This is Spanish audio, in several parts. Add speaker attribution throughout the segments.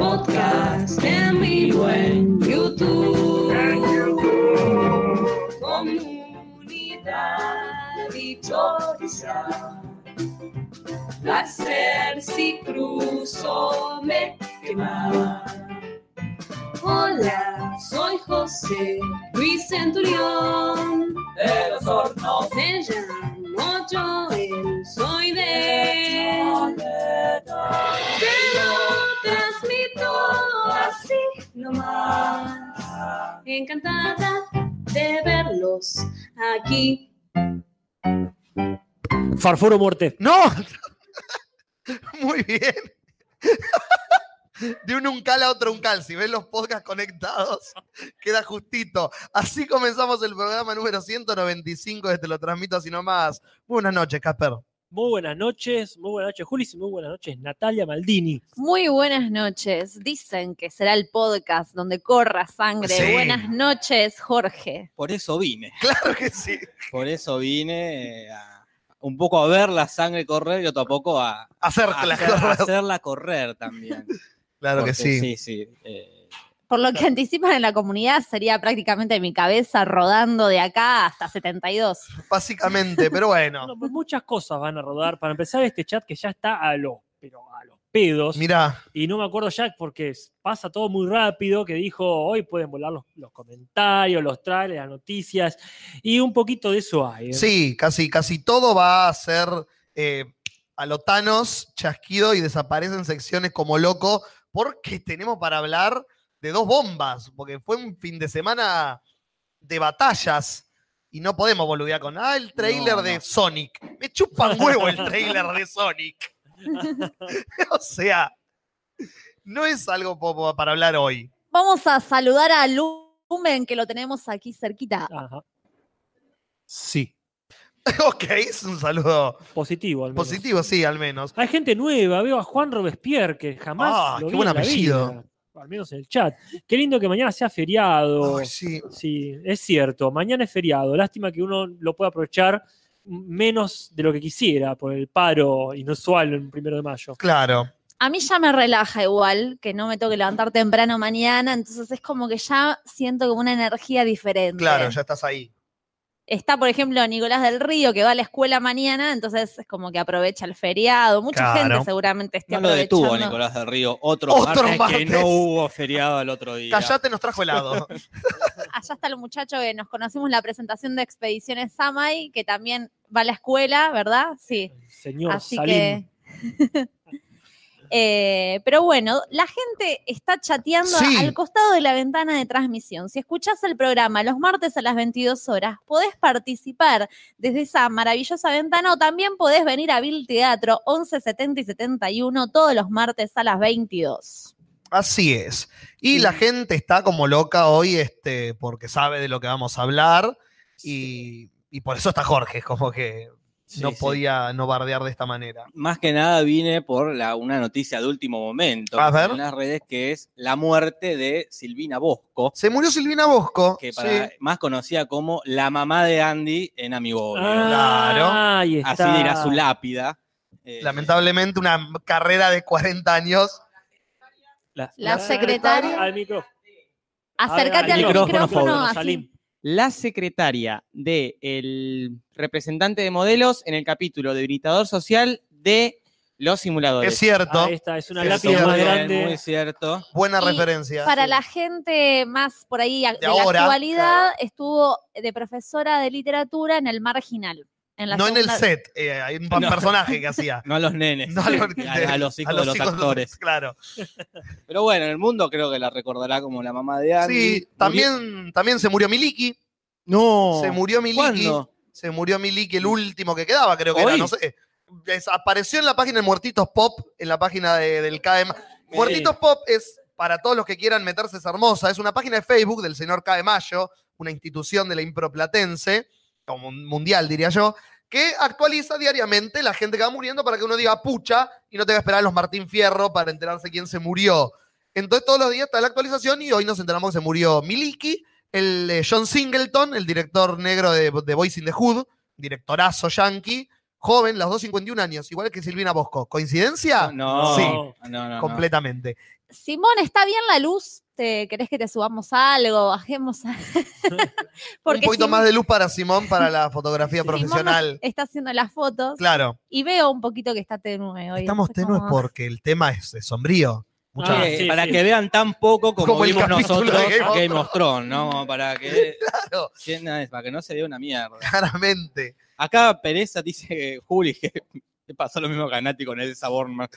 Speaker 1: podcast en vivo en YouTube. Comunidad dichosa. Placer si cruzo me quema. Hola, soy José Luis Centurión.
Speaker 2: de los hornos
Speaker 1: Me llamo Joel, soy de él. Te lo transmito así nomás. Encantada de verlos aquí.
Speaker 3: Farfuro Muerte.
Speaker 4: ¡No! Muy bien. De un uncal a otro uncal. Si ves los podcasts conectados, queda justito. Así comenzamos el programa número 195 de Te lo transmito así nomás. Buenas noches, Casper.
Speaker 3: Muy buenas noches, muy buenas noches, Juli, y muy buenas noches, Natalia Maldini.
Speaker 5: Muy buenas noches. Dicen que será el podcast donde corra sangre.
Speaker 4: Sí.
Speaker 5: Buenas noches, Jorge.
Speaker 6: Por eso vine,
Speaker 4: Claro que sí.
Speaker 6: por eso vine eh, a- un poco a ver la sangre correr y otro poco a,
Speaker 4: Hacer
Speaker 6: a
Speaker 4: las
Speaker 6: hacer- a
Speaker 4: cosas.
Speaker 6: hacerla correr también.
Speaker 4: Claro que
Speaker 6: Porque
Speaker 4: sí.
Speaker 6: Sí, sí. eh,
Speaker 5: Por lo que anticipan en la comunidad, sería prácticamente mi cabeza rodando de acá hasta 72.
Speaker 4: Básicamente, pero bueno.
Speaker 3: Bueno, pues muchas cosas van a rodar. Para empezar, este chat que ya está a los, pero a los pedos.
Speaker 4: Mirá,
Speaker 3: Y no me acuerdo ya porque es- pasa todo muy rápido, que dijo, hoy pueden volar los, los comentarios, los trailers, las noticias. Y un poquito de eso hay. ¿eh?
Speaker 4: sí, casi, casi todo va a ser eh, a lo Thanos, chasquido y desaparecen secciones como loco, porque tenemos para hablar de dos bombas, porque fue un fin de semana de batallas y no podemos boludear con, ah, el trailer
Speaker 6: No,
Speaker 4: de
Speaker 6: no.
Speaker 4: Sonic. Me chupa un huevo el trailer de Sonic. o sea, no es algo po- po- para hablar hoy.
Speaker 5: Vamos a saludar a Lumen, que lo tenemos aquí cerquita.
Speaker 3: Ajá,
Speaker 7: Sí.
Speaker 4: ok, es un saludo
Speaker 3: positivo al menos.
Speaker 4: positivo, sí, al menos.
Speaker 3: Hay gente nueva, veo a Juan Robespierre, que jamás
Speaker 4: Ah,
Speaker 3: lo
Speaker 4: qué
Speaker 3: vi
Speaker 4: buen
Speaker 3: en la
Speaker 4: apellido.
Speaker 3: vida, al menos en el chat. Qué lindo que mañana sea feriado.
Speaker 4: Ay, sí.
Speaker 3: Sí, es cierto. Mañana es feriado. Lástima que uno lo pueda aprovechar menos de lo que quisiera por el paro inusual en primero de mayo.
Speaker 4: Claro,
Speaker 5: A mí ya me relaja igual, que no me toque levantar temprano mañana, entonces es como que ya siento como una energía diferente.
Speaker 4: claro, ya estás ahí.
Speaker 5: Está, por ejemplo, Nicolás del Río, que va a la escuela mañana, entonces es como que aprovecha el feriado. Mucha
Speaker 4: Claro.
Speaker 5: gente seguramente esté
Speaker 6: no lo detuvo
Speaker 5: aprovechando.
Speaker 6: Nicolás del Río otro,
Speaker 4: Otro
Speaker 6: martes, que
Speaker 4: martes.
Speaker 6: no hubo feriado el otro día.
Speaker 4: Callate nos trajo helado.
Speaker 5: Allá está el muchacho que nos conocimos en la presentación de Expediciones Samay, que también va a la escuela, ¿verdad? Sí.
Speaker 3: Señor
Speaker 5: Así
Speaker 3: Salim.
Speaker 5: que. Eh, pero bueno, la gente está chateando
Speaker 4: Sí.
Speaker 5: al costado de la ventana de transmisión. Si escuchás el programa los martes a las 22 horas, podés participar desde esa maravillosa ventana o también podés venir a Vil Teatro 11, 70 y 71 todos los martes a las 22.
Speaker 4: Así es. Y la gente está como loca hoy, este, porque sabe de lo que vamos a hablar. Y, y por eso está Jorge, como que
Speaker 6: Sí,
Speaker 4: no
Speaker 6: sí.
Speaker 4: podía no bardear de esta manera.
Speaker 6: Más que nada vine por la, una noticia de último momento que
Speaker 4: A
Speaker 6: salió
Speaker 4: ver.
Speaker 6: en las redes que es la muerte de Silvina Bosco,
Speaker 4: Se murió Silvina Bosco.
Speaker 6: que para,
Speaker 4: sí.
Speaker 6: más conocida como la mamá de Andy en Amigo Obvio.
Speaker 3: Ah,
Speaker 4: Claro.
Speaker 3: ahí
Speaker 6: Así
Speaker 3: está.
Speaker 6: dirá su lápida. Eh,
Speaker 4: Lamentablemente, una carrera de 40 años.
Speaker 6: la-
Speaker 5: La secretaria.
Speaker 3: Al micro-
Speaker 5: Acércate
Speaker 6: al
Speaker 5: al
Speaker 6: micrófono,
Speaker 5: micrófono,
Speaker 6: por favor,
Speaker 5: así.
Speaker 3: Salim.
Speaker 6: la secretaria del representante de modelos en el capítulo de habilitador social de los simuladores.
Speaker 4: Es cierto.
Speaker 3: Ahí está, Ah, es una
Speaker 4: Sí,
Speaker 3: lápida
Speaker 4: sí,
Speaker 3: más
Speaker 4: muy bien,
Speaker 3: grande.
Speaker 6: Muy cierto.
Speaker 4: Buena
Speaker 5: Y
Speaker 4: referencia.
Speaker 5: Para la gente más por ahí a- de, la
Speaker 4: ahora,
Speaker 5: actualidad, estuvo de profesora de literatura en el marginal. En la
Speaker 4: no en el
Speaker 5: segunda-
Speaker 4: set, eh, hay un pa-
Speaker 6: No.
Speaker 4: personaje que hacía.
Speaker 6: No a los nenes,
Speaker 4: No
Speaker 6: a, a los hijos de los actores.
Speaker 4: Claro.
Speaker 6: Pero bueno, en el mundo creo que la recordará como la mamá de Andy.
Speaker 4: Sí,
Speaker 6: Murió-
Speaker 4: también, también se murió Miliki.
Speaker 6: No.
Speaker 4: Se murió Miliki.
Speaker 6: ¿Cuándo?
Speaker 4: Se murió Miliki, el último que quedaba, Ah, creo que era,
Speaker 6: ¿Hoy?
Speaker 4: no sé. Es- apareció en la página de Muertitos Pop, en la página de- del KM. Muertitos Pop es, para todos los que quieran meterse, es hermosa. Es una página de Facebook del señor K. de Mayo, una institución de la improplatense, como un mundial, diría yo, que actualiza diariamente la gente que va muriendo para que uno diga pucha y no tenga que esperar a los Martín Fierro para enterarse quién se murió. Entonces todos los días está la actualización y hoy nos enteramos que se murió Miliki, el eh, John Singleton, el director negro de, de Boys in the Hood, directorazo yankee, joven, los dos 51 años, igual que Silvina Bosco. ¿Coincidencia?
Speaker 6: No,
Speaker 4: Sí.
Speaker 6: no, no, no.
Speaker 4: Completamente.
Speaker 5: Simón, ¿está bien la luz? ¿Te, ¿Querés que te subamos algo? Bajemos. a-
Speaker 4: Un poquito
Speaker 5: Sim-
Speaker 4: más de luz para Simón para la fotografía
Speaker 5: Simón nos
Speaker 4: profesional.
Speaker 5: está haciendo las fotos
Speaker 4: Claro.
Speaker 5: y veo un poquito que está tenue hoy.
Speaker 4: Estamos
Speaker 5: Entonces,
Speaker 4: tenues
Speaker 5: como-
Speaker 4: porque el tema es, es sombrío. Muchas
Speaker 3: Ah,
Speaker 6: Ah. Eh,
Speaker 3: sí,
Speaker 6: para
Speaker 3: sí.
Speaker 6: que vean tan poco como,
Speaker 4: Como el
Speaker 6: vimos
Speaker 4: capítulo de
Speaker 6: nosotros
Speaker 4: Game of
Speaker 6: Game of Thrones, ¿no? Como Para que,
Speaker 4: Claro.
Speaker 6: ¿Quién es? para que no se vea una mierda.
Speaker 4: Claramente.
Speaker 6: Acá Pereza dice que Juli que le pasó lo mismo que a Nati con Elsa Borman.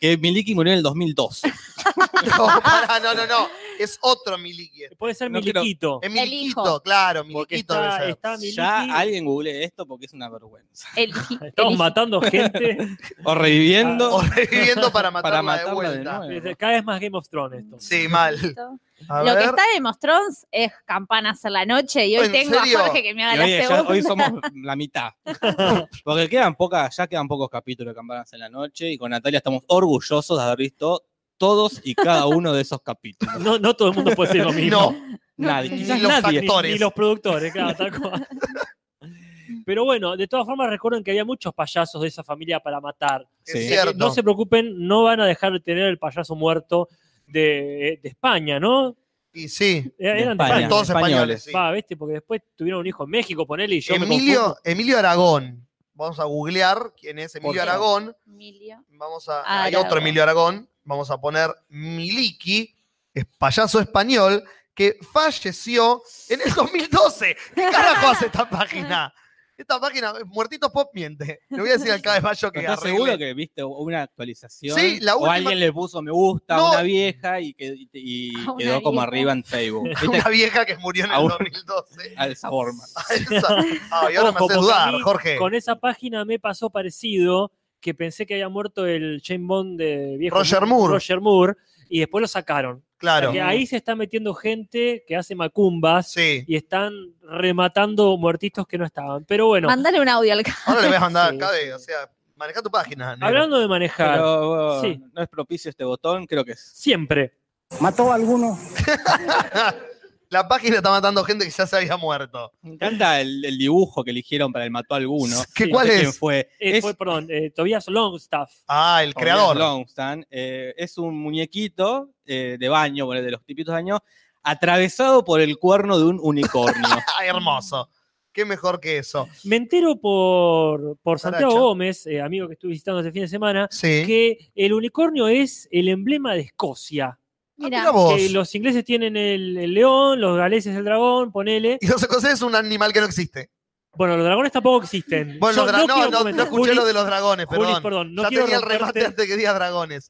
Speaker 6: Que Miliki murió en el 2002.
Speaker 4: No, pará, no, no, no. Es otro Miliki.
Speaker 3: Puede ser
Speaker 6: No quiero-
Speaker 3: Miliquito.
Speaker 4: Es
Speaker 5: El
Speaker 4: Miliquito,
Speaker 5: hijo.
Speaker 4: claro,
Speaker 3: Porque
Speaker 4: Miliquito debe
Speaker 3: está,
Speaker 4: ser.
Speaker 3: está Miliki.
Speaker 6: Ya alguien google esto porque es una vergüenza.
Speaker 5: El-
Speaker 3: Estamos
Speaker 5: el-
Speaker 3: matando gente.
Speaker 6: O reviviendo.
Speaker 4: O reviviendo para matarla,
Speaker 6: para
Speaker 4: de
Speaker 6: matarla de,
Speaker 4: vuelta.
Speaker 6: nuevo.
Speaker 3: Desde- Cada vez más Game of Thrones esto.
Speaker 4: sí, mal. A
Speaker 5: Lo que
Speaker 4: ver.
Speaker 5: está en Game of Thrones es campanas en la noche y hoy
Speaker 4: ¿En
Speaker 5: tengo
Speaker 4: serio?
Speaker 5: a Jorge que me
Speaker 6: Y
Speaker 5: haga la
Speaker 6: hoy, ya-
Speaker 5: segunda.
Speaker 6: hoy somos la mitad. Porque quedan pocas, ya quedan pocos capítulos de Campanas en la Noche y con Natalia estamos orgullosos de haber visto todos y cada uno de esos capítulos.
Speaker 3: No, no todo el mundo puede ser lo mismo.
Speaker 4: No,
Speaker 6: Nadie,
Speaker 5: Ni
Speaker 6: quizás
Speaker 4: los
Speaker 6: nadie.
Speaker 3: Ni-
Speaker 4: actores.
Speaker 3: Ni, los productores, claro, tal cual. Pero bueno, de todas formas recuerden que había muchos payasos de esa familia para matar. Eh,
Speaker 4: es
Speaker 6: Sí.
Speaker 4: cierto.
Speaker 3: No se preocupen, no van a dejar de tener el payaso muerto de, de España, ¿no?
Speaker 4: Y sí,
Speaker 3: Era-
Speaker 6: De
Speaker 3: Eran de
Speaker 6: España.
Speaker 3: España.
Speaker 4: todos españoles.
Speaker 6: españoles.
Speaker 4: sí.
Speaker 3: Va, ¿viste? Porque después tuvieron un hijo en México, ponele, y yo me
Speaker 4: Emilio,
Speaker 3: confundo.
Speaker 4: Emilio Aragón. Vamos a googlear quién es
Speaker 6: Por
Speaker 4: Emilio
Speaker 6: favor.
Speaker 4: Aragón.
Speaker 5: Emilio. Ah,
Speaker 4: Vamos a.
Speaker 6: Ah,
Speaker 4: Hay
Speaker 5: Aragón.
Speaker 4: otro Emilio Aragón. Vamos a poner Miliki, es payaso español, que falleció en el 2012. ¿Qué carajo hace esta página? Esta página, Muertitos Pop miente. Le voy a decir al de mayo que
Speaker 6: ¿Estás
Speaker 4: arregle.
Speaker 6: seguro que viste una actualización?
Speaker 4: Sí, la
Speaker 6: O
Speaker 4: última-
Speaker 6: alguien le puso me gusta
Speaker 4: No.
Speaker 6: a una vieja y, que- y- y
Speaker 5: A una
Speaker 6: quedó como
Speaker 5: vieja.
Speaker 6: arriba en Facebook. ¿Viste?
Speaker 4: Una vieja que murió en el
Speaker 6: Aún-
Speaker 4: 2012.
Speaker 6: Al sabor más.
Speaker 4: Ay, ahora me
Speaker 3: Ojo,
Speaker 4: hace
Speaker 3: porque a
Speaker 4: dudar,
Speaker 3: mí
Speaker 4: Jorge.
Speaker 3: Con esa página me pasó parecido que pensé que había muerto el James Bond de viejo.
Speaker 4: Roger Moore.
Speaker 3: Roger Moore, y después lo sacaron.
Speaker 4: Claro.
Speaker 3: Porque ahí se está metiendo gente que hace macumbas
Speaker 4: Sí.
Speaker 3: y están rematando muertitos que no estaban. Pero bueno,
Speaker 5: Mandale un audio al ca-
Speaker 4: Ahora le voy a mandar
Speaker 3: Sí,
Speaker 4: acá de,
Speaker 3: sí.
Speaker 4: o sea, maneja tu página. negro.
Speaker 3: hablando de manejar,
Speaker 6: Pero
Speaker 3: Sí.
Speaker 6: uh, no es propicio este botón, creo que es.
Speaker 3: siempre.
Speaker 2: ¿Mató a alguno?
Speaker 4: La página está matando gente que ya se había muerto.
Speaker 6: Me encanta el, el dibujo que eligieron para el Mató a Alguno.
Speaker 4: ¿Qué,
Speaker 3: Sí,
Speaker 4: ¿Cuál
Speaker 6: No sé quién
Speaker 4: es?
Speaker 6: fue?
Speaker 3: Eh,
Speaker 6: Es-
Speaker 3: fue, perdón, eh, Tobias Longstaff.
Speaker 4: Ah, el
Speaker 6: Tobias
Speaker 4: creador.
Speaker 6: Longstan, eh, es un muñequito eh, de baño, bueno, de los tipitos de baño, atravesado por el cuerno de un unicornio.
Speaker 4: Ah, hermoso. Qué mejor que eso.
Speaker 3: Me entero por, por Santiago
Speaker 4: Saracha.
Speaker 3: Gómez, eh, amigo que estuve visitando este fin de semana,
Speaker 4: Sí.
Speaker 3: que el unicornio es el emblema de Escocia.
Speaker 4: Ah,
Speaker 5: Mira,
Speaker 4: mira vos.
Speaker 3: Que los ingleses tienen el, el león, los galeses el dragón, ponele.
Speaker 4: Y los escoceses es un animal que no existe.
Speaker 3: Bueno, los dragones tampoco existen.
Speaker 4: Bueno,
Speaker 3: Yo
Speaker 4: los dra- no, no,
Speaker 3: quiero
Speaker 4: no
Speaker 3: comentar-
Speaker 4: escuché
Speaker 3: Juli-
Speaker 4: lo de los dragones,
Speaker 3: Juli,
Speaker 4: perdón.
Speaker 3: perdón, no
Speaker 4: ya
Speaker 3: quiero
Speaker 4: tenía el remate
Speaker 3: romperte-
Speaker 4: antes que digas dragones.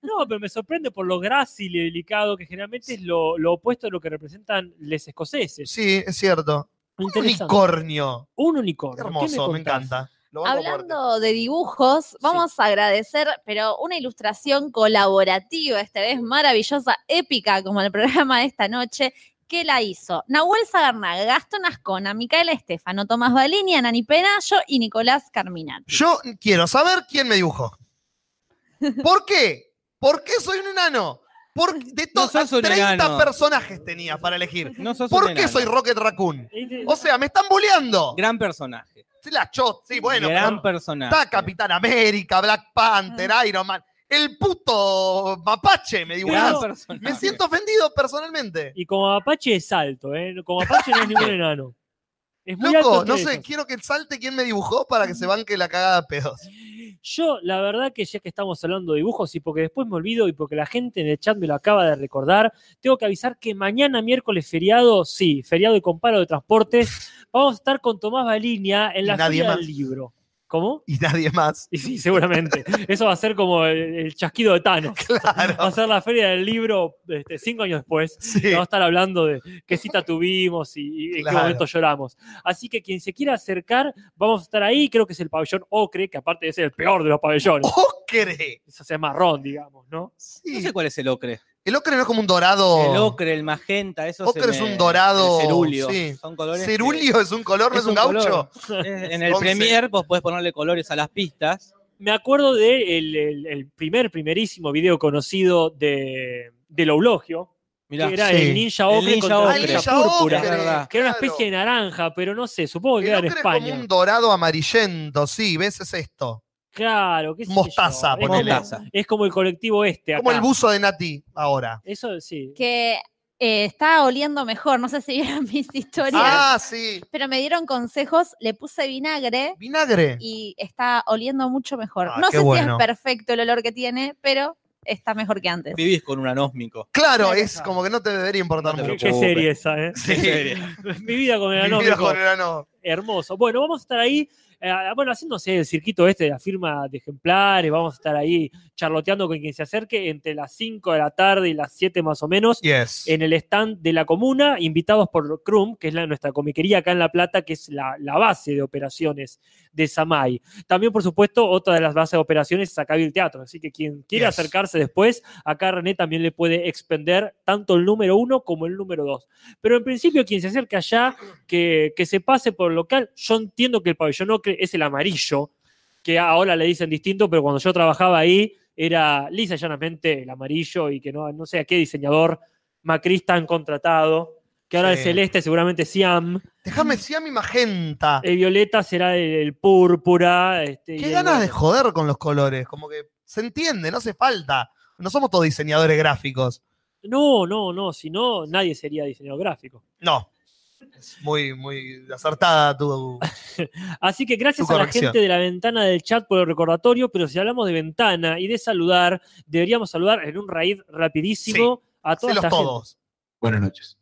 Speaker 3: No, pero me sorprende por lo grácil y delicado que generalmente es lo, lo opuesto a lo que representan los escoceses.
Speaker 4: Sí, es cierto. Un
Speaker 3: Interesante.
Speaker 4: unicornio.
Speaker 3: Un unicornio. ¿Qué
Speaker 4: Hermoso, me
Speaker 3: contás?
Speaker 4: encanta. Lo banco fuerte.
Speaker 5: hablando de dibujos, vamos a agradecer, pero una ilustración colaborativa, esta vez maravillosa, épica, como el programa de esta noche. que la hizo? Nahuel Sagarnaga, Gastón Ascona, Micaela Estefano, Tomás Balinia, Nani Penayo y Nicolás Carminati.
Speaker 4: Yo quiero saber quién me dibujó. ¿Por qué? ¿Por qué soy un enano? Por- de
Speaker 6: No
Speaker 4: todos
Speaker 6: sos un
Speaker 4: 30
Speaker 6: enano.
Speaker 4: personajes tenía para elegir.
Speaker 6: No sos un
Speaker 4: ¿Por qué
Speaker 6: enano.
Speaker 4: soy Rocket Raccoon?
Speaker 3: Y de-
Speaker 4: O sea, me están bulleando.
Speaker 6: Gran personaje.
Speaker 4: Sí, la chot, sí, bueno.
Speaker 6: Gran
Speaker 4: pero
Speaker 6: personaje.
Speaker 4: Está Capitán América, Black Panther, Iron Man. El puto mapache me
Speaker 6: Gran
Speaker 4: dibujó.
Speaker 6: personaje.
Speaker 4: Me siento ofendido personalmente.
Speaker 3: Y como Apache es alto, ¿eh? Como Apache no es ningún enano. Es muy
Speaker 4: Loco,
Speaker 3: alto.
Speaker 4: no
Speaker 3: entre
Speaker 4: sé,
Speaker 3: ellos.
Speaker 4: quiero que salte quién me dibujó para que se banque la cagada de pedos.
Speaker 3: Yo, la verdad que ya que estamos hablando de dibujos y porque después me olvido y porque la gente en el chat me lo acaba de recordar, tengo que avisar que mañana miércoles feriado, sí, feriado y comparo de transportes, vamos a estar con Tomás Balinia en la
Speaker 4: Y nadie
Speaker 3: Feria
Speaker 4: más.
Speaker 3: del Libro. ¿Cómo?
Speaker 4: Y nadie más.
Speaker 3: Y sí, seguramente. Eso va a ser como el, el chasquido de Thanos. Va
Speaker 4: Claro.
Speaker 3: a ser la Feria del Libro este, cinco años después.
Speaker 4: Sí.
Speaker 3: Vamos a estar hablando de qué cita tuvimos y, y en
Speaker 4: Claro.
Speaker 3: qué momento lloramos. Así que quien se quiera acercar, vamos a estar ahí. Creo que es el pabellón Ocre, que aparte de ser el peor de los pabellones,
Speaker 4: Ocre.
Speaker 3: eso sea marrón, digamos, ¿no?
Speaker 6: No
Speaker 4: Oh, Sí.
Speaker 6: sé cuál es el ocre.
Speaker 4: El ocre no es como un dorado.
Speaker 6: El ocre, el magenta, eso
Speaker 4: Ocre es un dorado,
Speaker 6: El cerulio.
Speaker 4: sí.
Speaker 6: Son colores. que-
Speaker 4: Cerulio es un color, no es un gaucho.
Speaker 6: color. Eh, En el
Speaker 4: Once.
Speaker 6: Premier vos podés ponerle colores a las pistas.
Speaker 3: Me acuerdo del de el, el primer, primerísimo video conocido de, del Eulogio,
Speaker 6: Mirá,
Speaker 3: que era
Speaker 4: sí.
Speaker 3: el Ninja
Speaker 6: El
Speaker 3: Ocre
Speaker 6: Ninja
Speaker 3: contra
Speaker 6: Ocre.
Speaker 3: el
Speaker 6: El
Speaker 3: Ninja
Speaker 6: Ninja
Speaker 3: Púrpura,
Speaker 6: Ocre, verdad.
Speaker 3: que era una
Speaker 4: claro.
Speaker 3: especie de naranja, pero no sé, supongo que
Speaker 4: El
Speaker 3: era en
Speaker 4: ocre es como
Speaker 3: España.
Speaker 4: un dorado amarillento, sí, ves es esto.
Speaker 3: Claro, qué sé yo.
Speaker 4: Mostaza,
Speaker 3: Es
Speaker 4: ponele.
Speaker 3: como,
Speaker 6: Mostaza.
Speaker 3: es como el colectivo este. Acá.
Speaker 4: Como el buzo de Nati ahora.
Speaker 3: Eso sí.
Speaker 5: Que eh, está oliendo mejor, no sé si vieron mis historias.
Speaker 4: Ah, sí.
Speaker 5: Pero me dieron consejos, le puse vinagre
Speaker 4: Vinagre.
Speaker 5: y está oliendo mucho mejor.
Speaker 4: Ah,
Speaker 5: no
Speaker 4: qué
Speaker 5: sé
Speaker 4: bueno.
Speaker 5: si es perfecto el olor que tiene, pero está mejor que antes.
Speaker 6: Vivís con un anósmico.
Speaker 4: Claro,
Speaker 5: Claro,
Speaker 4: es
Speaker 5: claro.
Speaker 4: como que no te debería importar
Speaker 6: No te
Speaker 3: Qué,
Speaker 4: mucho.
Speaker 3: qué
Speaker 6: preocupes.
Speaker 3: serie esa, ¿eh?
Speaker 4: Sí.
Speaker 6: En serio.
Speaker 3: Mi vida con el
Speaker 4: Mi vida
Speaker 3: anómico.
Speaker 4: con el ano.
Speaker 3: Hermoso. Bueno, vamos a estar ahí, eh, bueno, haciéndose el circuito este de la firma de ejemplares, vamos a estar ahí charloteando con quien se acerque entre las 5 de la tarde y las 7 más o menos.
Speaker 4: Yes.
Speaker 3: en el stand de la comuna, invitados por Crum, que es la, nuestra comiquería acá en La Plata, que es la, la base de operaciones de Samay. También, por supuesto, otra de las bases de operaciones es acá el Teatro, así que quien quiera
Speaker 4: Yes.
Speaker 3: acercarse después, acá René también le puede expender tanto el número uno como el número dos. Pero en principio, quien se acerque allá, que, que se pase por el local, yo entiendo que el pabellón ocre es el amarillo, que ahora le dicen distinto, pero cuando yo trabajaba ahí era lisa y llanamente el amarillo y que no, no sé a qué diseñador macrista han contratado, que ahora
Speaker 4: Sí.
Speaker 3: el celeste seguramente es Siam,
Speaker 4: Déjame si a mi magenta.
Speaker 3: el violeta será el, el púrpura. Este, y
Speaker 4: Qué
Speaker 3: el-
Speaker 4: ganas de joder con los colores. Como que se entiende, no hace falta. No somos todos diseñadores gráficos.
Speaker 3: No, no, no, si no, nadie sería diseñador gráfico.
Speaker 4: No. Es muy, muy acertada tu.
Speaker 3: Así que gracias
Speaker 4: Tu
Speaker 3: a la
Speaker 4: corrección.
Speaker 3: gente de la ventana del chat por el recordatorio, pero si hablamos de ventana y de saludar, deberíamos saludar en un raid rapidísimo a toda
Speaker 4: Hacelos
Speaker 3: esta gente.
Speaker 4: todos.
Speaker 2: Buenas noches.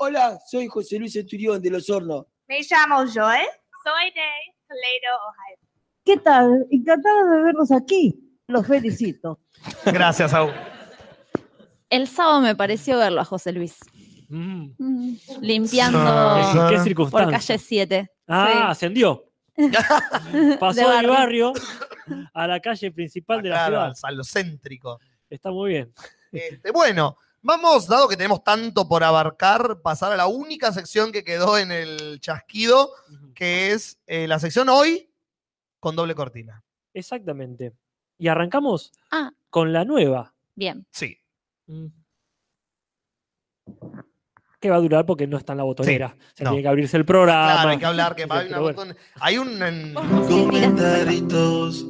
Speaker 8: Hola, soy José Luis Esturión de Los Hornos.
Speaker 9: Me llamo Joel. Soy de Toledo, Ohio.
Speaker 10: ¿Qué tal? Encantada de verlos aquí. Los felicito.
Speaker 4: Gracias, Au.
Speaker 5: El sábado me pareció verlo a José Luis.
Speaker 3: Mm.
Speaker 5: Mm, Limpiando
Speaker 4: Ah.
Speaker 3: ¿En qué
Speaker 5: por
Speaker 3: circunstancias?
Speaker 5: calle 7.
Speaker 3: Ah,
Speaker 5: Sí.
Speaker 3: ascendió. Pasó
Speaker 5: De
Speaker 3: del barrio a la calle principal de la
Speaker 4: Claro,
Speaker 3: ciudad.
Speaker 4: al salocéntrico.
Speaker 3: Está muy bien.
Speaker 4: Este, bueno, vamos, dado que tenemos tanto por abarcar, pasar a la única sección que quedó en el chasquido, que es eh, la sección hoy con doble cortina.
Speaker 3: Exactamente. Y arrancamos
Speaker 5: Ah.
Speaker 3: con la nueva, Mm.
Speaker 5: Bien.
Speaker 4: Sí.
Speaker 3: que va a durar porque no está en la botonera. Pues Se
Speaker 4: no.
Speaker 3: tiene que abrirse el programa.
Speaker 4: Claro, hay que hablar, que
Speaker 3: Sí,
Speaker 4: hay, una
Speaker 3: pero bueno.
Speaker 4: botón- hay un... en-
Speaker 5: Sí, mira.
Speaker 2: Comentaritos,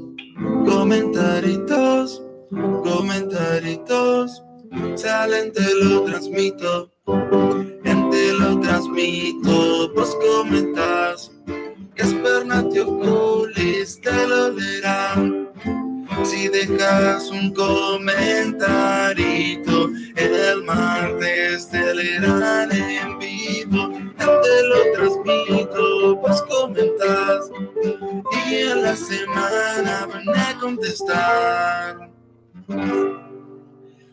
Speaker 2: comentaritos, comentaritos. Salen, te lo transmito. En te lo transmito. Vos comentas. Casper Natio Culis te lo leerá. Si dejas un comentarito, el martes te leerán en vivo. En te lo transmito, vos comentas. Y en la semana van a contestar.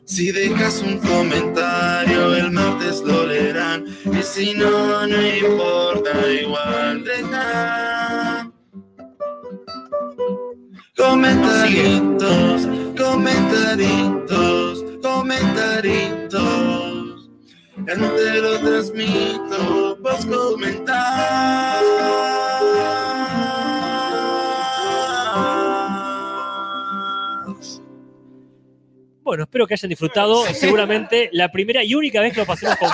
Speaker 2: Si dejas un comentario, el martes lo leerán. Y si no, no importa, igual dejar. Comentaritos, comentaritos, comentaritos. Entre lo transmito, vos comentar.
Speaker 3: Bueno, espero que hayan disfrutado. Seguramente la primera y única vez que lo pasemos con.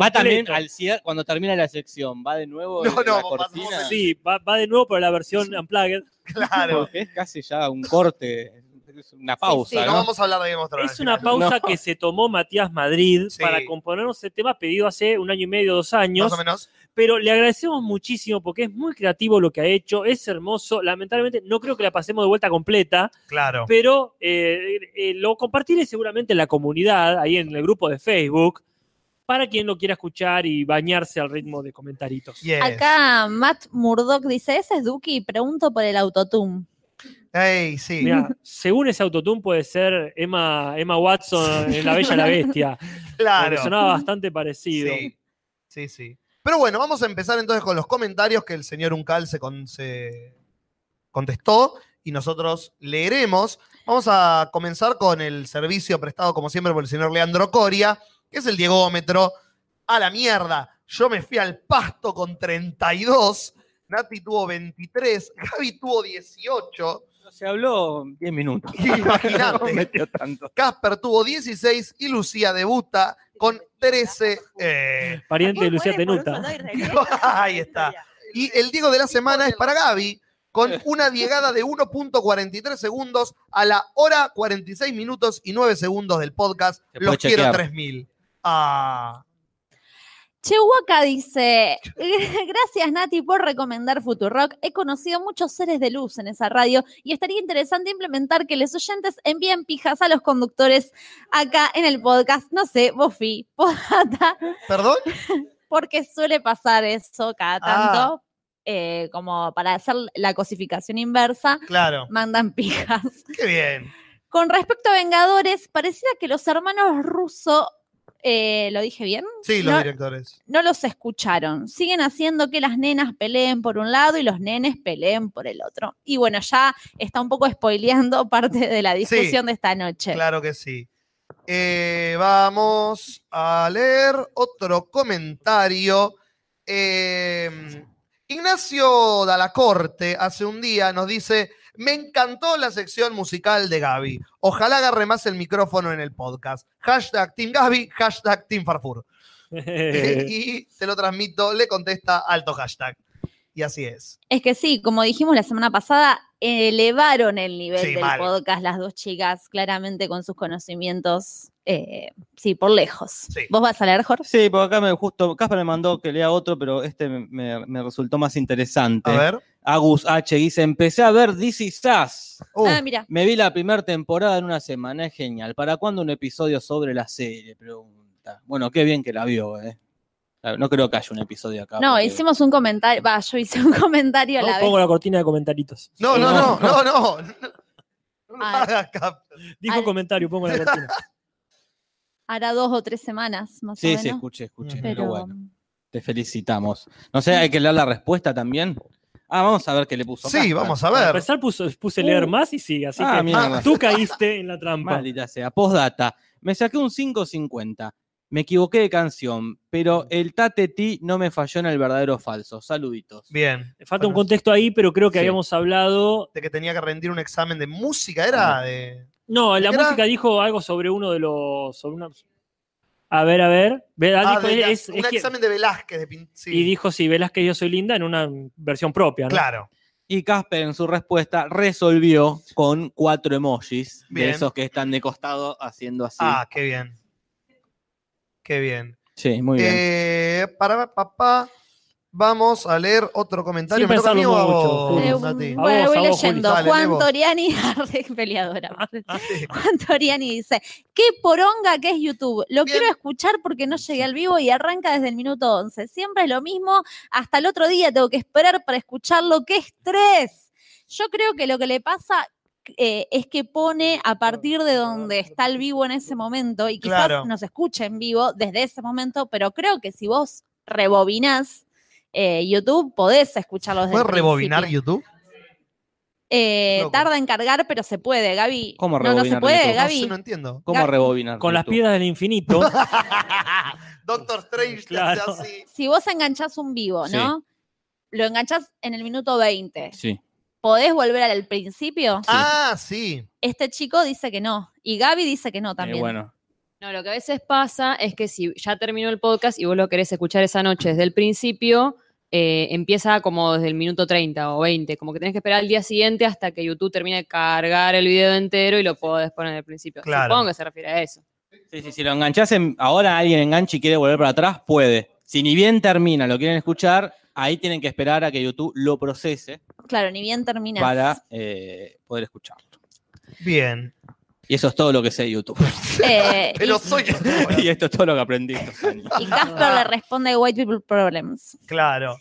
Speaker 6: Va también
Speaker 3: completo.
Speaker 6: al cierre, cuando termina la sección, va de nuevo
Speaker 4: No,
Speaker 6: no,
Speaker 4: no,
Speaker 6: la
Speaker 4: pasamos
Speaker 6: cortina.
Speaker 3: Sí, va, va de nuevo para la versión Unplugged.
Speaker 4: Claro.
Speaker 6: Porque es casi ya un corte, es una pausa,
Speaker 5: sí.
Speaker 4: No
Speaker 6: ¿no?
Speaker 4: vamos a hablar de Game of Thrones.
Speaker 3: Es una pausa
Speaker 6: No.
Speaker 3: que se tomó Matías Madrid
Speaker 4: Sí.
Speaker 3: para componernos este tema pedido hace un año y medio, dos años.
Speaker 4: Más o menos.
Speaker 3: pero le agradecemos muchísimo porque es muy creativo lo que ha hecho, es hermoso. Lamentablemente no creo que la pasemos de vuelta completa,
Speaker 4: Claro.
Speaker 3: pero eh, eh, lo compartiré seguramente en la comunidad, ahí en el grupo de Facebook, para quien lo quiera escuchar y bañarse al ritmo de comentaritos.
Speaker 4: Yes.
Speaker 5: Acá Matt Murdock dice, ese es Duki, pregunto por el autotune.
Speaker 4: Ey, sí.
Speaker 3: Mirá, según ese autotune puede ser Emma, Emma Watson en eh, La Bella y la Bestia, porque
Speaker 4: claro.
Speaker 3: sonaba bastante parecido.
Speaker 4: Sí. sí, sí. Pero bueno, vamos a empezar entonces con los comentarios que el señor Uncal se, con- se contestó y nosotros leeremos. Vamos a comenzar con el servicio prestado, como siempre, por el señor Leandro Coria, que es el Diegómetro. A la mierda, yo me fui al pasto con 32, Nati tuvo 23, Gaby tuvo 18,
Speaker 6: Se habló 10 minutos.
Speaker 4: Imagínate.
Speaker 6: No metió tanto.
Speaker 4: Casper tuvo 16 y Lucía debuta con 13. eh,
Speaker 3: Pariente de
Speaker 9: Alguien
Speaker 3: Lucía
Speaker 9: muere por un
Speaker 3: Tenuta.
Speaker 9: soldado israelí.
Speaker 4: Ahí está. Y el Diego de la semana es para Gaby, con una llegada de 1.43 segundos a la hora 46 minutos y 9 segundos del podcast.
Speaker 6: Se
Speaker 4: Los
Speaker 6: puede
Speaker 4: quiero
Speaker 6: chequear.
Speaker 4: 3000. Ah,
Speaker 5: Chehuaca dice, gracias Nati por recomendar Futurock. He conocido muchos seres de luz en esa radio y estaría interesante implementar que los oyentes envíen pijas a los conductores acá en el podcast. No sé, Bofi, Podata,
Speaker 4: ¿Perdón? Ah.
Speaker 5: porque suele pasar eso cada tanto. eh, como para hacer la cosificación inversa,
Speaker 4: Claro.
Speaker 5: mandan pijas.
Speaker 4: Qué bien.
Speaker 5: Con respecto a Vengadores, pareciera que los hermanos rusos, ¿lo dije bien?
Speaker 4: Sí, los
Speaker 5: No-
Speaker 4: directores.
Speaker 5: no los escucharon. Siguen haciendo que las nenas peleen por un lado y los nenes peleen por el otro. Y bueno, ya está un poco spoileando parte de la discusión de esta noche.
Speaker 4: Claro que sí. Eh, vamos a leer otro comentario. Eh, Ignacio Dalacorte hace un día nos dice: Me encantó la sección musical de Gaby. Ojalá agarre más el micrófono en el podcast. Hashtag Team Gaby, hashtag Team Farfur. y te lo transmito, le contesta alto hashtag. Y así es.
Speaker 5: Es que sí, como dijimos la semana pasada, elevaron el nivel
Speaker 4: Sí,
Speaker 5: del
Speaker 4: mal.
Speaker 5: podcast las dos chicas, claramente con sus conocimientos, eh, sí, por lejos.
Speaker 4: Sí.
Speaker 5: ¿Vos vas a leer, Jorge?
Speaker 6: Sí, por acá me justo, Casper me mandó que lea otro, pero este me, me resultó más interesante.
Speaker 4: A ver.
Speaker 6: Agus H dice, empecé a ver This Is Us.
Speaker 4: Uh,
Speaker 5: Ah, mira.
Speaker 6: Me vi la primera temporada en una semana, es genial. ¿Para cuándo un episodio sobre la serie? Pregunta. Bueno, qué bien que la vio, ¿eh? Claro, No creo que haya un episodio acá.
Speaker 5: No,
Speaker 6: porque-
Speaker 5: hicimos un comentario, va, yo hice un comentario a la
Speaker 3: No,
Speaker 5: vez.
Speaker 3: pongo la cortina de comentaritos. Eh,
Speaker 4: no, no, no, no, no. No lo
Speaker 5: Ah.
Speaker 4: hagas, Cap.
Speaker 3: Dijo
Speaker 5: Al-
Speaker 3: comentario, pongo la cortina.
Speaker 5: Hará dos o tres semanas, más o
Speaker 6: Sí,
Speaker 5: menos.
Speaker 6: sí, escuché, escuché.
Speaker 3: Ujú.
Speaker 6: Pero...
Speaker 5: pero
Speaker 6: bueno, te felicitamos. No sé, hay que leer la respuesta también. Ah, vamos a ver qué le puso.
Speaker 4: Sí,
Speaker 6: Casper.
Speaker 4: vamos a
Speaker 3: Para
Speaker 4: ver.
Speaker 3: empezar puso- puse
Speaker 5: Uh.
Speaker 3: leer más y sí, así
Speaker 6: Ah,
Speaker 3: que
Speaker 6: mierda.
Speaker 3: tú caíste en la trampa.
Speaker 6: Maldita sea. Postdata. Me saqué un 5.50. Me equivoqué de canción, pero el Tate Ti no me falló en el verdadero o falso. Saluditos.
Speaker 4: Bien.
Speaker 3: Falta un contexto ahí, pero creo que
Speaker 6: Sí.
Speaker 3: habíamos hablado. Ah,
Speaker 4: De que tenía que rendir un examen de música, era de.
Speaker 3: No, la
Speaker 4: Era-
Speaker 3: música dijo algo sobre uno de los. sobre una- A ver, a ver. Ve-
Speaker 4: Ah,
Speaker 3: dijo,
Speaker 4: de la-
Speaker 3: es-
Speaker 4: un
Speaker 3: es que-
Speaker 4: examen de Velázquez. De, pin- sí,
Speaker 3: Y dijo, sí, Velázquez, yo soy linda en una versión propia. ¿no?
Speaker 4: claro.
Speaker 6: Y Casper en su respuesta resolvió con cuatro emojis
Speaker 4: Bien.
Speaker 6: de esos que están de costado haciendo así.
Speaker 4: Ah, qué bien. Qué bien.
Speaker 6: sí, muy bien.
Speaker 4: Eh, para papá, vamos a leer otro comentario.
Speaker 3: Sin
Speaker 4: ¿Me toca a mí
Speaker 3: pensarlo
Speaker 4: o a
Speaker 3: mucho,
Speaker 4: vos,
Speaker 3: Juli.
Speaker 5: Eh,
Speaker 4: Nati?
Speaker 3: A
Speaker 5: bueno,
Speaker 3: vos,
Speaker 5: voy
Speaker 3: a vos, Juli.
Speaker 5: leyendo.
Speaker 4: Dale,
Speaker 5: Juan
Speaker 4: lee vos.
Speaker 5: Toriani, arre, peleadora.
Speaker 4: Ah, Sí.
Speaker 5: Juan Toriani dice, qué poronga que es YouTube. Lo
Speaker 4: Bien.
Speaker 5: quiero escuchar porque no llegué al vivo y arranca desde el minuto 11. Siempre es lo mismo. Hasta el otro día tengo que esperar para escuchar lo que es tres. Yo creo que lo que le pasa eh, es que pone a partir de donde está el vivo en ese momento y quizás
Speaker 4: Claro.
Speaker 5: nos escuche en vivo desde ese momento, pero creo que si vos rebobinás eh, YouTube, podés escucharlo desde
Speaker 4: ¿Puedes
Speaker 5: el
Speaker 4: rebobinar
Speaker 5: principio.
Speaker 4: YouTube?
Speaker 5: Eh,
Speaker 4: Loco.
Speaker 5: tarda en cargar, pero se puede, Gaby.
Speaker 6: ¿Cómo
Speaker 5: no, no se
Speaker 6: rebobinar
Speaker 5: puede,
Speaker 6: YouTube?
Speaker 4: No, sé,
Speaker 5: Gaby.
Speaker 4: Ah, no entiendo.
Speaker 6: ¿Cómo rebobinar?
Speaker 3: Con las
Speaker 6: YouTube?
Speaker 3: piedras del infinito.
Speaker 4: Doctor Strange te hace
Speaker 3: Claro.
Speaker 4: así.
Speaker 5: Si vos enganchás un vivo,
Speaker 6: Sí.
Speaker 5: ¿no? Lo enganchás en el minuto 20.
Speaker 6: Sí.
Speaker 5: ¿Podés volver al principio?
Speaker 4: Ah, sí.
Speaker 5: Este chico dice que no. Y Gaby dice que no también.
Speaker 6: Eh, bueno,
Speaker 11: No, lo que a veces pasa es que si ya terminó el podcast y vos lo querés escuchar esa noche desde el principio, eh, empieza como desde el minuto 30 o 20, como que tenés que esperar al día siguiente hasta que YouTube termine de cargar el video entero y lo podés poner al principio.
Speaker 4: Claro.
Speaker 11: Supongo que se refiere a eso.
Speaker 6: Sí, sí, si lo enganchás, en- ahora alguien engancha y quiere volver para atrás, puede. Si ni bien termina, lo quieren escuchar, ahí tienen que esperar a que YouTube lo procese
Speaker 5: Claro, ni bien terminás.
Speaker 6: para eh, poder escucharlo.
Speaker 4: Bien.
Speaker 6: Y eso es todo lo que sé de YouTube.
Speaker 5: Eh,
Speaker 4: Pero soy.
Speaker 6: y esto es todo lo que aprendí estos años.
Speaker 5: y, y Casper le responde White People Problems.
Speaker 4: Claro.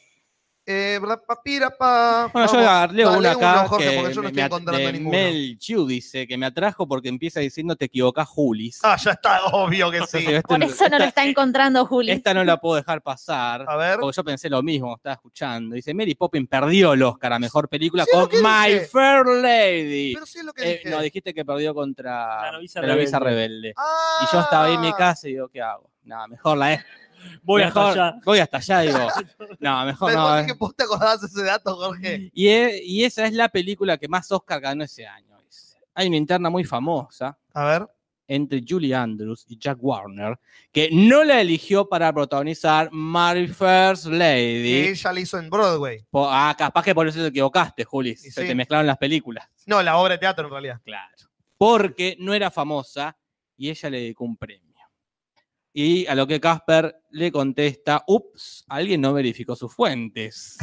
Speaker 4: Eh, bla, pa, pira, pa.
Speaker 6: Bueno, yo
Speaker 4: Vamos,
Speaker 6: la- leo
Speaker 4: dale
Speaker 6: una acá
Speaker 4: uno, Jorge,
Speaker 6: que
Speaker 4: porque yo no
Speaker 6: me-
Speaker 4: estoy
Speaker 6: me at-
Speaker 4: encontrando
Speaker 6: de
Speaker 4: ninguno.
Speaker 6: Mel Chiu dice que me atrajo porque empieza diciendo te equivocás, Julis.
Speaker 4: Ah, ya está, obvio que sí.
Speaker 6: Entonces, este-
Speaker 5: Por eso no lo está encontrando Juli.
Speaker 6: Esta no la puedo dejar pasar.
Speaker 4: A ver.
Speaker 6: Porque yo pensé lo mismo, estaba escuchando. Dice, Mary Poppins perdió el Oscar a Mejor Película
Speaker 4: Sí,
Speaker 6: con
Speaker 4: lo que
Speaker 6: My
Speaker 4: dije.
Speaker 6: Fair Lady.
Speaker 4: Pero sí es lo que
Speaker 6: Eh,
Speaker 4: dije.
Speaker 6: no, dijiste que perdió contra
Speaker 3: La novicia
Speaker 6: rebelde.
Speaker 4: Ah.
Speaker 6: Y yo estaba ahí en mi casa y digo, ¿qué hago? No, mejor la es.
Speaker 3: Voy
Speaker 6: mejor,
Speaker 3: hasta allá.
Speaker 6: Voy hasta allá, digo. No, mejor
Speaker 4: Me
Speaker 6: no.
Speaker 4: parece
Speaker 6: eh.
Speaker 4: que vos te acordabas de ese dato, Jorge.
Speaker 6: Y, e- y esa es la película que más Oscar ganó ese año. dice. Hay una interna muy famosa
Speaker 4: A ver.
Speaker 6: entre Julie Andrews y Jack Warner, que no la eligió para protagonizar Mary First Lady.
Speaker 4: Que ella la hizo en Broadway.
Speaker 6: Po- ah, capaz que por eso te equivocaste, Juli. Se
Speaker 4: sí.
Speaker 6: te mezclaron las películas.
Speaker 4: No, la obra de teatro en realidad.
Speaker 6: Claro. Porque no era famosa y ella le dedicó un premio. Y a lo que Casper le contesta, ups, alguien no verificó sus fuentes.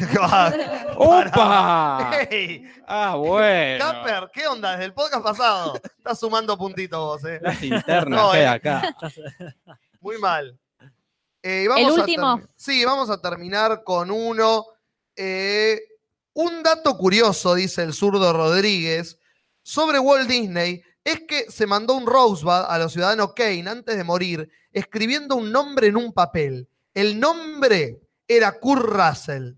Speaker 6: ¡Opa!
Speaker 4: ¡Ey!
Speaker 6: Ah, bueno.
Speaker 4: Camper, ¿qué onda? Desde el podcast pasado. Estás sumando puntitos vos, eh.
Speaker 6: Las internas
Speaker 4: No,
Speaker 6: que hay
Speaker 4: eh.
Speaker 6: acá.
Speaker 4: Muy mal. Eh, y vamos
Speaker 5: El
Speaker 4: a
Speaker 5: último.
Speaker 4: termi- sí, vamos a terminar con uno. Eh, un dato curioso, dice el zurdo Rodríguez, sobre Walt Disney, es que se mandó un Rosebud a los ciudadanos Kane antes de morir, escribiendo un nombre en un papel. El nombre era Kurt Russell.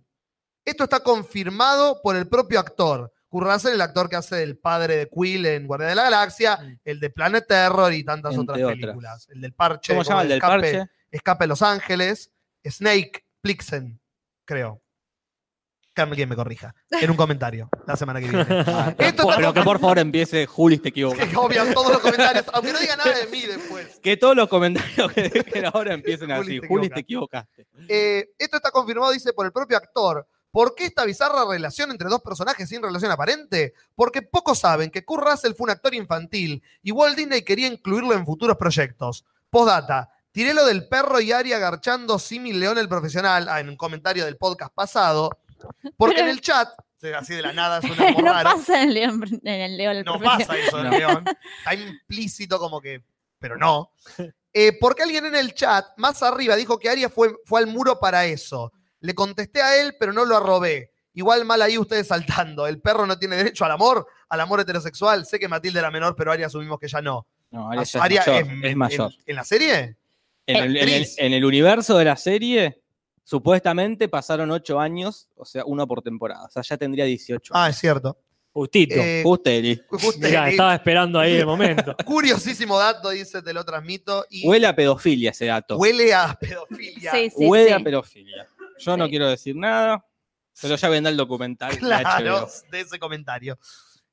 Speaker 4: Esto está confirmado por el propio actor. Kurt Russell, el actor que hace el padre de Quill en Guardia de la Galaxia, el de Planet Terror y tantas
Speaker 6: Mm. Entre
Speaker 4: otras
Speaker 6: otras.
Speaker 4: películas. El del parche.
Speaker 6: ¿Cómo se llama el del
Speaker 4: escape,
Speaker 6: parche?
Speaker 4: Escape a Los Ángeles, Snake, Plixen, creo. Que alguien me corrija. En un comentario, la semana que viene.
Speaker 6: Ah,
Speaker 4: Esto
Speaker 6: por-
Speaker 4: está
Speaker 6: pero que por favor empiece Juli, te equivocas.
Speaker 4: Que obvian todos los comentarios, aunque no diga nada de mí después.
Speaker 6: Que todos los comentarios que dejen ahora empiecen
Speaker 4: Juli,
Speaker 6: así.
Speaker 4: te
Speaker 6: Juli, te equivocaste.
Speaker 4: Eh, esto está confirmado, dice, por el propio actor. ¿Por qué esta bizarra relación entre dos personajes sin relación aparente? Porque pocos saben que Kurt Russell fue un actor infantil y Walt Disney quería incluirlo en futuros proyectos. Postdata. Tiré lo del perro y Aria garchando Simi León el profesional ah, en un comentario del podcast pasado. Porque en el chat, así de la nada, suena
Speaker 5: no
Speaker 4: muy raro.
Speaker 5: pasa en el León, en el León el
Speaker 4: No
Speaker 5: profesor.
Speaker 4: pasa eso del
Speaker 6: No.
Speaker 4: león. Está implícito como que, pero no. Eh, porque alguien en el chat, más arriba, dijo que Aria fue, fue al muro para eso. Le contesté a él, pero no lo arrobé. Igual mal ahí ustedes saltando. El perro no tiene derecho al amor, al amor heterosexual. Sé que Matilde era menor, pero Aria asumimos que ya no.
Speaker 6: No, Aria ya
Speaker 4: Aria
Speaker 6: es mayor. es
Speaker 4: en-
Speaker 6: mayor.
Speaker 4: ¿En, la serie?
Speaker 6: En el, en el-
Speaker 4: Actriz.
Speaker 6: en el universo de la serie, supuestamente pasaron ocho años, o sea, uno por temporada. O sea, ya tendría 18 años.
Speaker 4: Ah, es cierto.
Speaker 3: Justito.
Speaker 4: Eh,
Speaker 6: Justo, Eli.
Speaker 4: Justo-
Speaker 3: Mirá, estaba esperando ahí el momento.
Speaker 4: Curiosísimo dato, dice, te lo transmito. Y huele,
Speaker 6: Huele a pedofilia ese dato.
Speaker 4: a pedofilia.
Speaker 5: Sí, sí,
Speaker 6: Huele a
Speaker 5: sí.
Speaker 6: pedofilia. Yo no
Speaker 5: Sí.
Speaker 6: quiero decir nada, pero ya vendrá el documental. de
Speaker 4: Claro,
Speaker 6: HBO.
Speaker 4: de ese comentario.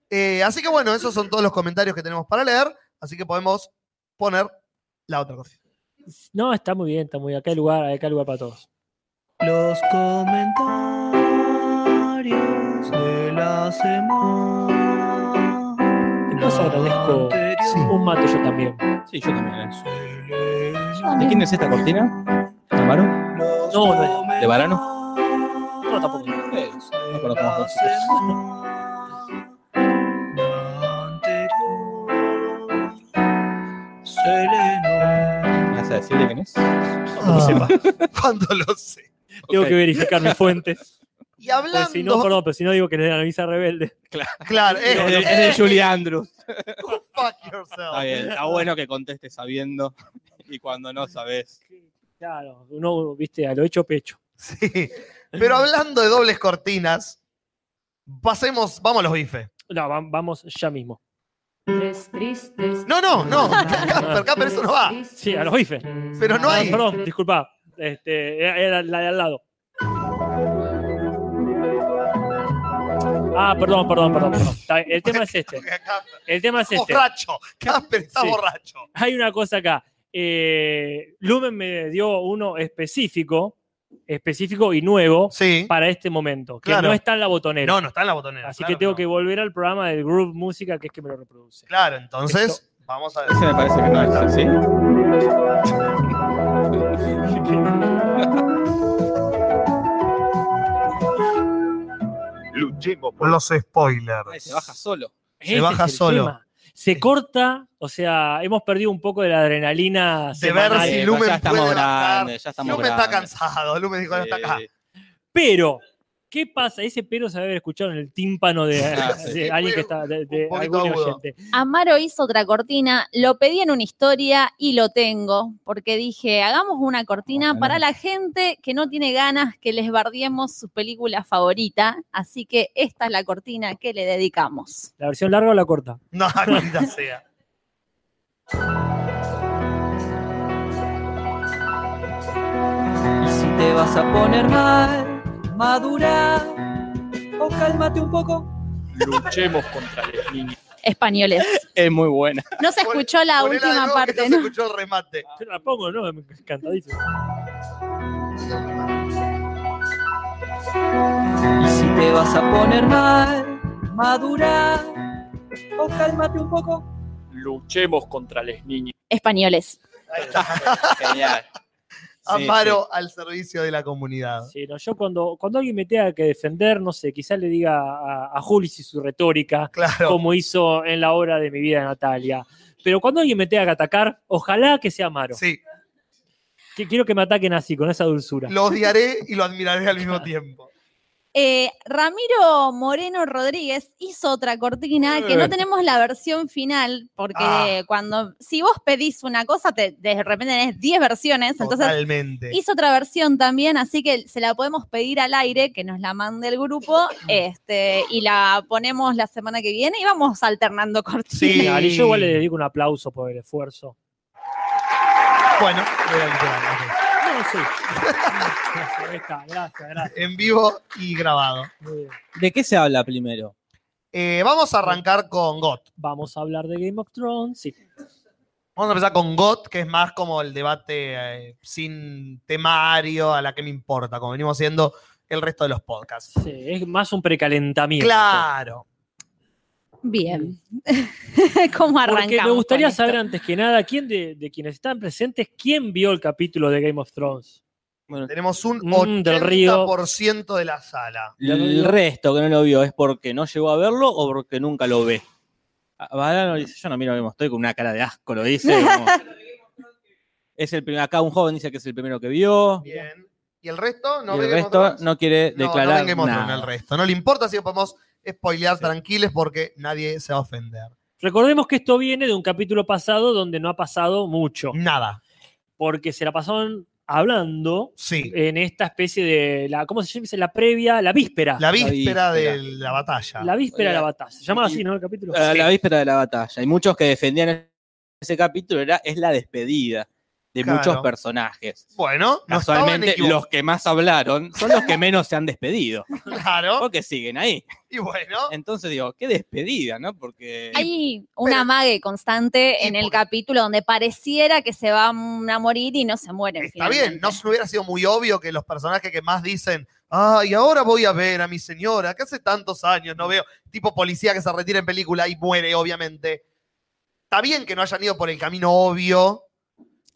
Speaker 4: Eh, así que bueno, esos son todos los comentarios que tenemos para leer, así que podemos poner la otra cosa.
Speaker 3: No, está muy bien, está muy bien. Acá hay lugar, acá hay lugar para todos.
Speaker 2: Los comentarios de la semana.
Speaker 3: Después agradezco
Speaker 2: Sí.
Speaker 3: un mato yo también.
Speaker 6: Sí, yo también. eh. ¿De quién es esta cortina? ¿De Amaro?
Speaker 3: No, no,
Speaker 6: ¿De Varano?
Speaker 3: no, tampoco.
Speaker 6: Eh, no conozco más ¿Me vas a decir de quién es?
Speaker 4: Cuando lo sepa. Cuando lo sé.
Speaker 3: Tengo
Speaker 6: Ah. Ok.
Speaker 3: que verificar mis fuentes.
Speaker 4: Y
Speaker 3: Porque
Speaker 6: Pues
Speaker 4: hablando,
Speaker 3: si no, perdón, pero si no digo que le dan avisa rebelde.
Speaker 4: claro,
Speaker 6: Es
Speaker 4: eh,
Speaker 6: de, es de Julie Andrews.
Speaker 4: fuck
Speaker 6: Está
Speaker 4: yourself.
Speaker 6: bien, está bueno que contestes sabiendo y cuando no sabes.
Speaker 3: Claro, uno, viste, a lo hecho pecho.
Speaker 4: Sí. Pero hablando de dobles cortinas, pasemos, vamos a los bifes.
Speaker 3: No, va- vamos ya mismo.
Speaker 1: Tres tristes.
Speaker 4: No, no, no, Casper, Casper, eso no va.
Speaker 3: Sí, a los bifes.
Speaker 4: Pero no
Speaker 3: Ah,
Speaker 4: hay.
Speaker 3: perdón, disculpa. Este, era- era la de al lado. Ah, perdón, perdón, perdón. perdón. Está bien, El tema es este.
Speaker 4: Casper,
Speaker 3: El tema es este.
Speaker 4: Borracho, Casper está
Speaker 3: Sí.
Speaker 4: borracho.
Speaker 3: Hay una cosa acá. Eh, Lumen me dio uno específico, específico y nuevo
Speaker 4: Sí.
Speaker 3: para este momento, que
Speaker 4: Claro.
Speaker 3: no está en la botonera.
Speaker 4: No, no está en la botonera.
Speaker 3: Así
Speaker 4: claro
Speaker 3: que tengo
Speaker 4: no.
Speaker 3: que volver al programa del Groove Música, que es que me lo reproduce.
Speaker 4: Claro, entonces, vamos a ver.
Speaker 6: Ese me parece que no es así.
Speaker 2: Luchemos
Speaker 4: Los spoilers.
Speaker 6: Ay, Se baja solo.
Speaker 3: Ese
Speaker 4: Se
Speaker 3: Este es
Speaker 4: baja
Speaker 3: el
Speaker 4: solo.
Speaker 3: tema. Se corta, o sea, hemos perdido un poco de la adrenalina
Speaker 4: de ver
Speaker 3: semanal,
Speaker 4: si
Speaker 6: Eh,
Speaker 4: Lumen
Speaker 6: ya estamos
Speaker 4: puede
Speaker 6: grandes,
Speaker 4: bajar.
Speaker 6: ya estamos
Speaker 4: Lumen está
Speaker 6: grandes.
Speaker 4: cansado, Lumen dijo, no está acá.
Speaker 6: Eh,
Speaker 3: Pero, ¿qué pasa? Ese pero se debe haber escuchado en el tímpano de,
Speaker 6: Ah, sí.
Speaker 3: de alguien que está, de, de
Speaker 4: Un poquito
Speaker 3: algún
Speaker 4: agudo.
Speaker 3: oyente.
Speaker 5: Amaro hizo otra cortina, lo pedí en una historia y lo tengo, porque dije, hagamos una cortina
Speaker 6: Ojalá.
Speaker 5: para la gente que no tiene ganas que les bardiemos su película favorita, así que esta es la cortina que le dedicamos.
Speaker 3: ¿La versión larga o la corta?
Speaker 4: No, maldita sea.
Speaker 1: Y si te vas a poner mal,
Speaker 12: oh,
Speaker 1: madura o cálmate un poco.
Speaker 2: Luchemos contra los niños.
Speaker 5: españoles.
Speaker 6: Es muy buena.
Speaker 5: No se escuchó la
Speaker 4: Ponela de
Speaker 5: última
Speaker 4: nuevo, que
Speaker 5: parte,
Speaker 4: No
Speaker 5: ¿no?
Speaker 4: se escuchó el remate.
Speaker 3: Ah. Yo la pongo, ¿no? Me encantadísimo.
Speaker 12: Y si te vas a poner mal, madura o cálmate un poco.
Speaker 13: Luchemos contra las niñas.
Speaker 5: Españoles.
Speaker 6: Genial.
Speaker 4: Amparo al servicio de la comunidad.
Speaker 3: Sí, no, yo cuando, cuando alguien me tenga que defender, no sé, quizás le diga a, a Julis y su retórica, como hizo en la obra de mi vida de Natalia. Pero cuando alguien me tenga que atacar, ojalá que sea Amaro.
Speaker 4: Sí.
Speaker 3: Que, quiero que me ataquen así, con esa dulzura.
Speaker 4: Lo odiaré y lo admiraré al mismo tiempo.
Speaker 5: Eh, Ramiro Moreno Rodríguez hizo otra cortina que no
Speaker 4: Eh.
Speaker 5: tenemos la versión final, porque
Speaker 4: Ah.
Speaker 5: cuando, si vos pedís una cosa, te, de repente tenés 10 versiones, entonces
Speaker 4: Totalmente.
Speaker 5: hizo otra versión también, así que se la podemos pedir al aire, que nos la mande el grupo, este, y la ponemos la semana que viene y vamos alternando cortinas.
Speaker 3: Dale, yo igual le dedico un aplauso por el esfuerzo.
Speaker 4: Bueno, era literal, ok.
Speaker 3: No, sí. Gracias, ahí está, gracias, gracias.
Speaker 4: en vivo y grabado.
Speaker 3: Muy bien.
Speaker 6: ¿De qué se habla primero?
Speaker 4: Eh, vamos a arrancar con GOT.
Speaker 3: Vamos a hablar de Game of Thrones, sí.
Speaker 4: Vamos a empezar con GOT, que es más como el debate eh, sin temario, a la que me importa, como venimos haciendo el resto de los podcasts.
Speaker 3: Sí, es más un precalentamiento.
Speaker 4: Claro.
Speaker 5: Bien. ¿Cómo arrancamos?
Speaker 3: Porque me gustaría
Speaker 5: con esto?
Speaker 3: saber antes que nada, ¿quién de, de quienes están presentes, quién vio el capítulo de Game of Thrones?
Speaker 4: Tenemos un
Speaker 3: Mm, del río.
Speaker 4: 80% de la sala.
Speaker 6: El resto que no lo vio es porque no llegó a verlo o porque nunca lo ve. Ah, Badano dice, yo no miro Game of Thrones", con una cara de asco, lo dice. como- es el primer, acá un joven dice que es el primero que vio.
Speaker 4: Bien. ¿Y el resto? ¿No
Speaker 6: y
Speaker 4: ve
Speaker 6: el
Speaker 4: Game of
Speaker 6: resto
Speaker 4: Thrones?
Speaker 6: no quiere
Speaker 4: No, no
Speaker 6: declarar
Speaker 4: ven Game of Thrones
Speaker 6: nada.
Speaker 4: el resto. No le importa si lo podemos spoilear tranquiles porque nadie se va a ofender.
Speaker 3: Recordemos que esto viene de un capítulo pasado donde no ha pasado mucho,
Speaker 4: Nada.
Speaker 3: porque se la pasaron hablando
Speaker 4: Sí.
Speaker 3: en esta especie de, la, ¿cómo se llama? La previa, la víspera.
Speaker 4: La víspera,
Speaker 6: víspera.
Speaker 4: de la batalla.
Speaker 3: La víspera de la
Speaker 6: Oiga,
Speaker 3: batalla. Se llamaba
Speaker 6: y-
Speaker 3: así, ¿no? El capítulo.
Speaker 6: a Ah, la víspera de la batalla. Y muchos que defendían ese capítulo era es la despedida de
Speaker 4: Claro.
Speaker 6: muchos personajes.
Speaker 4: Bueno, no estaban
Speaker 6: Casualmente,
Speaker 4: equivocados.
Speaker 6: los que más hablaron son los que menos se han despedido.
Speaker 4: Claro.
Speaker 6: Porque siguen ahí.
Speaker 4: Y bueno,
Speaker 6: Entonces digo, qué despedida, ¿no? Porque.
Speaker 5: Hay un amague constante en el capítulo donde pareciera que se van a morir y no se mueren.
Speaker 4: está bien. No se hubiera sido muy obvio que los personajes que más dicen, ay, ahora voy a ver a mi señora, que hace tantos años no veo. Tipo policía que se retira en película y muere, obviamente. Está bien que no hayan ido por el camino obvio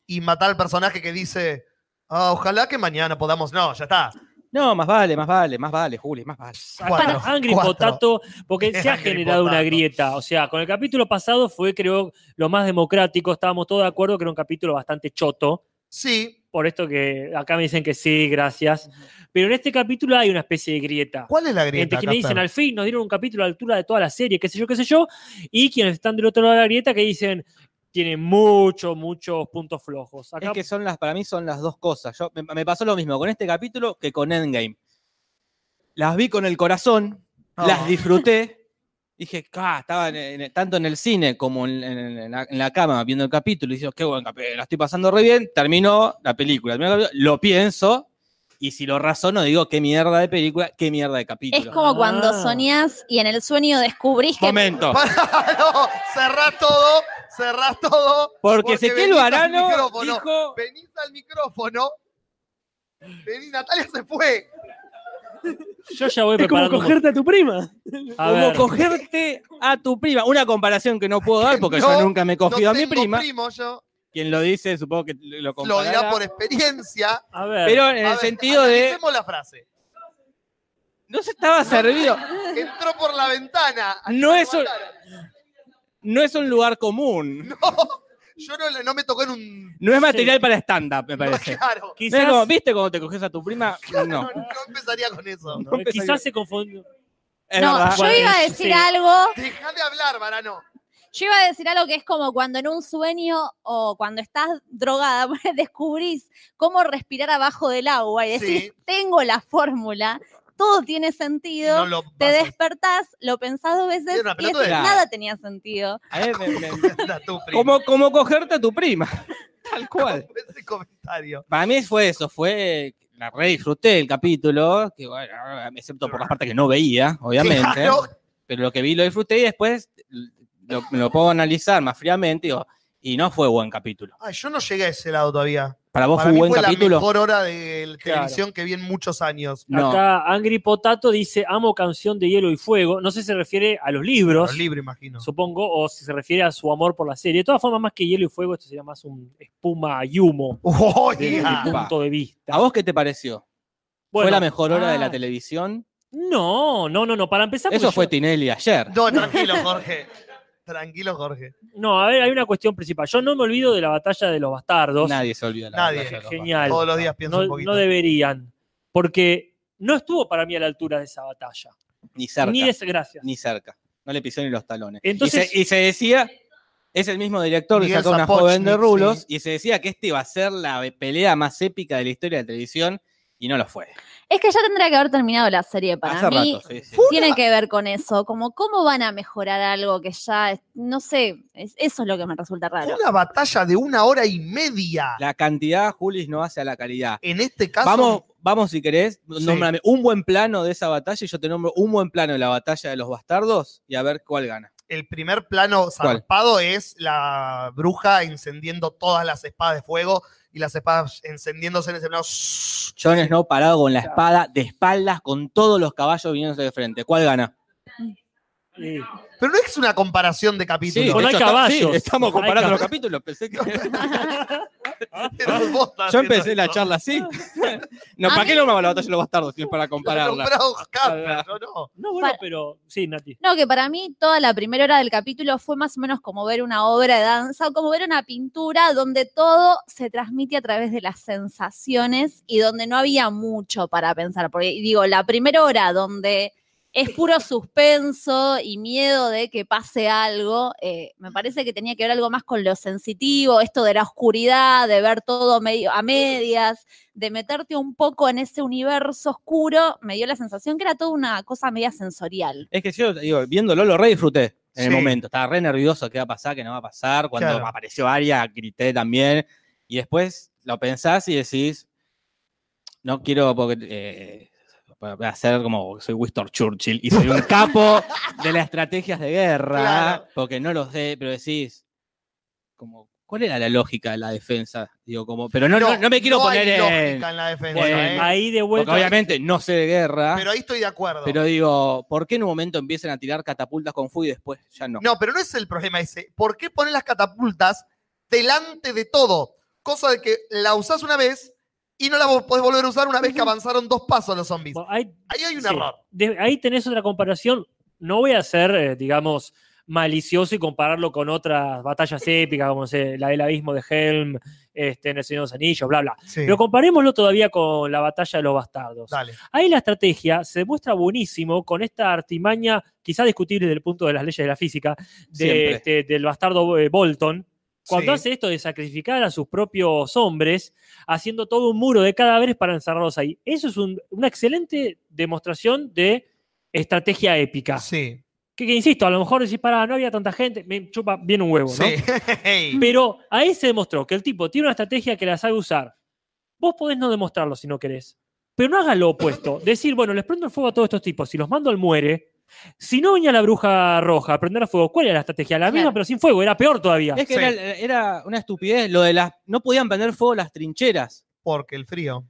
Speaker 4: y matar al personaje que dice, "Ah, ojalá que mañana podamos. No, ya está.
Speaker 6: No, más vale, más vale, más vale, Juli, más vale.
Speaker 4: Cuatro,
Speaker 3: Para Angry
Speaker 4: cuatro.
Speaker 3: Potato, porque se ha
Speaker 4: Angry
Speaker 3: generado una
Speaker 4: Potato.
Speaker 3: grieta. O sea, con el capítulo pasado fue, creo, lo más democrático. Estábamos todos de acuerdo que era un capítulo bastante choto.
Speaker 4: Sí.
Speaker 3: Por esto que acá me dicen que sí, gracias. Pero en este capítulo hay una especie de grieta.
Speaker 4: ¿Cuál es la
Speaker 3: Entre
Speaker 4: grieta?
Speaker 3: quienes dicen,
Speaker 4: Casper?
Speaker 3: al fin, nos dieron un capítulo a la altura de toda la serie, qué sé yo, qué sé yo. Y quienes están del otro lado de la grieta que dicen, tiene muchos, muchos puntos flojos. Acá
Speaker 6: Es que son las, para mí son las dos cosas. Yo, me, me pasó lo mismo con este capítulo que con Endgame. Las vi con el corazón,
Speaker 4: Ah.
Speaker 6: las disfruté. Dije, "Ca, estaba en- en- tanto en el cine como en, en- en la, en la cama viendo el capítulo. Y dije, qué buen capítulo, la estoy pasando re bien. Terminó la película. terminó el capítulo, lo pienso. Y si lo razono, digo, qué mierda de película, qué mierda de capítulo.
Speaker 5: Es como cuando
Speaker 3: Ah.
Speaker 5: soñás y en el sueño descubrís que.
Speaker 6: Momento.
Speaker 4: Ah, no, cerrás todo, cerrás todo.
Speaker 6: Porque Ezequiel
Speaker 4: venís al
Speaker 6: Varano
Speaker 4: micrófono,
Speaker 6: dijo-
Speaker 4: Venís al micrófono. Vení, Natalia se fue.
Speaker 3: yo ya voy
Speaker 13: Es como
Speaker 3: preparando. un-
Speaker 13: cogerte a tu prima.
Speaker 3: A
Speaker 6: Como
Speaker 3: ver,
Speaker 6: cogerte a tu prima. Una comparación que no puedo dar porque
Speaker 4: No,
Speaker 6: yo nunca me he
Speaker 4: No
Speaker 6: cogido a mi
Speaker 4: tengo
Speaker 6: prima.
Speaker 4: primo yo.
Speaker 6: Quien lo dice, supongo que lo
Speaker 4: Lo
Speaker 6: comparará.
Speaker 4: dirá por experiencia.
Speaker 3: a ver.
Speaker 6: Pero en
Speaker 4: A
Speaker 6: el
Speaker 4: ver,
Speaker 6: sentido de.
Speaker 4: analicemos la frase.
Speaker 6: No se estaba servido.
Speaker 4: Entró por la ventana.
Speaker 6: No es un-
Speaker 4: Mataron.
Speaker 6: No es un lugar común.
Speaker 4: Yo no, le- no me tocó en un.
Speaker 6: No es material para stand-up, me parece.
Speaker 4: Claro.
Speaker 6: No es
Speaker 3: quizás,
Speaker 6: como, ¿Viste cuando te coges a tu prima?
Speaker 4: No.
Speaker 6: No.
Speaker 4: no empezaría con eso.
Speaker 3: eh, quizás se confundió.
Speaker 6: Es
Speaker 5: no,
Speaker 6: verdad.
Speaker 5: yo iba a decir
Speaker 3: sí.
Speaker 5: algo.
Speaker 4: Dejá de hablar, Varano.
Speaker 5: Yo iba a decir algo que es como cuando en un sueño o cuando estás drogada pues, descubrís cómo respirar abajo del agua y decís,
Speaker 4: Sí.
Speaker 5: tengo la fórmula, todo tiene sentido.
Speaker 4: No lo
Speaker 5: te
Speaker 4: vas
Speaker 5: despertás, lo pensás dos veces
Speaker 4: Era una
Speaker 5: y decís,
Speaker 4: pelotuda.
Speaker 5: nada tenía sentido.
Speaker 6: A ver, me- me-
Speaker 4: a- a tu primo.
Speaker 6: como, como cogerte a tu prima. Tal cual.
Speaker 4: Ese comentario.
Speaker 6: Para mí fue eso, fue. La re disfruté el capítulo, que bueno, excepto por las partes que no veía, obviamente.
Speaker 4: Claro,
Speaker 6: Pero lo que vi lo disfruté y después lo, me lo puedo analizar más fríamente digo, y no fue buen capítulo.
Speaker 4: Ay, yo no llegué a ese lado todavía.
Speaker 6: Para vos
Speaker 4: Para
Speaker 6: fue un
Speaker 4: mí
Speaker 6: buen
Speaker 4: fue
Speaker 6: capítulo.
Speaker 4: la mejor hora de
Speaker 3: Claro.
Speaker 4: televisión que vi en muchos años.
Speaker 3: Acá Angry Potato dice, amo canción de hielo y fuego. No sé si se refiere a los libros.
Speaker 4: Los libros, imagino.
Speaker 3: Supongo, o si se refiere a su amor por la serie. De todas formas, más que hielo y fuego, esto sería más un espuma y humo.
Speaker 4: ¡Oh,
Speaker 3: desde mi
Speaker 6: hija!
Speaker 3: punto de vista.
Speaker 6: ¿A vos qué te pareció?
Speaker 3: Bueno,
Speaker 6: ¿Fue la mejor hora de
Speaker 3: ah.
Speaker 6: la televisión?
Speaker 3: No, no, no, no. Para empezar,
Speaker 6: Eso
Speaker 3: porque
Speaker 6: fue
Speaker 3: yo-
Speaker 6: Tinelli ayer.
Speaker 4: No, tranquilo, Jorge. tranquilo, Jorge.
Speaker 3: No, a ver, hay una cuestión principal. Yo no me olvido de la batalla de los bastardos.
Speaker 6: Nadie se olvida. la
Speaker 4: Nadie.
Speaker 6: batalla de los
Speaker 3: Genial.
Speaker 4: Todos los días pienso
Speaker 3: no,
Speaker 4: un poquito.
Speaker 3: no deberían. Porque no estuvo para mí a la altura de esa batalla.
Speaker 6: bastardos. Ni cerca.
Speaker 3: Ni desgracia.
Speaker 6: ni cerca. No le pisó ni los talones. y,
Speaker 3: Entonces-
Speaker 6: se, y se decía, es el mismo director que
Speaker 4: Miguel
Speaker 6: sacó una
Speaker 4: Sapochnik,
Speaker 6: joven de rulos,
Speaker 4: sí.
Speaker 6: y se decía que este iba a ser la be- pelea más épica de la historia de la televisión, y no lo fue.
Speaker 5: Es que ya tendría que haber terminado la serie para
Speaker 6: Hace
Speaker 5: mí.
Speaker 6: rato, sí, sí.
Speaker 5: Tiene que ver con eso, como cómo van a mejorar algo que ya, es- no sé, es- eso es lo que me resulta
Speaker 4: Fue
Speaker 5: raro.
Speaker 4: una batalla de una hora y media.
Speaker 6: La cantidad, Julis, no hace a la calidad.
Speaker 4: En este caso,
Speaker 6: Vamos, vamos si querés, nómbrame un buen plano de esa batalla, y yo te nombro un buen plano de la batalla de los bastardos, y a ver cuál gana.
Speaker 4: el primer plano zarpado es la bruja encendiendo todas las espadas de fuego y las espadas encendiéndose en ese plano.
Speaker 6: Jon Snow parado con la espada, de espaldas, con todos los caballos viniéndose de frente. ¿Cuál gana?
Speaker 3: Sí.
Speaker 4: Pero no es una comparación de capítulo.
Speaker 6: de
Speaker 3: no hay
Speaker 6: hecho, está- sí,
Speaker 3: caballos.
Speaker 6: estamos
Speaker 3: No hay
Speaker 6: comparando los
Speaker 3: caballos.
Speaker 6: capítulos, pensé que...
Speaker 4: Pero vos estás
Speaker 6: Yo
Speaker 4: haciendo
Speaker 6: empecé la
Speaker 4: esto. Ah.
Speaker 6: charla así. No,
Speaker 5: A
Speaker 6: ¿para
Speaker 5: mí-
Speaker 6: qué nombramos la batalla de los bastardos si es para
Speaker 4: Pero
Speaker 6: compararla?
Speaker 4: nombrado Capra, yo no.
Speaker 3: No, bueno,
Speaker 5: Para-
Speaker 3: pero. Sí, Nati.
Speaker 5: No, que para mí toda la primera hora del capítulo fue más o menos como ver una obra de danza o como ver una pintura donde todo se transmite a través de las sensaciones y donde no había mucho para pensar. Porque digo, la primera hora donde es puro suspenso y miedo de que pase algo, eh, me parece que tenía que ver algo más con lo sensitivo, esto de la oscuridad, de ver todo medio a medias, de meterte un poco en ese universo oscuro, me dio la sensación que era toda una cosa media sensorial.
Speaker 6: Es que yo, digo, viéndolo, lo re disfruté en el
Speaker 4: Sí.
Speaker 6: momento. Estaba re nervioso, qué va a pasar, qué no va a pasar. Cuando
Speaker 4: Claro.
Speaker 6: apareció Aria, grité también. Y después lo pensás y decís, no quiero porque, eh, voy a hacer como soy Winston Churchill y soy un capo de las estrategias de guerra,
Speaker 4: Claro.
Speaker 6: porque no lo sé, pero decís, como, ¿cuál era la lógica de la defensa? Digo, como, pero no, no, no me quiero
Speaker 4: no
Speaker 6: poner
Speaker 4: hay
Speaker 6: en...
Speaker 4: lógica en la defensa.
Speaker 3: Bueno,
Speaker 4: ¿eh?
Speaker 3: ahí de
Speaker 6: Porque
Speaker 3: vuelta.
Speaker 6: obviamente no sé de guerra.
Speaker 4: Pero ahí estoy de acuerdo.
Speaker 6: Pero digo, ¿por qué en un momento empiezan a tirar catapultas con fuego y después ya no?
Speaker 4: No, pero no es el problema ese. ¿Por qué poner las catapultas delante de todo? Cosa de que la usás una vez y no la vo- podés volver a usar una vez que avanzaron dos pasos los zombies.
Speaker 3: Bueno, ahí-
Speaker 4: Ahí hay un
Speaker 3: sí.
Speaker 4: error.
Speaker 3: De- ahí tenés otra comparación. No voy a ser, eh, digamos, malicioso y compararlo con otras batallas épicas, como no sé, la del abismo de Helm, este, en el Señor de los Anillos, bla, bla.
Speaker 4: Sí.
Speaker 3: Pero comparémoslo todavía con la batalla de los bastardos.
Speaker 4: Dale.
Speaker 3: Ahí la estrategia se demuestra buenísimo con esta artimaña, quizá discutible desde el punto de las leyes de la física, de,
Speaker 6: Siempre.
Speaker 3: este, del bastardo eh, Bolton. Cuando
Speaker 4: Sí.
Speaker 3: hace esto de sacrificar a sus propios hombres, haciendo todo un muro de cadáveres para encerrarlos ahí. Eso es un- una excelente demostración de estrategia épica.
Speaker 4: Sí.
Speaker 3: Que, que insisto, a lo mejor decís, pará, no había tanta gente, me chupa bien un huevo, ¿no?
Speaker 4: Sí. Hey.
Speaker 3: Pero ahí se demostró que el tipo tiene una estrategia que la sabe usar. Vos podés no demostrarlo si no querés. Pero no hagas lo opuesto. Decir, bueno, les prendo el fuego a todos estos tipos. Si los mando al muere, si no venía la bruja roja a prender el fuego, ¿cuál era la estrategia? La misma,
Speaker 5: Claro.
Speaker 3: pero sin fuego. Era peor todavía.
Speaker 6: Es que
Speaker 4: Sí.
Speaker 6: era, era una estupidez lo de las. No podían prender fuego las trincheras.
Speaker 4: Porque el frío.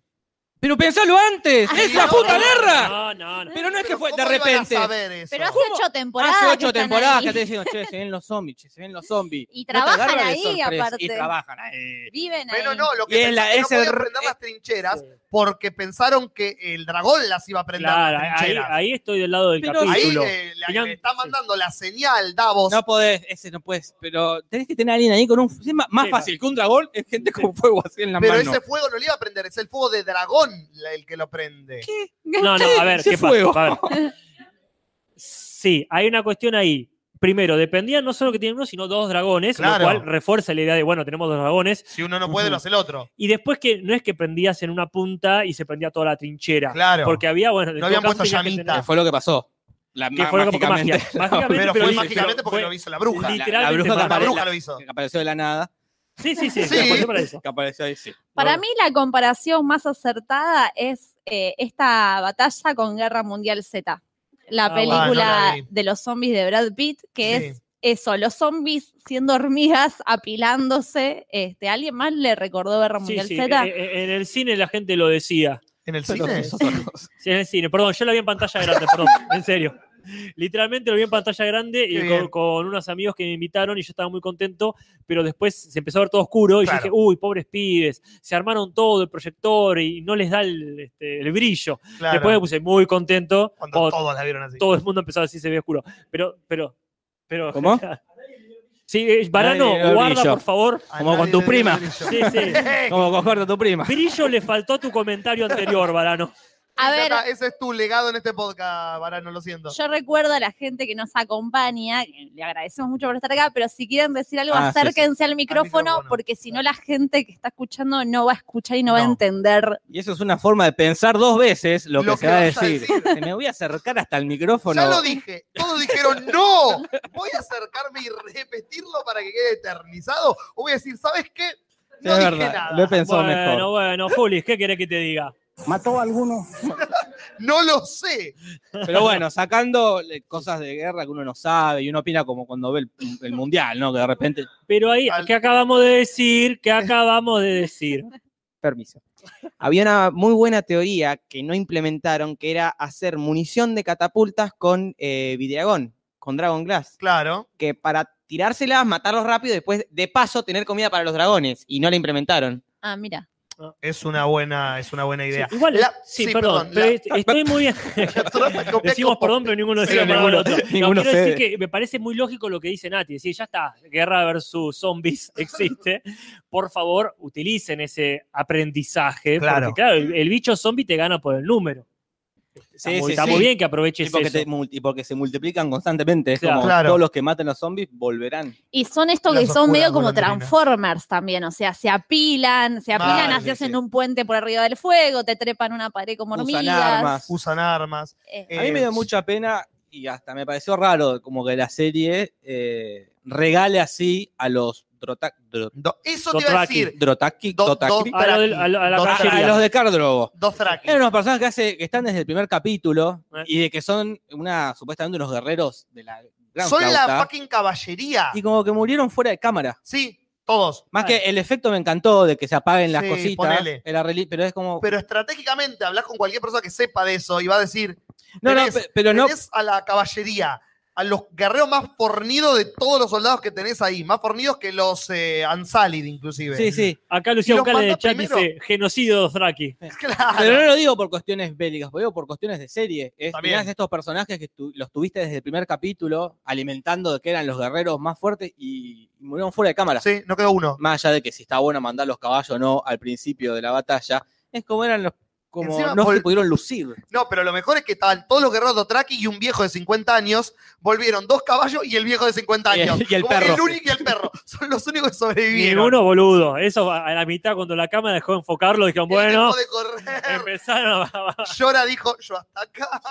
Speaker 6: Pero pensalo antes,
Speaker 4: Ay,
Speaker 6: es la
Speaker 4: no,
Speaker 6: puta
Speaker 4: no,
Speaker 6: guerra.
Speaker 5: Ah,
Speaker 3: No, no, no.
Speaker 6: Pero no es que
Speaker 4: Pero
Speaker 6: fue de
Speaker 4: ¿cómo iban a
Speaker 6: repente.
Speaker 4: saber eso?
Speaker 5: Pero hace
Speaker 6: ¿Cómo?
Speaker 5: ocho temporadas.
Speaker 6: Hace
Speaker 5: que
Speaker 6: ocho
Speaker 5: están
Speaker 6: temporadas
Speaker 5: ahí.
Speaker 6: que te dicen, che, se ven los zombies, che, se ven los zombies.
Speaker 5: Y
Speaker 6: No te
Speaker 5: trabajan
Speaker 6: agarran de
Speaker 5: ahí,
Speaker 6: sorpresa,
Speaker 5: aparte.
Speaker 6: Y trabajan ahí.
Speaker 5: Viven ahí.
Speaker 4: Pero no, lo
Speaker 6: Y
Speaker 4: que
Speaker 6: es la-
Speaker 4: pensaron
Speaker 6: es
Speaker 4: que no
Speaker 6: el
Speaker 4: podían
Speaker 6: re-
Speaker 4: prender las trincheras porque pensaron que el dragón las iba a prender
Speaker 3: Ah, Claro,
Speaker 4: las
Speaker 3: ahí,
Speaker 4: trincheras.
Speaker 3: ahí estoy del lado del
Speaker 6: Pero
Speaker 4: Ahí,
Speaker 3: capítulo.
Speaker 4: eh, la-
Speaker 3: Tenían-
Speaker 4: le está
Speaker 3: sí.
Speaker 4: mandando la señal Davos.
Speaker 6: No podés, ese no puedes. Pero tenés que tener a alguien ahí con un. sí, más, más
Speaker 3: Sí,
Speaker 6: fácil que un dragón es gente con fuego así en la
Speaker 4: pero
Speaker 6: mano.
Speaker 4: ese fuego no le iba a prender, es el fuego de dragón la- el que lo prende.
Speaker 3: No, no, a ver,
Speaker 6: ese
Speaker 3: ¿qué
Speaker 6: fuego.
Speaker 3: pasa? A ver. Sí, hay una cuestión ahí. Primero, dependía no solo que tiene uno, sino dos dragones,
Speaker 4: Claro.
Speaker 3: lo cual refuerza la idea de, bueno, tenemos dos dragones.
Speaker 4: Si uno no puede, lo hace el otro.
Speaker 3: Y después que no es que prendías en una punta y se prendía toda la trinchera.
Speaker 4: Claro.
Speaker 3: Porque había, bueno, en
Speaker 4: No
Speaker 3: todo
Speaker 4: habían
Speaker 3: caso
Speaker 4: puesto
Speaker 3: tenías que
Speaker 4: llamita.
Speaker 3: tener-
Speaker 6: Que fue lo que pasó. La,
Speaker 3: que fue lo que poco magia.
Speaker 6: mágicamente.
Speaker 3: Mágicamente,
Speaker 4: pero fue
Speaker 3: sí,
Speaker 4: mágicamente porque
Speaker 3: fue-
Speaker 4: lo hizo la bruja.
Speaker 6: La-
Speaker 3: Sí.
Speaker 6: la
Speaker 3: Literalmente
Speaker 6: bruja que
Speaker 3: la
Speaker 4: La
Speaker 6: apare-
Speaker 4: bruja
Speaker 6: la-
Speaker 4: lo hizo.
Speaker 6: que apareció de la nada.
Speaker 3: Sí, sí, sí,
Speaker 4: Sí.
Speaker 3: me acuerdo para eso.
Speaker 6: que apareció ahí, sí.
Speaker 5: Para mí la comparación más acertada es eh, esta batalla con Guerra Mundial Z. La
Speaker 3: Ah,
Speaker 5: película
Speaker 4: bueno, Ah, no la vi.
Speaker 5: de los zombies de Brad Pitt, que
Speaker 4: Sí.
Speaker 5: es eso, los zombies siendo hormigas, apilándose. Este, ¿Alguien más le recordó Guerra
Speaker 3: Sí,
Speaker 5: Mundial
Speaker 3: sí,
Speaker 5: Z?
Speaker 3: e- e- en el cine la gente lo decía.
Speaker 4: ¿En el
Speaker 3: cine?
Speaker 4: Sí,
Speaker 3: en el cine. Perdón, yo la vi en pantalla grande, perdón, en serio. Literalmente lo vi en pantalla grande y
Speaker 4: Qué
Speaker 3: con,
Speaker 4: bien.
Speaker 3: con unos amigos que me invitaron y yo estaba muy contento, pero después se empezó a ver todo oscuro y
Speaker 4: Claro.
Speaker 3: yo dije, uy, pobres pibes, se armaron todo el proyector y no les da el, este, el brillo.
Speaker 4: Claro.
Speaker 3: Después me puse muy contento.
Speaker 4: Cuando
Speaker 3: Cuando
Speaker 4: todos la vieron así.
Speaker 3: todo el mundo empezó a decir se ve oscuro. Pero, pero, pero.
Speaker 6: ¿Cómo?
Speaker 3: Sí, eh, Barano,
Speaker 6: Nadie le dio el
Speaker 3: guarda,
Speaker 6: brillo.
Speaker 3: por favor.
Speaker 6: A Como con nadie tu le dio prima. el brillo.
Speaker 3: Sí, sí.
Speaker 6: Como coger a tu prima.
Speaker 3: Brillo le faltó a tu comentario anterior, Barano.
Speaker 5: A
Speaker 4: Ya
Speaker 5: ver,
Speaker 4: está, ese es tu legado en este podcast, Varano, lo siento.
Speaker 5: Yo recuerdo a la gente que nos acompaña, que le agradecemos mucho por estar acá, pero si quieren decir algo,
Speaker 4: Ah, sí, sí.
Speaker 5: acérquense al micrófono, porque si no la gente que está escuchando no va a escuchar y no, va a entender.
Speaker 6: Y eso es una forma de pensar dos veces lo,
Speaker 4: Lo
Speaker 6: que se
Speaker 4: que
Speaker 6: va a
Speaker 4: vas a
Speaker 6: decir.
Speaker 4: decir.
Speaker 6: Se me voy a acercar hasta el micrófono.
Speaker 4: Ya lo dije, todos dijeron no, voy a acercarme y repetirlo para que quede eternizado, o voy a decir, ¿sabes qué?
Speaker 6: Sí, es
Speaker 4: dije
Speaker 6: verdad,
Speaker 4: nada.
Speaker 6: lo he pensado
Speaker 3: bueno,
Speaker 6: mejor.
Speaker 3: bueno, Juli, ¿qué querés que te diga?
Speaker 6: ¿Mató a alguno?
Speaker 4: No lo sé.
Speaker 6: Pero bueno, sacando eh, cosas de guerra que uno no sabe y uno opina como cuando ve el, el mundial, ¿no? Que de repente.
Speaker 3: Pero ahí, ¿qué acabamos de decir? ¿Qué acabamos de decir?
Speaker 14: Permiso. Había una muy buena teoría que no implementaron, que era hacer munición de catapultas con eh, Videagón, con Dragon Glass.
Speaker 4: Claro.
Speaker 14: Que para tirárselas, matarlos rápido y después, de paso, tener comida para los dragones. Y no la implementaron.
Speaker 5: Ah, mira.
Speaker 4: Es una buena, es una buena idea.
Speaker 3: Sí, igual,
Speaker 4: La-
Speaker 3: sí, perdón, pero
Speaker 4: la-
Speaker 3: est- estoy muy bien. Decimos perdón, pero ninguno
Speaker 4: Sí,
Speaker 3: decía la palabra
Speaker 4: ninguno-
Speaker 3: al otro. No,
Speaker 4: ninguno
Speaker 3: quiero decir
Speaker 4: cede.
Speaker 3: que me parece muy lógico lo que dice Nati. Decir, ya está, guerra versus zombies existe. Por favor, utilicen ese aprendizaje.
Speaker 6: Claro.
Speaker 3: Porque, claro, el, el bicho zombie te gana por el número. Está, muy, está muy bien que aproveches
Speaker 6: y porque
Speaker 3: eso.
Speaker 6: te mul- y porque se multiplican constantemente. Es
Speaker 3: Claro.
Speaker 6: como
Speaker 3: Claro.
Speaker 6: todos los que matan a los zombies volverán.
Speaker 5: Y son estos
Speaker 6: Las
Speaker 5: que son
Speaker 6: oscuras
Speaker 5: medio como
Speaker 6: golondrinas.
Speaker 5: Transformers también, o sea, se apilan, se apilan,
Speaker 4: Mal,
Speaker 5: así
Speaker 4: sí,
Speaker 5: hacen un puente por arriba del fuego, te trepan una pared como hormigas. Eh,
Speaker 6: Usan armas. Eh,
Speaker 4: Usan armas.
Speaker 6: a mí me
Speaker 4: Eh,
Speaker 6: dio mucha pena y hasta me pareció raro como que la serie eh, regale así a los drota- dro-
Speaker 4: Eso te iba a decir.
Speaker 6: Drotaki,
Speaker 4: Do-
Speaker 6: Dotaki.
Speaker 4: Dothraki. A lo del- a lo- a la
Speaker 6: Dothraki.
Speaker 4: cacería.
Speaker 6: A los de Cardrobo.
Speaker 4: Dos tracks.
Speaker 6: Eran unas personas que, hace, que están desde el primer capítulo
Speaker 3: Eh.
Speaker 6: y de que son una supuestamente unos guerreros de la gran
Speaker 4: Son la
Speaker 6: flauta.
Speaker 4: fucking caballería.
Speaker 6: Y como que murieron fuera de cámara.
Speaker 4: Sí, todos.
Speaker 6: Más que el efecto me encantó de que se apaguen las
Speaker 4: Sí,
Speaker 6: cositas.
Speaker 4: ponele.
Speaker 6: era reli- pero es como.
Speaker 4: Pero estratégicamente hablas con cualquier persona que sepa de eso y va a decir,
Speaker 6: No, no, pe- pero no-
Speaker 4: tenés a la caballería, a los guerreros más fornidos de todos los soldados que tenés ahí, más fornidos que los eh, Ansalid inclusive.
Speaker 6: Sí, sí.
Speaker 3: Acá
Speaker 4: Y
Speaker 3: Lucía
Speaker 4: los
Speaker 3: Bucala de
Speaker 4: manda
Speaker 3: chat
Speaker 4: primero.
Speaker 3: dice, genocidio Dothraki.
Speaker 6: Pero no lo digo por cuestiones bélicas, lo digo por cuestiones de serie. Es,
Speaker 4: También.
Speaker 6: mirás estos personajes que tu- los tuviste desde el primer capítulo, alimentando de que eran los guerreros más fuertes y murieron fuera de cámara.
Speaker 4: Sí, no quedó uno.
Speaker 6: Más allá de que si está bueno mandar los caballos o no al principio de la batalla, es como eran los. Como
Speaker 4: Encima
Speaker 6: no se
Speaker 4: vol-
Speaker 6: pudieron lucir.
Speaker 4: No, pero lo mejor es que estaban todos los guerreros de Dothraki y un viejo de 50 años, volvieron dos caballos y el viejo de 50
Speaker 6: Y el-
Speaker 4: años.
Speaker 6: y el
Speaker 4: Como que
Speaker 6: perro.
Speaker 4: único y el perro. Son los únicos que sobrevivieron.
Speaker 3: Ninguno boludo. Eso a la mitad, cuando la cámara dejó de enfocarlo, dijeron, bueno,
Speaker 4: Dejó de correr.
Speaker 3: empezaron a...
Speaker 4: Llora dijo, yo hasta acá.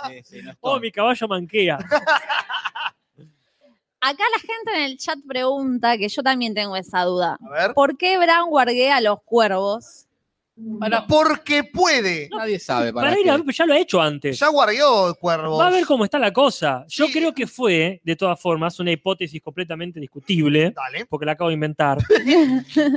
Speaker 3: Oh, mi caballo manquea.
Speaker 5: Acá la gente en el chat pregunta, que yo también tengo esa duda.
Speaker 4: A ver.
Speaker 5: ¿Por qué Bran guarguea a los cuervos?
Speaker 4: Porque puede.
Speaker 6: Nadie sabe para,
Speaker 3: Para ir
Speaker 6: qué.
Speaker 3: a ver, pues ya lo ha hecho antes.
Speaker 4: Ya guardió cuervos.
Speaker 3: Va a ver cómo está la cosa. Yo creo que fue, de todas formas, una hipótesis completamente discutible, porque la acabo de inventar.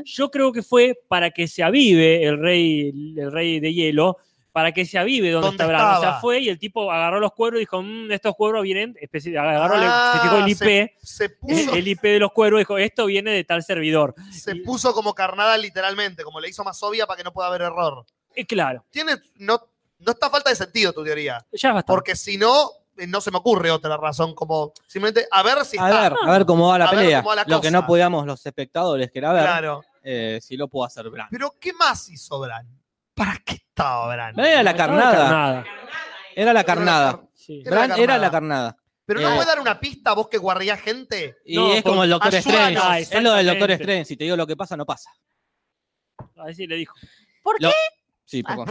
Speaker 3: Yo creo que fue para que se avive el rey, el rey de hielo, para que se avive donde
Speaker 4: ¿Dónde
Speaker 3: está Bran. O sea,
Speaker 4: estaba?
Speaker 3: fue y el tipo agarró los cuervos y dijo, "Mm, estos cuervos vienen, especi- agarró, le-
Speaker 4: Ah,
Speaker 3: se fijó el IP,
Speaker 4: Se, se puso,
Speaker 3: el IP de los cuervos y dijo, esto viene de tal servidor.
Speaker 4: se puso como carnada literalmente, como le hizo más obvia para que no pueda haber error.
Speaker 6: Eh,
Speaker 3: Y claro,
Speaker 4: Tiene, no, no está falta de sentido tu teoría.
Speaker 3: ya es bastante.
Speaker 4: Porque si no, eh, no se me ocurre otra razón como simplemente a ver si
Speaker 6: A
Speaker 4: está.
Speaker 6: ver, a ver cómo va la
Speaker 4: A ver
Speaker 6: pelea.
Speaker 4: cómo va la
Speaker 6: lo que
Speaker 4: cosa.
Speaker 6: no podíamos los espectadores que era ver.
Speaker 4: Claro.
Speaker 6: eh, si lo puedo hacer Bran.
Speaker 4: Pero ¿qué más hizo Bran? ¿Para qué estaba Bran?
Speaker 6: Bran era la
Speaker 4: Estaba
Speaker 6: carnada.
Speaker 4: carnada.
Speaker 6: Era la carnada.
Speaker 3: Sí.
Speaker 4: Era la
Speaker 6: Bran era
Speaker 4: carnada.
Speaker 6: la carnada.
Speaker 4: Pero
Speaker 6: Eh,
Speaker 4: no puede dar una pista vos que guarría gente.
Speaker 6: Y es
Speaker 4: pues,
Speaker 6: como el Doctor Strange.
Speaker 4: Ayúdanos.
Speaker 6: es lo del Doctor
Speaker 3: exactamente.
Speaker 6: Strange. Si te digo lo que pasa, no pasa.
Speaker 3: Ahí sí le dijo.
Speaker 5: ¿Por
Speaker 6: Lo-
Speaker 5: qué? Ah,
Speaker 6: Sí, por favor.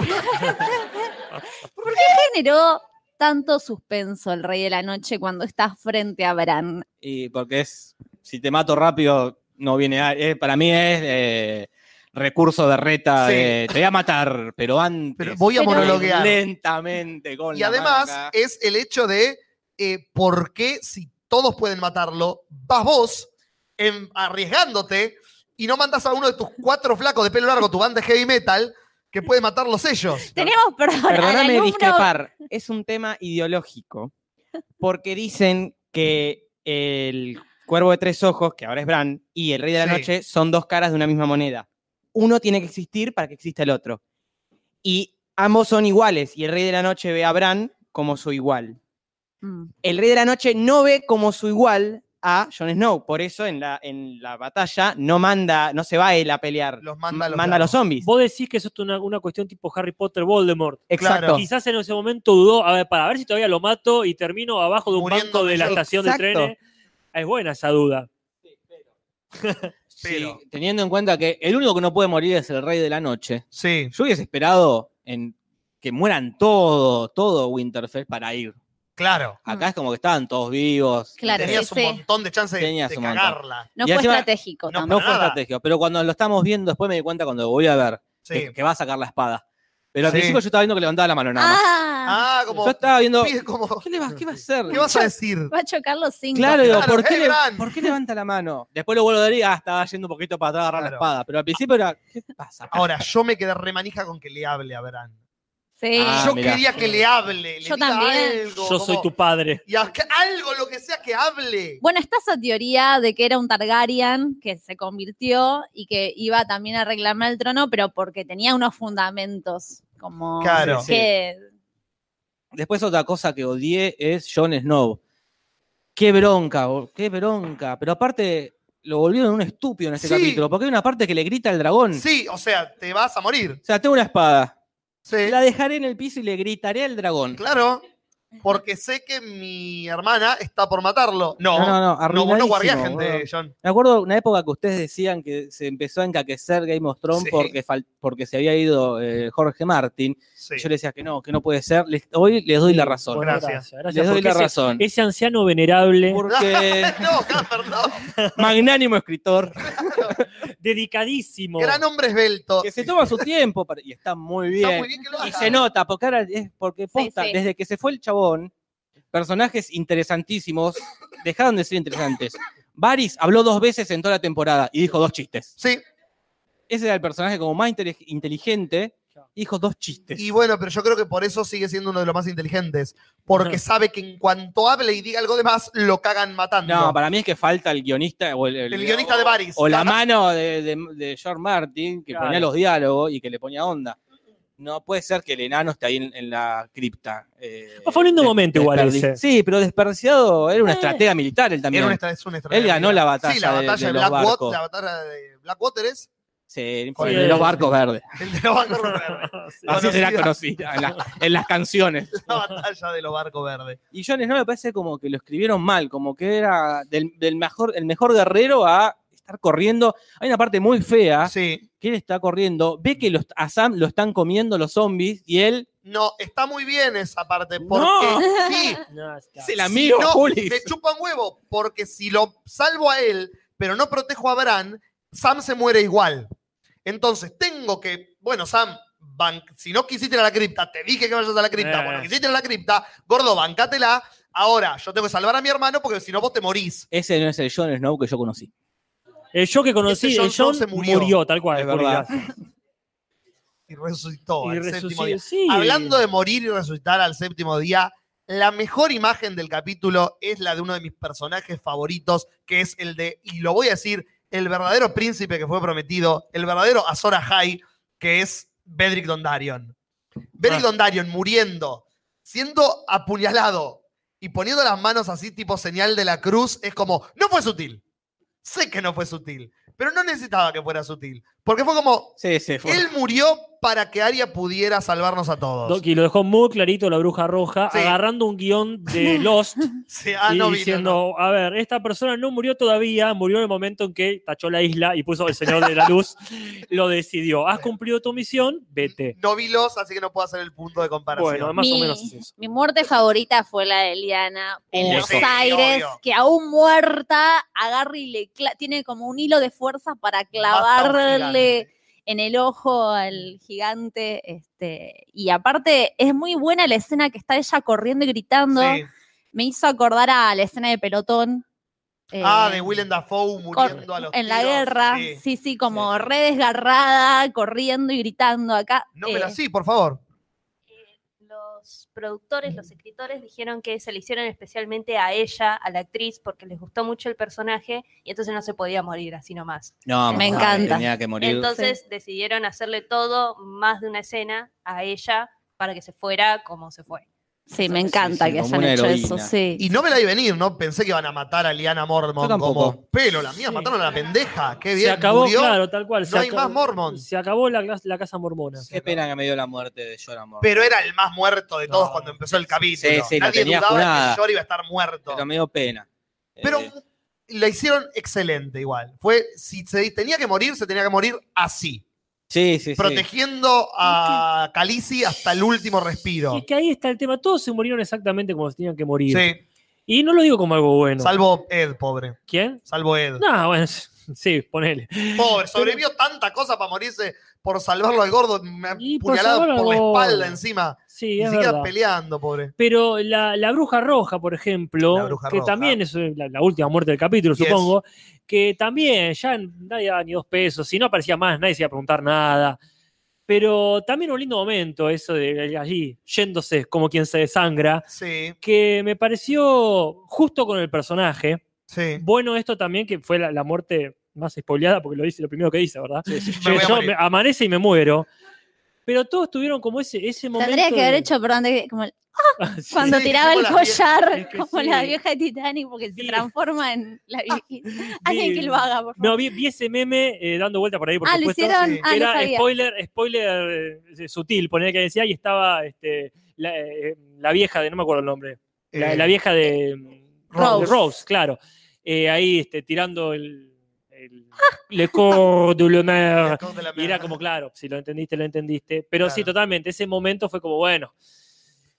Speaker 5: ¿Por qué generó tanto suspenso el Rey de la Noche cuando está frente a Bran?
Speaker 6: Y porque es. Si te mato rápido, no viene. a- eh, para mí es. eh, recurso de reta
Speaker 4: Sí.
Speaker 6: de, te voy a matar, pero antes.
Speaker 4: Pero voy a monologuear.
Speaker 6: Lentamente con
Speaker 4: Y
Speaker 6: la
Speaker 4: además
Speaker 6: manga.
Speaker 4: es el hecho de eh, por qué si todos pueden matarlo, vas vos em, arriesgándote y no mandas a uno de tus cuatro flacos de pelo largo, tu banda de heavy metal, que puede matarlos ellos.
Speaker 5: Tenemos, perdón, al
Speaker 14: Perdóname
Speaker 5: alumno-
Speaker 14: discrepar, es un tema ideológico, porque dicen que el cuervo de tres ojos, que ahora es Bran, y el rey de
Speaker 4: Sí.
Speaker 14: la noche son dos caras de una misma moneda. Uno tiene que existir para que exista el otro. Y ambos son iguales, y el rey de la noche ve a Bran como su igual.
Speaker 5: Mm.
Speaker 14: El rey de la noche no ve como su igual a Jon Snow, por eso en la, en la batalla no manda, no se va él a pelear,
Speaker 4: manda a los
Speaker 14: manda a los zombies.
Speaker 3: Vos decís que eso es una, una cuestión tipo Harry Potter Voldemort.
Speaker 14: Exacto. Claro.
Speaker 3: Quizás en ese momento dudó, a ver, para ver si todavía lo mato y termino abajo de un banco de la
Speaker 6: yo.
Speaker 3: estación de
Speaker 6: Exacto.
Speaker 3: trenes. Es buena esa duda.
Speaker 6: Sí, teniendo en cuenta que el único que no puede morir es el rey de la noche.
Speaker 4: Sí.
Speaker 6: Yo hubiese esperado en que mueran todo, todo Winterfell para ir.
Speaker 4: Claro.
Speaker 6: Acá es como que estaban todos vivos.
Speaker 5: Claro,
Speaker 4: Tenías
Speaker 5: sí,
Speaker 4: un
Speaker 5: sí.
Speaker 4: montón de chances de-
Speaker 6: Tenías
Speaker 4: de
Speaker 6: un montón.
Speaker 4: cagarla.
Speaker 5: No
Speaker 6: Y
Speaker 5: fue
Speaker 6: encima-
Speaker 5: estratégico
Speaker 6: No,
Speaker 5: tampoco.
Speaker 6: fue estratégico, pero cuando lo estamos viendo, después me di cuenta cuando lo volví a ver
Speaker 4: Sí.
Speaker 6: que, que va a sacar la espada. Pero al
Speaker 4: Sí.
Speaker 6: principio yo estaba viendo que levantaba la mano nada más.
Speaker 5: Ah,
Speaker 4: Ah, como.
Speaker 6: Yo estaba viendo.
Speaker 4: pi- como-
Speaker 6: ¿Qué, le vas- qué va a hacer?
Speaker 4: ¿Qué vas a decir?
Speaker 5: va a chocar los cinco.
Speaker 6: Claro, digo, ¿por,
Speaker 4: Claro,
Speaker 6: qué
Speaker 4: eh,
Speaker 6: le-
Speaker 4: Bran.
Speaker 6: por qué levanta la mano? Después lo vuelvo a ver y ah, estaba yendo un poquito para atrás a agarrar la
Speaker 4: Claro.
Speaker 6: espada. Pero al principio era, ¿qué pasa? acá?
Speaker 4: Ahora, yo me quedé remanija con que le hable a Bran.
Speaker 5: Sí.
Speaker 6: Ah,
Speaker 4: yo
Speaker 6: mirá.
Speaker 4: quería que le hable. le
Speaker 5: Yo
Speaker 4: diga
Speaker 5: también.
Speaker 4: Algo,
Speaker 3: Yo soy
Speaker 4: como-
Speaker 3: tu padre.
Speaker 4: Y a- que- algo, lo que sea que hable.
Speaker 5: Bueno, está esa teoría de que era un Targaryen que se convirtió y que iba también a reclamar el trono, pero porque tenía unos fundamentos como
Speaker 4: Claro.
Speaker 5: que
Speaker 6: Después otra cosa que odié es Jon Snow. Qué bronca, bo- qué bronca. Pero aparte lo volvieron un estúpido en este
Speaker 4: Sí.
Speaker 6: capítulo, porque hay una parte que le grita al
Speaker 3: Mm.
Speaker 6: dragón.
Speaker 4: Sí, o sea, te vas a morir.
Speaker 6: O sea, tengo una espada.
Speaker 4: Sí,
Speaker 6: La dejaré en el piso y le gritaré al dragón.
Speaker 4: claro. Porque sé que mi hermana está por matarlo. No,
Speaker 6: No, no, no,
Speaker 4: No, vos no guardiás
Speaker 6: arruinadísimo,
Speaker 4: gente,
Speaker 6: boludo.
Speaker 4: John.
Speaker 6: Me acuerdo una época que ustedes decían que se empezó a encaquecer Game of Thrones
Speaker 4: Sí.
Speaker 6: porque, fal- porque se había ido eh, Jorge Martin.
Speaker 4: Sí.
Speaker 6: Yo les decía que no, que no puede ser. Les- hoy les doy la razón.
Speaker 3: Bueno,
Speaker 4: Gracias.
Speaker 3: gracias,
Speaker 6: Les doy
Speaker 3: porque
Speaker 6: la
Speaker 3: ese-
Speaker 6: razón.
Speaker 3: Ese, anciano venerable,
Speaker 6: Porque
Speaker 4: no, Gamper, no.
Speaker 6: magnánimo escritor
Speaker 3: dedicadísimo.
Speaker 4: Gran hombre esbelto.
Speaker 6: que se toma su tiempo para- y está muy bien.
Speaker 4: Está muy bien que lo
Speaker 6: y
Speaker 4: haga.
Speaker 6: se nota, porque ahora es porque posta,
Speaker 5: sí.
Speaker 6: desde que se fue el chabón, personajes interesantísimos dejaron de ser interesantes. Varys habló dos veces en toda la temporada y dijo dos chistes.
Speaker 4: Sí,
Speaker 6: Ese era el personaje como más intele- inteligente, dijo dos chistes.
Speaker 4: y bueno, pero yo creo que por eso sigue siendo uno de los más inteligentes. Porque sabe que en cuanto hable y diga algo de más, lo cagan matando.
Speaker 6: No, para mí es que falta el guionista o el, el-
Speaker 4: El guionista de Varys.
Speaker 6: o la
Speaker 4: Cada-
Speaker 6: mano de, de, de George Martin que
Speaker 3: Claro.
Speaker 6: ponía los diálogos y que le ponía onda. No puede ser que el enano esté ahí en, en la cripta. eh,
Speaker 3: Ah, fue un lindo
Speaker 6: des-
Speaker 3: momento igual
Speaker 6: desperdi-
Speaker 3: ese.
Speaker 6: Sí, pero desperdiciado era una
Speaker 3: Eh.
Speaker 6: estratega militar él también.
Speaker 4: Era una estra- es una
Speaker 6: Él
Speaker 4: estrategia.
Speaker 6: ganó la batalla.
Speaker 4: Sí, la batalla de,
Speaker 6: de, los
Speaker 4: Blackwater.
Speaker 6: barcos.
Speaker 4: La batalla de Blackwater es
Speaker 6: Sí,
Speaker 3: Sí,
Speaker 6: de los
Speaker 3: sí.
Speaker 6: barcos verdes.
Speaker 4: el de los barcos verdes.
Speaker 6: Así será
Speaker 4: Conocida.
Speaker 6: conocida en, la- en las canciones.
Speaker 4: La batalla de los barcos verdes.
Speaker 6: Y Jon Snow me parece como que lo escribieron mal, como que era del, del mejor, el mejor guerrero a estar corriendo. Hay una parte muy fea
Speaker 4: Sí.
Speaker 6: que él está corriendo, ve que los, a Sam lo están comiendo los zombies y él
Speaker 4: No, está muy bien esa parte.
Speaker 6: No.
Speaker 4: Porque sí,
Speaker 3: No, está.
Speaker 6: es el
Speaker 4: si
Speaker 6: amigo
Speaker 4: no,
Speaker 6: Juli.
Speaker 4: me chupa un huevo. Porque si lo salvo a él, pero no protejo a Bran, Sam se muere igual. Entonces tengo que. Bueno, Sam. ban- si no quisiste ir a la cripta, te dije que vayas a la cripta.
Speaker 3: Eh.
Speaker 4: Bueno, quisiste ir a la cripta, gordo, bancátela. Ahora, yo tengo que salvar a mi hermano porque si no, vos te morís.
Speaker 6: Ese no es el Jon Snow que yo conocí.
Speaker 3: El yo que conocí,
Speaker 4: Ese Jon
Speaker 3: el
Speaker 4: Snow
Speaker 3: John
Speaker 4: se murió.
Speaker 3: murió. tal cual,
Speaker 6: Es verdad.
Speaker 3: oscuridad.
Speaker 4: Y resucitó
Speaker 3: Y
Speaker 4: al Oh, séptimo
Speaker 3: resucitó,
Speaker 4: día.
Speaker 3: sí.
Speaker 4: Hablando de morir y resucitar al séptimo día, la mejor imagen del capítulo es la de uno de mis personajes favoritos, que es el de, y lo voy a decir, el verdadero príncipe que fue prometido, el verdadero Azor Ahai, que es Bedrick Dondarion.
Speaker 3: Ah.
Speaker 4: Bedrick Dondarion muriendo, siendo apuñalado y poniendo las manos así tipo señal de la cruz, es como, no fue sutil. Sé que no fue sutil, pero no necesitaba que fuera sutil, porque fue como,
Speaker 6: Sí, sí, fue.
Speaker 4: él murió para que Aria pudiera salvarnos a todos.
Speaker 3: Doki lo dejó muy clarito la bruja roja,
Speaker 4: Sí.
Speaker 3: agarrando un guión de Lost
Speaker 4: Sí, ah,
Speaker 3: y
Speaker 4: no vino, no.
Speaker 3: diciendo, a ver, esta persona no murió todavía, murió en el momento en que tachó la isla y puso el Señor de la Luz, lo decidió. Has cumplido tu misión, vete.
Speaker 4: No vi los, así que no puedo hacer el punto de comparación.
Speaker 3: Bueno, más o
Speaker 5: mi,
Speaker 3: menos es eso.
Speaker 5: mi muerte favorita fue la de Eliana en
Speaker 4: Uh,
Speaker 5: Los
Speaker 4: sí,
Speaker 5: Aires,
Speaker 4: obvio.
Speaker 5: que aún muerta agarra y le cla- tiene como un hilo de fuerza para
Speaker 4: Mata a un
Speaker 5: clavarle
Speaker 4: gigante.
Speaker 5: en el ojo al gigante. Este, y aparte es muy buena la escena que está ella corriendo y gritando.
Speaker 4: Sí.
Speaker 5: me hizo acordar a la escena de pelotón. eh,
Speaker 4: ah, de Willem Dafoe
Speaker 5: cor-
Speaker 4: muriendo a los
Speaker 5: en la
Speaker 4: tiros.
Speaker 5: guerra, sí,
Speaker 4: Sí.
Speaker 5: sí, como re desgarrada, corriendo y gritando acá.
Speaker 4: No,
Speaker 5: eh,
Speaker 4: pero sí, por favor.
Speaker 9: Los productores, los escritores dijeron que se le hicieron especialmente a ella, a la actriz, porque les gustó mucho el personaje y entonces no se podía morir así nomás.
Speaker 6: No,
Speaker 5: Me
Speaker 6: mamá,
Speaker 5: encanta.
Speaker 6: Tenía que morir.
Speaker 9: Entonces decidieron hacerle todo, más de una escena, a ella para que se fuera como se fue.
Speaker 5: Sí, me encanta
Speaker 4: sí,
Speaker 5: que
Speaker 4: como
Speaker 5: hayan
Speaker 4: una
Speaker 5: hecho eso,
Speaker 4: heroína.
Speaker 5: sí.
Speaker 4: Y no me la di venir, ¿no? Pensé que iban a matar a Liana Mormon
Speaker 6: Yo tampoco.
Speaker 4: como pelo. La mía mataron a la pendeja. Qué bien.
Speaker 3: se acabó,
Speaker 4: murió.
Speaker 3: claro, tal cual.
Speaker 4: No
Speaker 3: se
Speaker 4: hay
Speaker 3: acabó-
Speaker 4: más Mormon.
Speaker 3: Se acabó la, clas- la casa mormona.
Speaker 6: Qué pena que me dio la muerte de Jorah Mormont.
Speaker 4: Pero era el más muerto de todos cuando empezó el capítulo.
Speaker 6: Sí, sí, lo
Speaker 4: Nadie
Speaker 6: tenía
Speaker 4: dudaba
Speaker 6: jurada.
Speaker 4: que Jory iba a estar muerto.
Speaker 6: Pero eh, me dio pena.
Speaker 4: Pero la hicieron excelente igual. Fue, si se tenía que morir, se tenía que morir así.
Speaker 6: Sí, sí, sí.
Speaker 4: Protegiendo a Calici hasta el último respiro.
Speaker 3: Y es que ahí está el tema. Todos se murieron exactamente como se tenían que morir.
Speaker 4: Sí.
Speaker 3: Y no lo digo como algo bueno.
Speaker 4: Salvo Ed, pobre.
Speaker 3: ¿Quién?
Speaker 4: Salvo Ed.
Speaker 3: No, bueno, sí, ponele.
Speaker 4: Pobre, sobrevivió tanta cosa para morirse por salvarlo al gordo, me-
Speaker 3: por
Speaker 4: puñalado por, la
Speaker 3: salvarlo al gordo.
Speaker 4: espalda encima.
Speaker 3: Sí,
Speaker 4: Ni
Speaker 3: es
Speaker 4: siquiera
Speaker 3: verdad.
Speaker 4: peleando, pobre.
Speaker 3: Pero la, la bruja roja, por ejemplo,
Speaker 4: La Bruja
Speaker 3: que
Speaker 4: Roja.
Speaker 3: también es eh, la, la última muerte del capítulo,
Speaker 4: Yes.
Speaker 3: supongo, que también ya nadie daba ni dos pesos, si no aparecía más, nadie se iba a preguntar nada. Pero también un lindo momento eso de allí, yéndose como quien se desangra,
Speaker 4: Sí,
Speaker 3: que me pareció justo con el personaje.
Speaker 4: sí.
Speaker 3: Bueno, esto también, que fue la, la muerte más spoileada, porque lo dice lo primero que dice, ¿verdad?
Speaker 4: Me voy a
Speaker 3: yo
Speaker 4: morir.
Speaker 3: me- amanece y me muero. Pero todos tuvieron como ese, ese momento.
Speaker 5: Tendría que haber
Speaker 3: de-
Speaker 5: hecho, perdón, de- como el- cuando
Speaker 4: Ah, Sí,
Speaker 5: tiraba
Speaker 4: como
Speaker 5: el
Speaker 4: la
Speaker 5: collar,
Speaker 3: es que
Speaker 5: como
Speaker 3: sí.
Speaker 5: la vieja de Titanic, porque se transforma en la
Speaker 4: Ah,
Speaker 5: vieja. Alguien que lo haga, por favor.
Speaker 3: No, vi, vi ese meme eh, dando vuelta por ahí, por
Speaker 5: Ah, lo
Speaker 3: supuesto.
Speaker 5: hicieron.
Speaker 4: sí.
Speaker 5: Ah, no
Speaker 3: era
Speaker 5: sabía.
Speaker 3: spoiler, spoiler eh, sutil, poner que decía, y estaba este, la, eh, la vieja de, no me acuerdo el nombre, la,
Speaker 4: Eh,
Speaker 3: la vieja de mm,
Speaker 5: Rose.
Speaker 3: de Rose, claro, Eh, ahí este, tirando el, el Le Corps de la Mer.
Speaker 4: Dios de la
Speaker 3: Y era
Speaker 4: mierda.
Speaker 3: como, claro, si lo entendiste, lo entendiste. Pero sí,
Speaker 4: Claro.
Speaker 3: totalmente, ese momento fue como, bueno,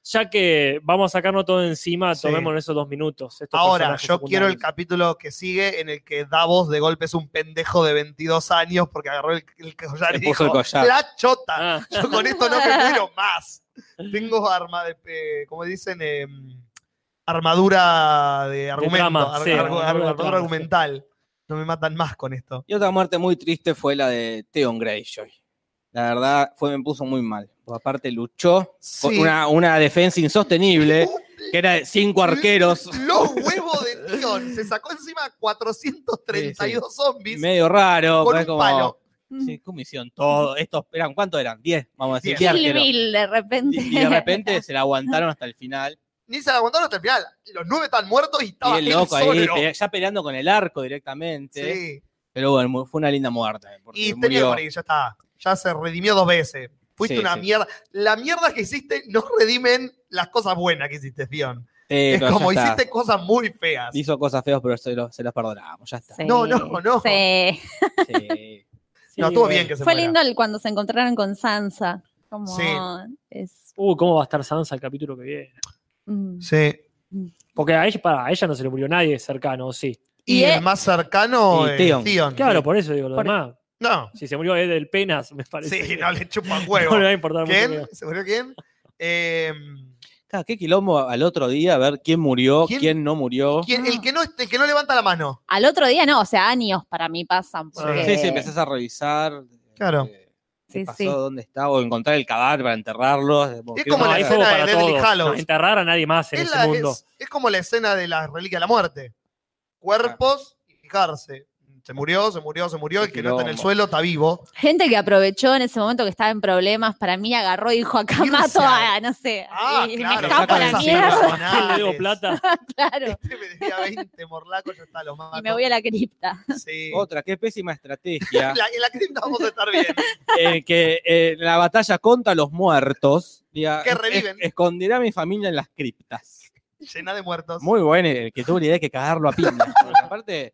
Speaker 3: ya que vamos a sacarnos todo encima,
Speaker 4: Sí.
Speaker 3: tomémonos esos dos minutos. estos
Speaker 4: Ahora,
Speaker 3: personajes
Speaker 4: yo quiero el
Speaker 3: secundarios.
Speaker 4: capítulo que sigue en el que Davos de golpe es un pendejo de 22 años porque agarró el, el collar
Speaker 6: Le
Speaker 4: y
Speaker 6: puso
Speaker 4: dijo,
Speaker 6: el collar.
Speaker 4: la chota.
Speaker 3: Ah.
Speaker 4: Yo con esto no me muero más. Tengo arma de, eh, como dicen, Eh, armadura de argumento,
Speaker 3: trama,
Speaker 4: ar-
Speaker 3: sí,
Speaker 4: ar-
Speaker 3: armadura de
Speaker 4: armadura
Speaker 3: trama, sí.
Speaker 4: argumental. No me matan más con esto.
Speaker 6: Y otra muerte muy triste fue la de Theon Greyjoy. La verdad, fue, me puso muy mal. Porque aparte luchó con
Speaker 4: Sí.
Speaker 6: una, una defensa insostenible, que era de cinco arqueros,
Speaker 4: Los huevos de Tion. Se sacó encima 432 zombies.
Speaker 6: medio raro.
Speaker 4: Con
Speaker 6: pero
Speaker 4: un
Speaker 6: es como,
Speaker 4: palo.
Speaker 6: Sí, ¿cómo hicieron todo? Estos eran, ¿cuántos eran? Diez, vamos a decir. diez
Speaker 4: Diez.
Speaker 5: Kill
Speaker 6: arqueros.
Speaker 5: Bill, de repente.
Speaker 6: Y, y de repente se la aguantaron hasta el final.
Speaker 4: Ni se la aguantaron hasta el final. Los nueve están muertos y
Speaker 6: Y
Speaker 4: estaba
Speaker 6: el
Speaker 4: él
Speaker 6: loco ahí,
Speaker 4: solo.
Speaker 6: pe- ya peleando con el arco directamente.
Speaker 4: Sí.
Speaker 6: Pero bueno, mu- fue una linda muerte. eh, porque
Speaker 4: Y tenía que
Speaker 6: murió.
Speaker 4: morir, ya está. Ya se redimió dos veces. Fuiste
Speaker 6: Sí,
Speaker 4: una
Speaker 6: sí.
Speaker 4: mierda. La mierda que hiciste no redimen las cosas buenas que hiciste, Fion.
Speaker 6: Sí,
Speaker 4: es
Speaker 6: pero ya
Speaker 4: como
Speaker 6: está.
Speaker 4: hiciste cosas muy feas.
Speaker 6: Hizo cosas feas, pero se, lo- se las perdonamos, ya está.
Speaker 5: Sí,
Speaker 4: No, no, no.
Speaker 5: sí.
Speaker 6: Sí.
Speaker 4: no,
Speaker 3: Sí,
Speaker 4: estuvo
Speaker 3: bueno.
Speaker 4: bien que se
Speaker 5: Fue
Speaker 4: muera.
Speaker 5: lindo el- cuando se encontraron con Sansa. Como
Speaker 4: Sí.
Speaker 5: es.
Speaker 3: Uh, ¿cómo va a estar Sansa el capítulo que viene?
Speaker 5: mm.
Speaker 4: Sí.
Speaker 3: Porque a ella, para, a ella no se le murió nadie cercano, ¿o sí.
Speaker 4: Y,
Speaker 5: Y
Speaker 4: el
Speaker 5: e-
Speaker 4: más cercano,
Speaker 6: Y
Speaker 4: es
Speaker 6: Theon.
Speaker 4: Theon,
Speaker 3: Claro,
Speaker 4: sí.
Speaker 3: por eso digo, lo
Speaker 5: Por-
Speaker 3: demás.
Speaker 4: No.
Speaker 3: Si se murió Ed del Penas, me parece.
Speaker 4: Sí,
Speaker 3: que
Speaker 4: no le chupa un
Speaker 3: no
Speaker 4: huevo.
Speaker 3: le va a importar mucho.
Speaker 4: ¿Quién?
Speaker 3: creo.
Speaker 4: ¿Se murió quién? Em,
Speaker 6: Claro, qué quilombo al otro día, a ver quién murió,
Speaker 4: ¿Quién-
Speaker 6: quién, no murió.
Speaker 4: ¿quién- el, que no, el que no levanta la mano.
Speaker 5: Al otro día no, o sea, años para mí pasan.
Speaker 4: Sí,
Speaker 5: porque-
Speaker 6: Sí, sí, empezás a revisar.
Speaker 4: Claro.
Speaker 6: eh,
Speaker 5: Sí,
Speaker 6: ¿Qué
Speaker 5: sí.
Speaker 6: pasó? ¿Dónde está? O encontrar el cadáver para enterrarlo.
Speaker 4: Es como
Speaker 3: No,
Speaker 4: la
Speaker 3: ahí
Speaker 4: escena
Speaker 3: fue
Speaker 4: de
Speaker 3: para
Speaker 4: Deadly
Speaker 3: todos.
Speaker 4: Hallows.
Speaker 3: No, enterrar a nadie más en
Speaker 4: Es,
Speaker 3: ese
Speaker 4: la-
Speaker 3: mundo.
Speaker 4: es- es como la escena de las reliquias de la muerte. Cuerpos y fijarse. Se murió, se murió, se murió. El
Speaker 6: Qué
Speaker 4: que no está en el
Speaker 6: quilombo.
Speaker 4: suelo está vivo.
Speaker 5: Gente que aprovechó en ese momento que estaba en problemas, para mí agarró y dijo, acá
Speaker 4: Irse
Speaker 5: mato
Speaker 4: a-
Speaker 5: a, no sé,
Speaker 4: Ah,
Speaker 5: y
Speaker 4: claro.
Speaker 5: me escapo a la
Speaker 4: esas
Speaker 5: mierda,
Speaker 4: personales.
Speaker 3: Le debo plata.
Speaker 5: claro,
Speaker 4: Este me debía 20 morlacos, ya está, los mato.
Speaker 5: y me voy a la cripta.
Speaker 4: Sí.
Speaker 6: Otra, qué pésima estrategia.
Speaker 4: En la, en la cripta vamos a estar bien.
Speaker 6: eh, que eh, la batalla contra los muertos. diga,
Speaker 4: Que
Speaker 6: es- es-
Speaker 4: reviven.
Speaker 6: esconderá a mi familia en las criptas.
Speaker 4: Llena de muertos.
Speaker 6: Muy bueno el que tuvo la idea de que cagarlo a piñas. porque Aparte,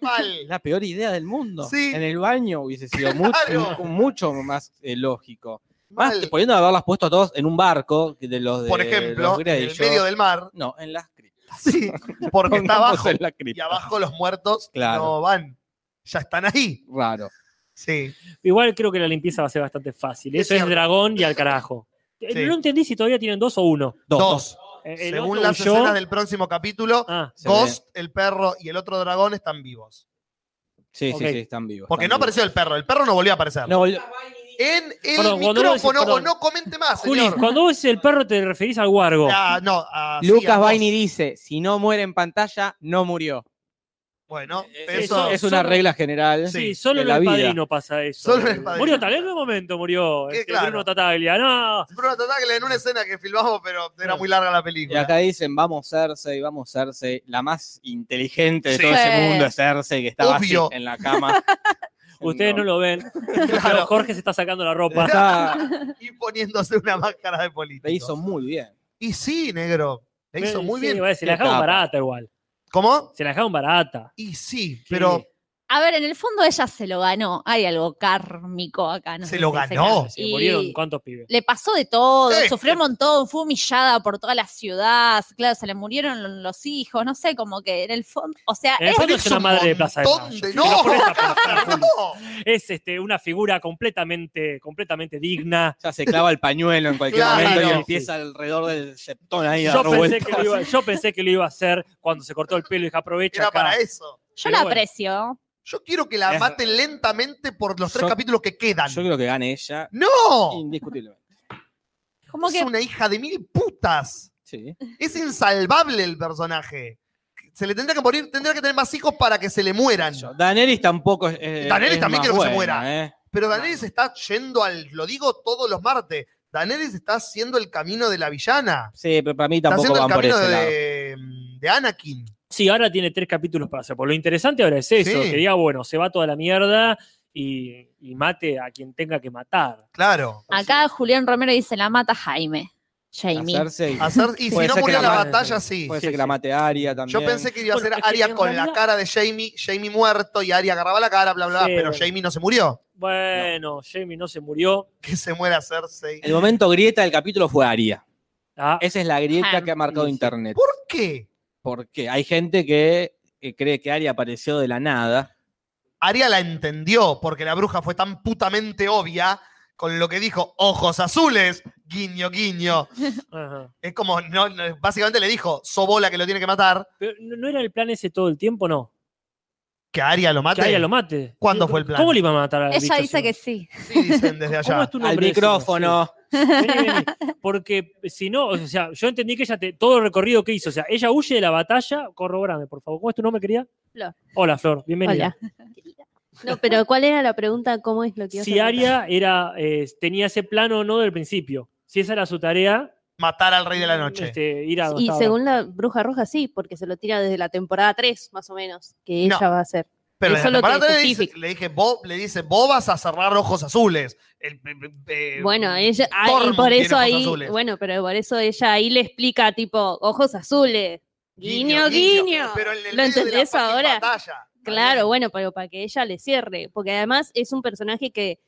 Speaker 6: es
Speaker 4: mal.
Speaker 6: la peor idea del mundo.
Speaker 4: Sí.
Speaker 6: En el baño hubiese sido mucho,
Speaker 4: Claro.
Speaker 6: mucho más eh, lógico. Más
Speaker 4: mal.
Speaker 6: te- poniendo a haberlas puesto a todos en un barco que de los de
Speaker 4: Por
Speaker 6: los
Speaker 4: ejemplo, en el
Speaker 6: Greyjoy.
Speaker 4: medio del mar.
Speaker 6: No, en las criptas.
Speaker 4: Sí, porque está
Speaker 6: Pongamos
Speaker 4: abajo.
Speaker 6: en la
Speaker 4: Y
Speaker 6: cripta.
Speaker 4: abajo los muertos
Speaker 6: Claro.
Speaker 4: no van. Ya están ahí.
Speaker 6: Raro.
Speaker 4: Sí.
Speaker 3: Igual creo que la limpieza va a ser bastante fácil.
Speaker 4: Es
Speaker 3: Eso es
Speaker 4: cierto.
Speaker 3: dragón y al carajo. Eh,
Speaker 4: Sí.
Speaker 3: No entendí si todavía tienen dos o uno.
Speaker 6: Dos.
Speaker 4: Dos.
Speaker 3: Eh, El
Speaker 4: Según
Speaker 3: otro
Speaker 4: las
Speaker 3: huyó. Ah,
Speaker 4: escenas del próximo capítulo,
Speaker 3: se
Speaker 4: Ghost, el perro y el otro dragón están vivos.
Speaker 6: Sí,
Speaker 4: Ok.
Speaker 6: sí, sí, están vivos.
Speaker 4: Porque
Speaker 6: están
Speaker 4: no
Speaker 6: vivos.
Speaker 4: apareció el perro, el perro no volvió a aparecer.
Speaker 6: No volvió-
Speaker 4: En el
Speaker 3: Perdón, cuando vos decís-
Speaker 4: micrófono, o
Speaker 3: perdón.
Speaker 4: no comente más,
Speaker 3: Juli,
Speaker 4: señor.
Speaker 3: cuando vos decís el perro te referís al guargo.
Speaker 4: Ah, no, ah, sí,
Speaker 14: Lucas
Speaker 4: a vos.
Speaker 14: Baini dice: si no muere en pantalla, no murió.
Speaker 4: Bueno,
Speaker 3: eso-
Speaker 4: eso
Speaker 6: Es una
Speaker 3: Solo-
Speaker 6: regla general.
Speaker 3: Sí, solo
Speaker 6: de
Speaker 3: en
Speaker 6: la
Speaker 3: el
Speaker 6: vida.
Speaker 3: padrino pasa eso.
Speaker 4: Solo en El Padrino.
Speaker 3: Murió tal vez en un momento, murió.
Speaker 4: Qué
Speaker 3: este,
Speaker 4: claro.
Speaker 3: Bruno Tataglia. No.
Speaker 4: Bruno Tataglia en una escena que filmamos, pero era muy larga la
Speaker 6: Y
Speaker 4: película.
Speaker 6: acá dicen, vamos Cersei, vamos Cersei. La más inteligente de
Speaker 4: Sí.
Speaker 6: todo
Speaker 4: Sí.
Speaker 6: ese mundo es Cersei, que estaba así
Speaker 4: Obvio.
Speaker 6: en la cama.
Speaker 3: Ustedes no lo ven. Pero Jorge se está sacando la ropa.
Speaker 4: Está- y poniéndose una máscara de político. Le hizo
Speaker 6: muy bien.
Speaker 4: Y sí, negro. Le hizo
Speaker 3: Sí,
Speaker 4: muy
Speaker 3: sí,
Speaker 4: bien.
Speaker 3: vale, Se la dejaron barata igual.
Speaker 4: ¿Cómo?
Speaker 3: Se la dejaron barata.
Speaker 4: Y sí, pero
Speaker 5: A ver, en el fondo ella se lo ganó. Hay algo kármico acá. ¿no?
Speaker 3: Se
Speaker 5: sé
Speaker 3: lo
Speaker 5: si
Speaker 3: ganó.
Speaker 5: ganó.
Speaker 3: Se
Speaker 5: Y
Speaker 3: murieron cuántos pibes.
Speaker 5: Le pasó de todo,
Speaker 3: Sí.
Speaker 5: sufrió un montón, fue humillada por toda la ciudad. Claro, se le murieron los hijos, no sé, como que en el fondo. O sea,
Speaker 3: En el fondo es una madre de Plaza de
Speaker 5: montón
Speaker 3: Mayo.
Speaker 5: de-
Speaker 3: Te
Speaker 5: ¡No!
Speaker 3: lo pones a pensar, Juli. Es este, una figura completamente, completamente digna.
Speaker 6: Ya se clava el pañuelo en cualquier
Speaker 3: Claro.
Speaker 6: momento y
Speaker 3: Sí.
Speaker 6: empieza alrededor del septón ahí a
Speaker 3: Yo
Speaker 6: dar
Speaker 3: pensé,
Speaker 6: vueltas.
Speaker 3: que lo iba, yo pensé que lo iba a hacer cuando se cortó el pelo y dije, aprovecha.
Speaker 4: era
Speaker 3: acá.
Speaker 4: para eso.
Speaker 5: Yo
Speaker 3: Pero
Speaker 5: la
Speaker 3: bueno.
Speaker 5: aprecio.
Speaker 4: Yo quiero que la
Speaker 6: Es-
Speaker 4: maten lentamente por los tres
Speaker 6: Yo-
Speaker 4: capítulos que quedan.
Speaker 6: Yo creo que gane ella.
Speaker 4: ¡No!
Speaker 6: Indiscutiblemente.
Speaker 5: Como
Speaker 4: es
Speaker 5: que-
Speaker 4: una hija de mil putas.
Speaker 6: Sí.
Speaker 4: Es insalvable el personaje. Se le tendría que morir, tendría que tener más hijos para que se le mueran.
Speaker 6: Daenerys tampoco es. eh,
Speaker 4: Daenerys
Speaker 6: es
Speaker 4: también
Speaker 6: más
Speaker 4: quiero que se
Speaker 6: buena,
Speaker 4: muera.
Speaker 6: eh.
Speaker 4: Pero Daenerys está yendo al. Lo digo todos los martes. Daenerys está haciendo el camino de la villana.
Speaker 6: Sí, pero para mí
Speaker 4: Está
Speaker 6: tampoco
Speaker 4: haciendo el
Speaker 6: van por
Speaker 4: camino
Speaker 6: ese lado.
Speaker 4: de, de Anakin.
Speaker 3: Sí, ahora tiene tres capítulos para hacer. Por lo interesante ahora es eso,
Speaker 4: Sí.
Speaker 3: que diga, bueno, se va toda la mierda y, y mate a quien tenga que matar.
Speaker 4: Claro.
Speaker 5: Acá Julián Romero dice: la mata Jaime. Jamie.
Speaker 6: Hacerse.
Speaker 4: Hacer- y si
Speaker 6: Puede
Speaker 4: no
Speaker 6: ser que
Speaker 4: murió en la
Speaker 6: mate-
Speaker 4: batalla, sí.
Speaker 6: Puede
Speaker 4: Sí,
Speaker 6: ser que la mate Aria también.
Speaker 4: Yo pensé que iba a
Speaker 3: Bueno,
Speaker 4: ser
Speaker 3: es que
Speaker 4: Aria
Speaker 3: en
Speaker 4: con la
Speaker 3: realidad-
Speaker 4: cara de Jamie, Jamie muerto y Aria agarraba la cara, bla, bla, bla,
Speaker 3: Sí,
Speaker 4: pero
Speaker 3: bueno.
Speaker 4: Jamie no se murió.
Speaker 3: Bueno, Jamie no se murió.
Speaker 4: Que se muera Cersei.
Speaker 6: El momento grieta del capítulo fue Aria.
Speaker 3: Ah,
Speaker 6: Esa es la grieta
Speaker 5: Ah.
Speaker 6: que ha marcado Internet.
Speaker 4: ¿Por qué?
Speaker 6: Porque hay gente que eh, cree que Aria apareció de la nada.
Speaker 4: Aria la entendió porque la bruja fue tan putamente obvia con lo que dijo ojos azules, guiño, guiño.
Speaker 3: ajá.
Speaker 4: Es como, no, no, básicamente le dijo, sobola que lo tiene que matar,
Speaker 3: Pero ¿no no era el plan ese todo el tiempo, no?
Speaker 4: que Aria lo mate.
Speaker 3: Que Arya lo mate.
Speaker 4: ¿Cuándo fue el plan?
Speaker 3: ¿Cómo le iba a matar a
Speaker 5: Ella dice que sí.
Speaker 4: Sí, dicen desde
Speaker 3: ¿Cómo
Speaker 4: allá.
Speaker 3: es tu
Speaker 6: Al
Speaker 3: nombre?
Speaker 6: micrófono.
Speaker 3: Vení, vení. Porque si no, o sea, yo entendí que ella, te- todo el recorrido que hizo, o sea, ella huye de la batalla, corroborame, por favor. ¿Cómo es tu nombre, querida?
Speaker 9: Flor.
Speaker 3: Hola, Flor, bienvenida.
Speaker 9: Hola. No, pero ¿cuál era la pregunta? ¿Cómo es lo que ibas
Speaker 3: Si
Speaker 9: a preguntar?
Speaker 3: Aria era, eh, tenía ese plano o no del principio, si esa era su tarea,
Speaker 4: Matar al rey de la noche.
Speaker 3: este, ir a donde
Speaker 9: Y
Speaker 3: estaba.
Speaker 9: según la Bruja Roja, sí, porque se lo tira desde la temporada 3, más o menos, que
Speaker 4: No.
Speaker 9: ella va a hacer.
Speaker 4: Pero
Speaker 9: es
Speaker 4: en la
Speaker 9: solo que
Speaker 4: temporada le dice,
Speaker 9: justifica.
Speaker 4: le dije, vos, le dice, vos vas a cerrar ojos azules. El- eh, eh,
Speaker 9: Bueno, ella, ah, y
Speaker 4: Tormund
Speaker 9: por
Speaker 4: tiene
Speaker 9: eso
Speaker 4: ojos
Speaker 9: ahí,
Speaker 4: azules.
Speaker 9: bueno, pero por eso ella ahí le explica, tipo, ojos azules, guiño, guiño.
Speaker 4: Pero en
Speaker 9: ¿Lo
Speaker 4: el medio de la
Speaker 9: entendés
Speaker 4: fucking
Speaker 9: ahora?
Speaker 4: batalla.
Speaker 9: Claro, bueno, pero para que ella le cierre, porque además es un personaje que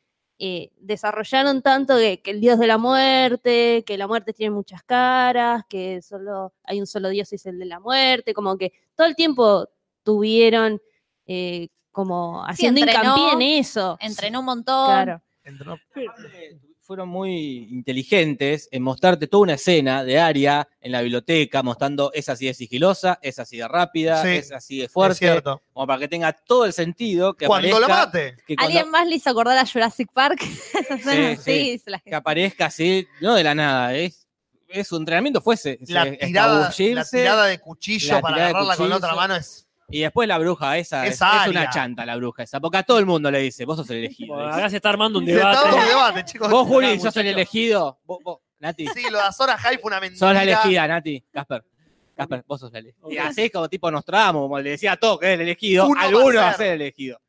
Speaker 9: eh, desarrollaron tanto de que el dios de la muerte, que la muerte tiene muchas caras, que solo hay un solo dios y es el de la muerte, como que todo el tiempo tuvieron eh, como haciendo
Speaker 5: entrenó,
Speaker 9: hincapié en eso.
Speaker 5: Entrenó un montón.
Speaker 9: Claro.
Speaker 4: Entró-
Speaker 6: Fueron muy inteligentes en mostrarte toda una escena de Aria en la biblioteca, mostrando es así de sigilosa, es así de rápida,
Speaker 4: Sí,
Speaker 6: es así de
Speaker 4: Es
Speaker 6: fuerte,
Speaker 4: cierto.
Speaker 6: como para que tenga todo el sentido que
Speaker 4: Cuando
Speaker 6: aparezca,
Speaker 4: lo mate.
Speaker 6: que cuando-
Speaker 5: ¿Alguien más le hizo acordar a Jurassic Park? Esa escena,
Speaker 6: sí.
Speaker 5: sí, se la-
Speaker 6: que aparezca así, no de la nada, es, es su entrenamiento fuese
Speaker 4: La tirada, la tirada de cuchillo
Speaker 6: la
Speaker 4: para
Speaker 6: tirada de
Speaker 4: agarrarla con
Speaker 6: cuchillo.
Speaker 4: la otra mano es.
Speaker 6: y después la bruja esa
Speaker 4: Es
Speaker 6: es, es
Speaker 4: Aria.
Speaker 6: una chanta la bruja esa, porque a todo el mundo le dice, vos sos el elegido.
Speaker 3: Bueno,
Speaker 6: le
Speaker 3: acá
Speaker 6: dice.
Speaker 3: se está armando un
Speaker 4: Se está dando un
Speaker 3: debate.
Speaker 4: debate, chicos.
Speaker 6: Vos, Juli,
Speaker 3: Pará,
Speaker 6: sos el
Speaker 3: muchacho.
Speaker 6: elegido. Vos, vos, Nati.
Speaker 4: Sí, lo de Azora High fue una mentira.
Speaker 6: Sos la elegida, Nati. Casper. Casper, vos sos la elegida.
Speaker 3: Ok.
Speaker 6: Y así es como tipo Nostradamus, como le decía a todos que es el elegido.
Speaker 4: Uno va a
Speaker 6: alguno va a
Speaker 4: ser.
Speaker 6: ser el elegido.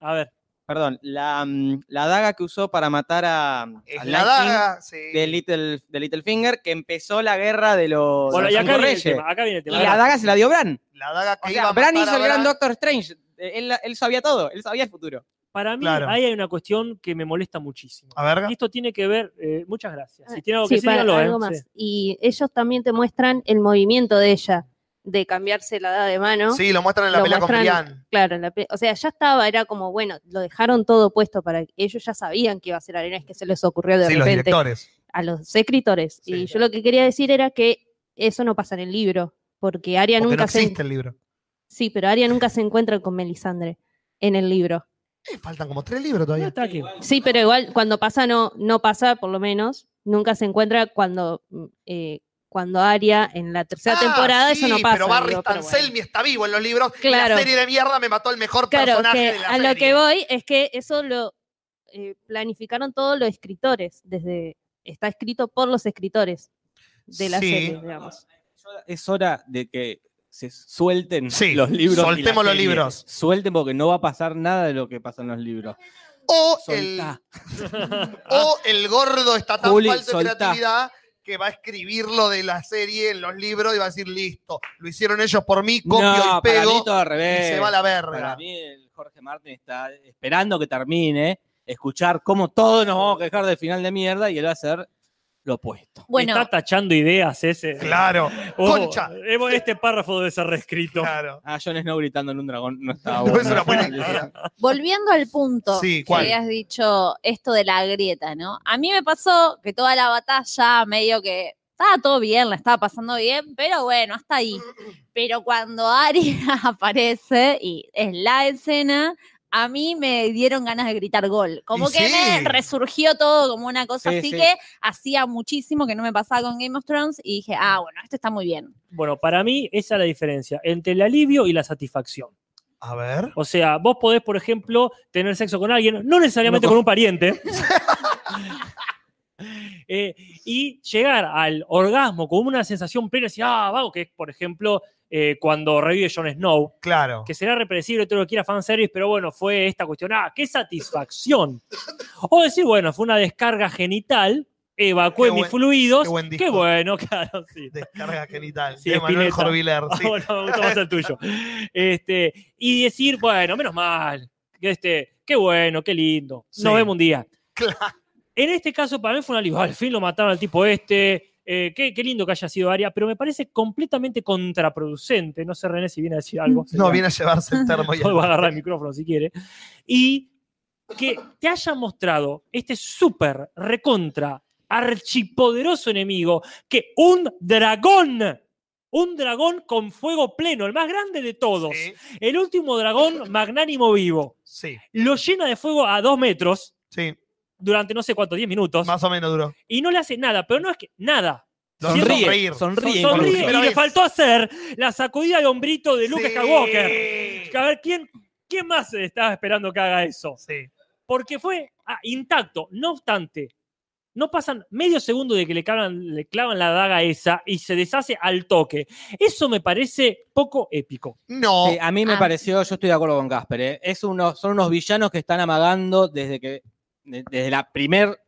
Speaker 3: A ver,
Speaker 14: Perdón, la, mm, la daga que usó para matar a,
Speaker 4: Es
Speaker 14: a
Speaker 4: la
Speaker 14: Light King
Speaker 4: daga, sí.
Speaker 14: de Little, de Littlefinger, que empezó la guerra de los,
Speaker 3: bueno,
Speaker 14: de
Speaker 3: y
Speaker 14: los
Speaker 3: acá viene,
Speaker 14: cinco
Speaker 3: el
Speaker 14: reyes.
Speaker 3: tema, acá viene el
Speaker 14: Y
Speaker 3: tema.
Speaker 14: la daga se la dio Bran.
Speaker 4: La daga que
Speaker 14: O
Speaker 4: iba
Speaker 14: sea,
Speaker 4: a
Speaker 14: Bran
Speaker 4: matar
Speaker 14: hizo
Speaker 4: a
Speaker 14: el gran
Speaker 4: Bran.
Speaker 14: Doctor Strange. Eh, Él, él sabía todo, él sabía el futuro.
Speaker 3: Para mí
Speaker 4: Claro.
Speaker 3: ahí hay una cuestión que me molesta muchísimo.
Speaker 4: A ver,
Speaker 3: Y esto tiene que ver, eh, muchas gracias. Si tiene algo
Speaker 9: Sí,
Speaker 3: que decir,
Speaker 9: para-
Speaker 3: dígalo, eh.
Speaker 9: algo
Speaker 3: Sí.
Speaker 9: más. Y ellos también te muestran el movimiento de ella, de cambiarse la edad de mano.
Speaker 4: sí, lo muestran en la
Speaker 9: Lo
Speaker 4: pelea con
Speaker 9: muestran-
Speaker 4: Brian.
Speaker 9: Claro, en la pe- o sea, ya estaba, era como, bueno, lo dejaron todo puesto para ellos ya sabían que iba a ser arena, es que se les ocurrió de
Speaker 4: Sí, los
Speaker 9: repente
Speaker 4: directores.
Speaker 9: a los escritores.
Speaker 4: Sí,
Speaker 9: y yo
Speaker 4: claro.
Speaker 9: lo que quería decir era que eso no pasa en el libro, porque Aria
Speaker 4: Porque
Speaker 9: nunca
Speaker 4: no
Speaker 9: se...
Speaker 4: existe el libro.
Speaker 9: Sí, pero Aria nunca se encuentra con Melisandre en el libro.
Speaker 4: Eh, faltan como tres libros todavía. Ah,
Speaker 9: Sí, pero igual cuando pasa no, no pasa, por lo menos, nunca se encuentra cuando eh, cuando Aria en la tercera
Speaker 4: Ah,
Speaker 9: temporada eso
Speaker 4: sí,
Speaker 9: no pasa.
Speaker 4: Pero Barry
Speaker 9: digo, pero bueno.
Speaker 4: Stanselmi está vivo en los libros. y
Speaker 9: Claro.
Speaker 4: la serie de mierda me mató el mejor
Speaker 9: Claro,
Speaker 4: personaje
Speaker 9: que
Speaker 4: de la
Speaker 9: a lo
Speaker 4: serie.
Speaker 9: que voy es que eso lo eh, planificaron todos los escritores, desde está escrito por los escritores de la
Speaker 6: Sí.
Speaker 9: serie, digamos.
Speaker 6: Es hora de que se suelten los libros. y la
Speaker 4: soltemos los
Speaker 6: serie.
Speaker 4: libros.
Speaker 6: Suelten porque no va a pasar nada de lo que pasa en los libros.
Speaker 4: O el,
Speaker 6: Soltá.
Speaker 4: o el gordo está tan
Speaker 6: Juli,
Speaker 4: falto de
Speaker 6: soltá.
Speaker 4: creatividad que va a escribir lo de la serie en los libros y va a decir, listo, lo hicieron ellos por mí, copio
Speaker 6: No,
Speaker 4: y pego.
Speaker 6: para mí todo al revés.
Speaker 4: Y se va a la
Speaker 6: Para
Speaker 4: verga.
Speaker 6: mí el Jorge Martín está esperando que termine, escuchar cómo todos nos vamos a quejar del final de mierda y él va a hacer lo opuesto.
Speaker 5: Bueno.
Speaker 3: Está tachando ideas ese.
Speaker 4: Claro.
Speaker 3: Oh,
Speaker 4: Concha.
Speaker 3: eh, Este párrafo debe ser reescrito.
Speaker 4: Claro.
Speaker 6: Ah, Jon Snow gritando en un dragón no estaba
Speaker 4: No,
Speaker 6: bueno.
Speaker 4: es una buena
Speaker 5: Volviendo al punto
Speaker 6: Sí,
Speaker 5: que
Speaker 6: ¿cuál?
Speaker 5: habías dicho, esto de la grieta, ¿no? A mí me pasó que toda la batalla, medio que estaba todo bien, la estaba pasando bien, pero bueno, hasta ahí. Pero cuando Aria aparece y es la escena, a mí me dieron ganas de gritar gol. Como
Speaker 9: Y
Speaker 5: que
Speaker 9: sí.
Speaker 5: me resurgió todo como una cosa
Speaker 3: Sí,
Speaker 5: así
Speaker 3: sí.
Speaker 5: que hacía muchísimo que no me pasaba con Game of Thrones y dije, ah, bueno, esto está muy bien.
Speaker 3: Bueno, para mí esa es la diferencia entre el alivio y la satisfacción.
Speaker 4: A ver.
Speaker 3: O sea, vos podés, por ejemplo, tener sexo con alguien, no necesariamente con un pariente, eh, y llegar al orgasmo con una sensación plena, decir, ah, vamos, que es, por ejemplo, eh, cuando revive Jon Snow,
Speaker 4: Claro.
Speaker 3: que será represible, todo lo que quiera fanservice, pero bueno, fue esta cuestión, ah, qué satisfacción. O decir, bueno, fue una descarga genital, evacué
Speaker 4: Qué
Speaker 3: mis
Speaker 4: buen-
Speaker 3: fluidos,
Speaker 4: qué buen
Speaker 3: qué,
Speaker 4: disco.
Speaker 3: bueno, claro, sí.
Speaker 4: Descarga genital.
Speaker 3: Sí,
Speaker 4: de Manuel
Speaker 3: Spinetta.
Speaker 4: Jorviler. sí.
Speaker 3: Ah, bueno, me gusta más el tuyo. Este, y decir, bueno, menos mal. que Este, qué bueno, qué lindo. Nos
Speaker 4: Sí.
Speaker 3: vemos un día.
Speaker 4: Claro.
Speaker 3: En este caso, para mí fue un alivio. Al fin lo mataron al tipo este. eh, qué, qué lindo que haya sido Aria, pero me parece completamente contraproducente. No sé, René, si viene a decir algo.
Speaker 4: No, viene a llevarse el termo. Y el-
Speaker 3: Hoy va a agarrar el micrófono si quiere. Y que te haya mostrado este súper, recontra, archipoderoso enemigo, que un dragón, un dragón con fuego pleno, el más grande de todos,
Speaker 4: Sí.
Speaker 3: el último dragón magnánimo vivo,
Speaker 4: Sí,
Speaker 3: lo llena de fuego a dos metros
Speaker 4: sí.
Speaker 3: durante no sé cuánto, 10 minutos,
Speaker 4: Más o menos duró.
Speaker 3: y no le hace nada, pero no es que nada.
Speaker 4: Lo
Speaker 3: Siendo-
Speaker 4: hizo reír.
Speaker 6: sonríe,
Speaker 3: Son- sonríe
Speaker 6: incluso.
Speaker 3: y le faltó hacer la sacudida de hombrito de Luke
Speaker 4: Sí.
Speaker 3: Skywalker. A ver, ¿quién, ¿quién más estaba esperando que haga eso?
Speaker 4: Sí.
Speaker 3: Porque fue ah, intacto. No obstante, no pasan medio segundo de que le clavan, le clavan la daga esa y se deshace al toque. Eso me parece poco épico.
Speaker 4: No.
Speaker 6: Sí, a mí me
Speaker 5: Ah.
Speaker 6: pareció, yo estoy de acuerdo con Casper, ¿eh? es unos, son unos villanos que están amagando desde que, de- desde la primer,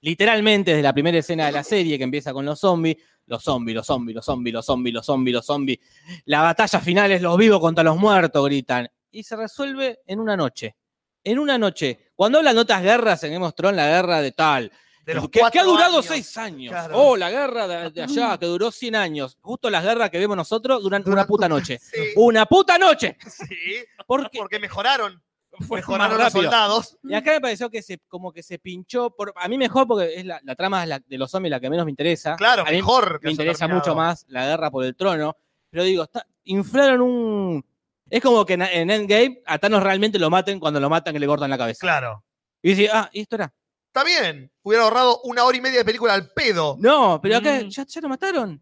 Speaker 6: literalmente desde la primera escena de la serie que empieza con los zombies, los zombies, los zombies, los zombies, los zombies, los zombies, los zombies. La batalla final es los vivos contra los muertos, gritan. Y se resuelve en una noche. En una noche. Cuando hablan de otras guerras en Game of Thrones, la guerra de tal,
Speaker 4: De los
Speaker 6: que, que ha
Speaker 4: cuatro
Speaker 6: durado
Speaker 4: años.
Speaker 6: seis años.
Speaker 4: Claro.
Speaker 6: Oh, la guerra de, de allá, que duró 100 años. Justo las guerras que vemos nosotros duran una puta noche.
Speaker 4: Sí.
Speaker 6: ¡Una puta noche!
Speaker 4: Sí.
Speaker 6: Porque
Speaker 4: Porque mejoraron.
Speaker 6: fue
Speaker 4: mejoraron
Speaker 6: más
Speaker 4: los
Speaker 6: rápido.
Speaker 4: soldados.
Speaker 6: Y
Speaker 5: Mm.
Speaker 6: acá me pareció que se, como que se pinchó. Por, a mí mejor porque es la, la trama es la- de los zombies la que menos me interesa.
Speaker 4: Claro,
Speaker 6: A mí
Speaker 4: mejor que
Speaker 6: Me
Speaker 4: haya
Speaker 6: interesa
Speaker 4: terminado.
Speaker 6: mucho más la guerra por el trono. Pero digo, está- inflaron un. Es como que en, en Endgame a Thanos realmente lo maten cuando lo matan que le cortan la cabeza.
Speaker 4: Claro.
Speaker 6: Y dice, ah, ¿y esto era?
Speaker 4: Está bien. Hubiera ahorrado una hora y media de película al pedo.
Speaker 6: No, pero acá
Speaker 3: Mm.
Speaker 6: ya, ya lo mataron.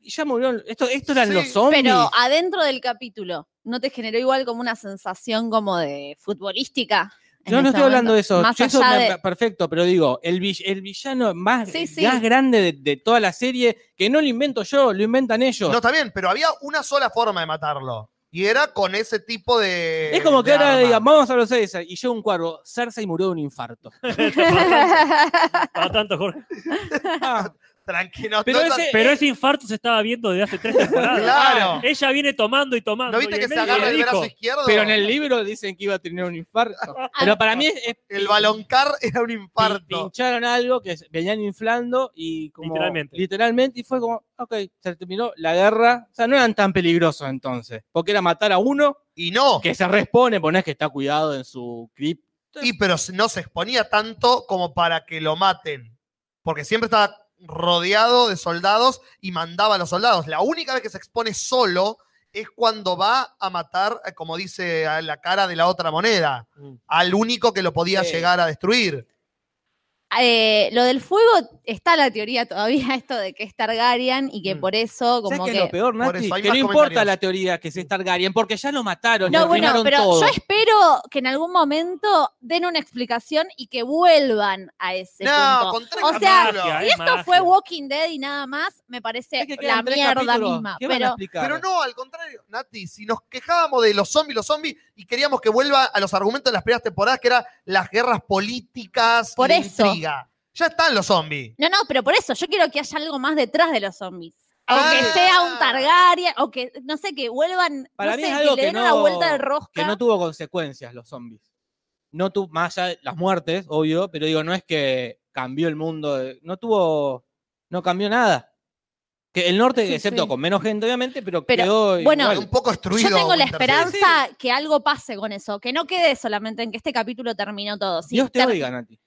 Speaker 6: Y ya murieron. Esto, esto eran
Speaker 4: Sí,
Speaker 6: los zombies.
Speaker 5: Pero adentro del capítulo, ¿no te generó igual como una sensación como de futbolística? en
Speaker 6: Yo no
Speaker 5: ese
Speaker 6: estoy hablando de
Speaker 5: momento?
Speaker 6: eso.
Speaker 5: Más
Speaker 6: Yo eso
Speaker 5: allá
Speaker 6: me-
Speaker 5: de-
Speaker 6: Perfecto, pero digo, el, vi- el villano más,
Speaker 5: Sí, sí.
Speaker 6: más grande de, de toda la serie, que no lo invento yo, lo inventan ellos.
Speaker 4: No, está bien, pero había una sola forma de matarlo. Y era con ese tipo de.
Speaker 6: es como que
Speaker 4: de
Speaker 6: ahora
Speaker 4: arma.
Speaker 6: digan, vamos a los César, y yo un cuervo, Cersei murió de un infarto.
Speaker 3: Para tanto, Jorge.
Speaker 6: Ah,
Speaker 4: Tranquilo,
Speaker 6: Pero
Speaker 4: no, no-
Speaker 6: ese-
Speaker 3: Pero ese infarto se estaba viendo desde hace tres temporadas.
Speaker 6: Ah,
Speaker 4: Claro.
Speaker 3: Ah, Ella viene tomando y tomando.
Speaker 4: ¿No
Speaker 3: y
Speaker 4: viste
Speaker 3: en
Speaker 4: que se
Speaker 3: medio
Speaker 4: agarra
Speaker 3: le
Speaker 4: el
Speaker 3: dijo,
Speaker 4: brazo izquierdo?
Speaker 6: pero en el libro dicen que iba a tener un infarto. Pero para mí es, es-
Speaker 4: El baloncar era un
Speaker 6: pin-
Speaker 4: infarto.
Speaker 6: pincharon algo que es- venían inflando y como,
Speaker 3: Literalmente.
Speaker 6: literalmente, y fue como, ok, se terminó la guerra. O sea, no eran tan peligrosos entonces, porque era matar a uno
Speaker 4: Y no.
Speaker 6: que se responde, ponés que está cuidado en su clip.
Speaker 4: Y pero no se exponía tanto como para que lo maten. Porque siempre estaba rodeado de soldados y mandaba a los soldados. La única vez que se expone solo es cuando va a matar, eh, como dice a la cara de la otra moneda,
Speaker 6: Mm.
Speaker 4: al único que lo podía
Speaker 5: Sí.
Speaker 4: llegar a destruir.
Speaker 5: Eh, lo del fuego está la teoría todavía, esto de que es Targaryen y que por eso, como
Speaker 6: Mm. ¿Sabes
Speaker 5: que.
Speaker 6: qué es lo peor,
Speaker 5: Por
Speaker 6: Nati?
Speaker 5: eso hay
Speaker 6: Que no
Speaker 5: más
Speaker 6: importa
Speaker 5: comentarios.
Speaker 6: la teoría que se es Targaryen, porque ya lo mataron,
Speaker 5: No,
Speaker 6: lo
Speaker 5: bueno,
Speaker 6: arruinaron
Speaker 5: pero
Speaker 6: todo.
Speaker 5: yo espero que en algún momento den una explicación y que vuelvan a ese
Speaker 4: No,
Speaker 5: punto.
Speaker 4: con tres
Speaker 5: O sea,
Speaker 4: capítulos.
Speaker 5: si
Speaker 4: Es
Speaker 5: esto
Speaker 4: magia.
Speaker 5: fue Walking Dead y nada más, me parece la mierda misma. Pero
Speaker 4: Pero no, al contrario, Nati, si nos quejábamos de los zombies, los zombies, y queríamos que vuelva a los argumentos de las primeras temporadas, que eran las guerras políticas,
Speaker 5: Por
Speaker 4: la
Speaker 5: eso.
Speaker 4: intriga. Ya están los zombies.
Speaker 5: No, no, pero por eso yo quiero que haya algo más detrás de los zombies. O
Speaker 4: Ah.
Speaker 5: que sea un Targaryen, o que, no sé, que vuelvan,
Speaker 6: Para
Speaker 5: no
Speaker 6: mí
Speaker 5: sé,
Speaker 6: es algo
Speaker 5: que
Speaker 6: que
Speaker 5: le den una
Speaker 6: no,
Speaker 5: vuelta de rosca.
Speaker 6: que no tuvo consecuencias los zombies. No tuvo, más allá de las muertes, obvio, pero digo, no es que cambió el mundo, eh, no tuvo, no cambió nada. Que el norte,
Speaker 5: Sí,
Speaker 6: excepto
Speaker 5: sí.
Speaker 6: con menos gente, obviamente, pero,
Speaker 5: Pero,
Speaker 6: quedó
Speaker 5: bueno,
Speaker 6: igual.
Speaker 5: Un poco Yo tengo la
Speaker 6: Sí,
Speaker 5: esperanza que algo pase con eso, que no quede solamente en que este capítulo terminó todo.
Speaker 6: sí.
Speaker 5: sí,
Speaker 6: Dios te
Speaker 5: ter-
Speaker 6: oiga, Nati.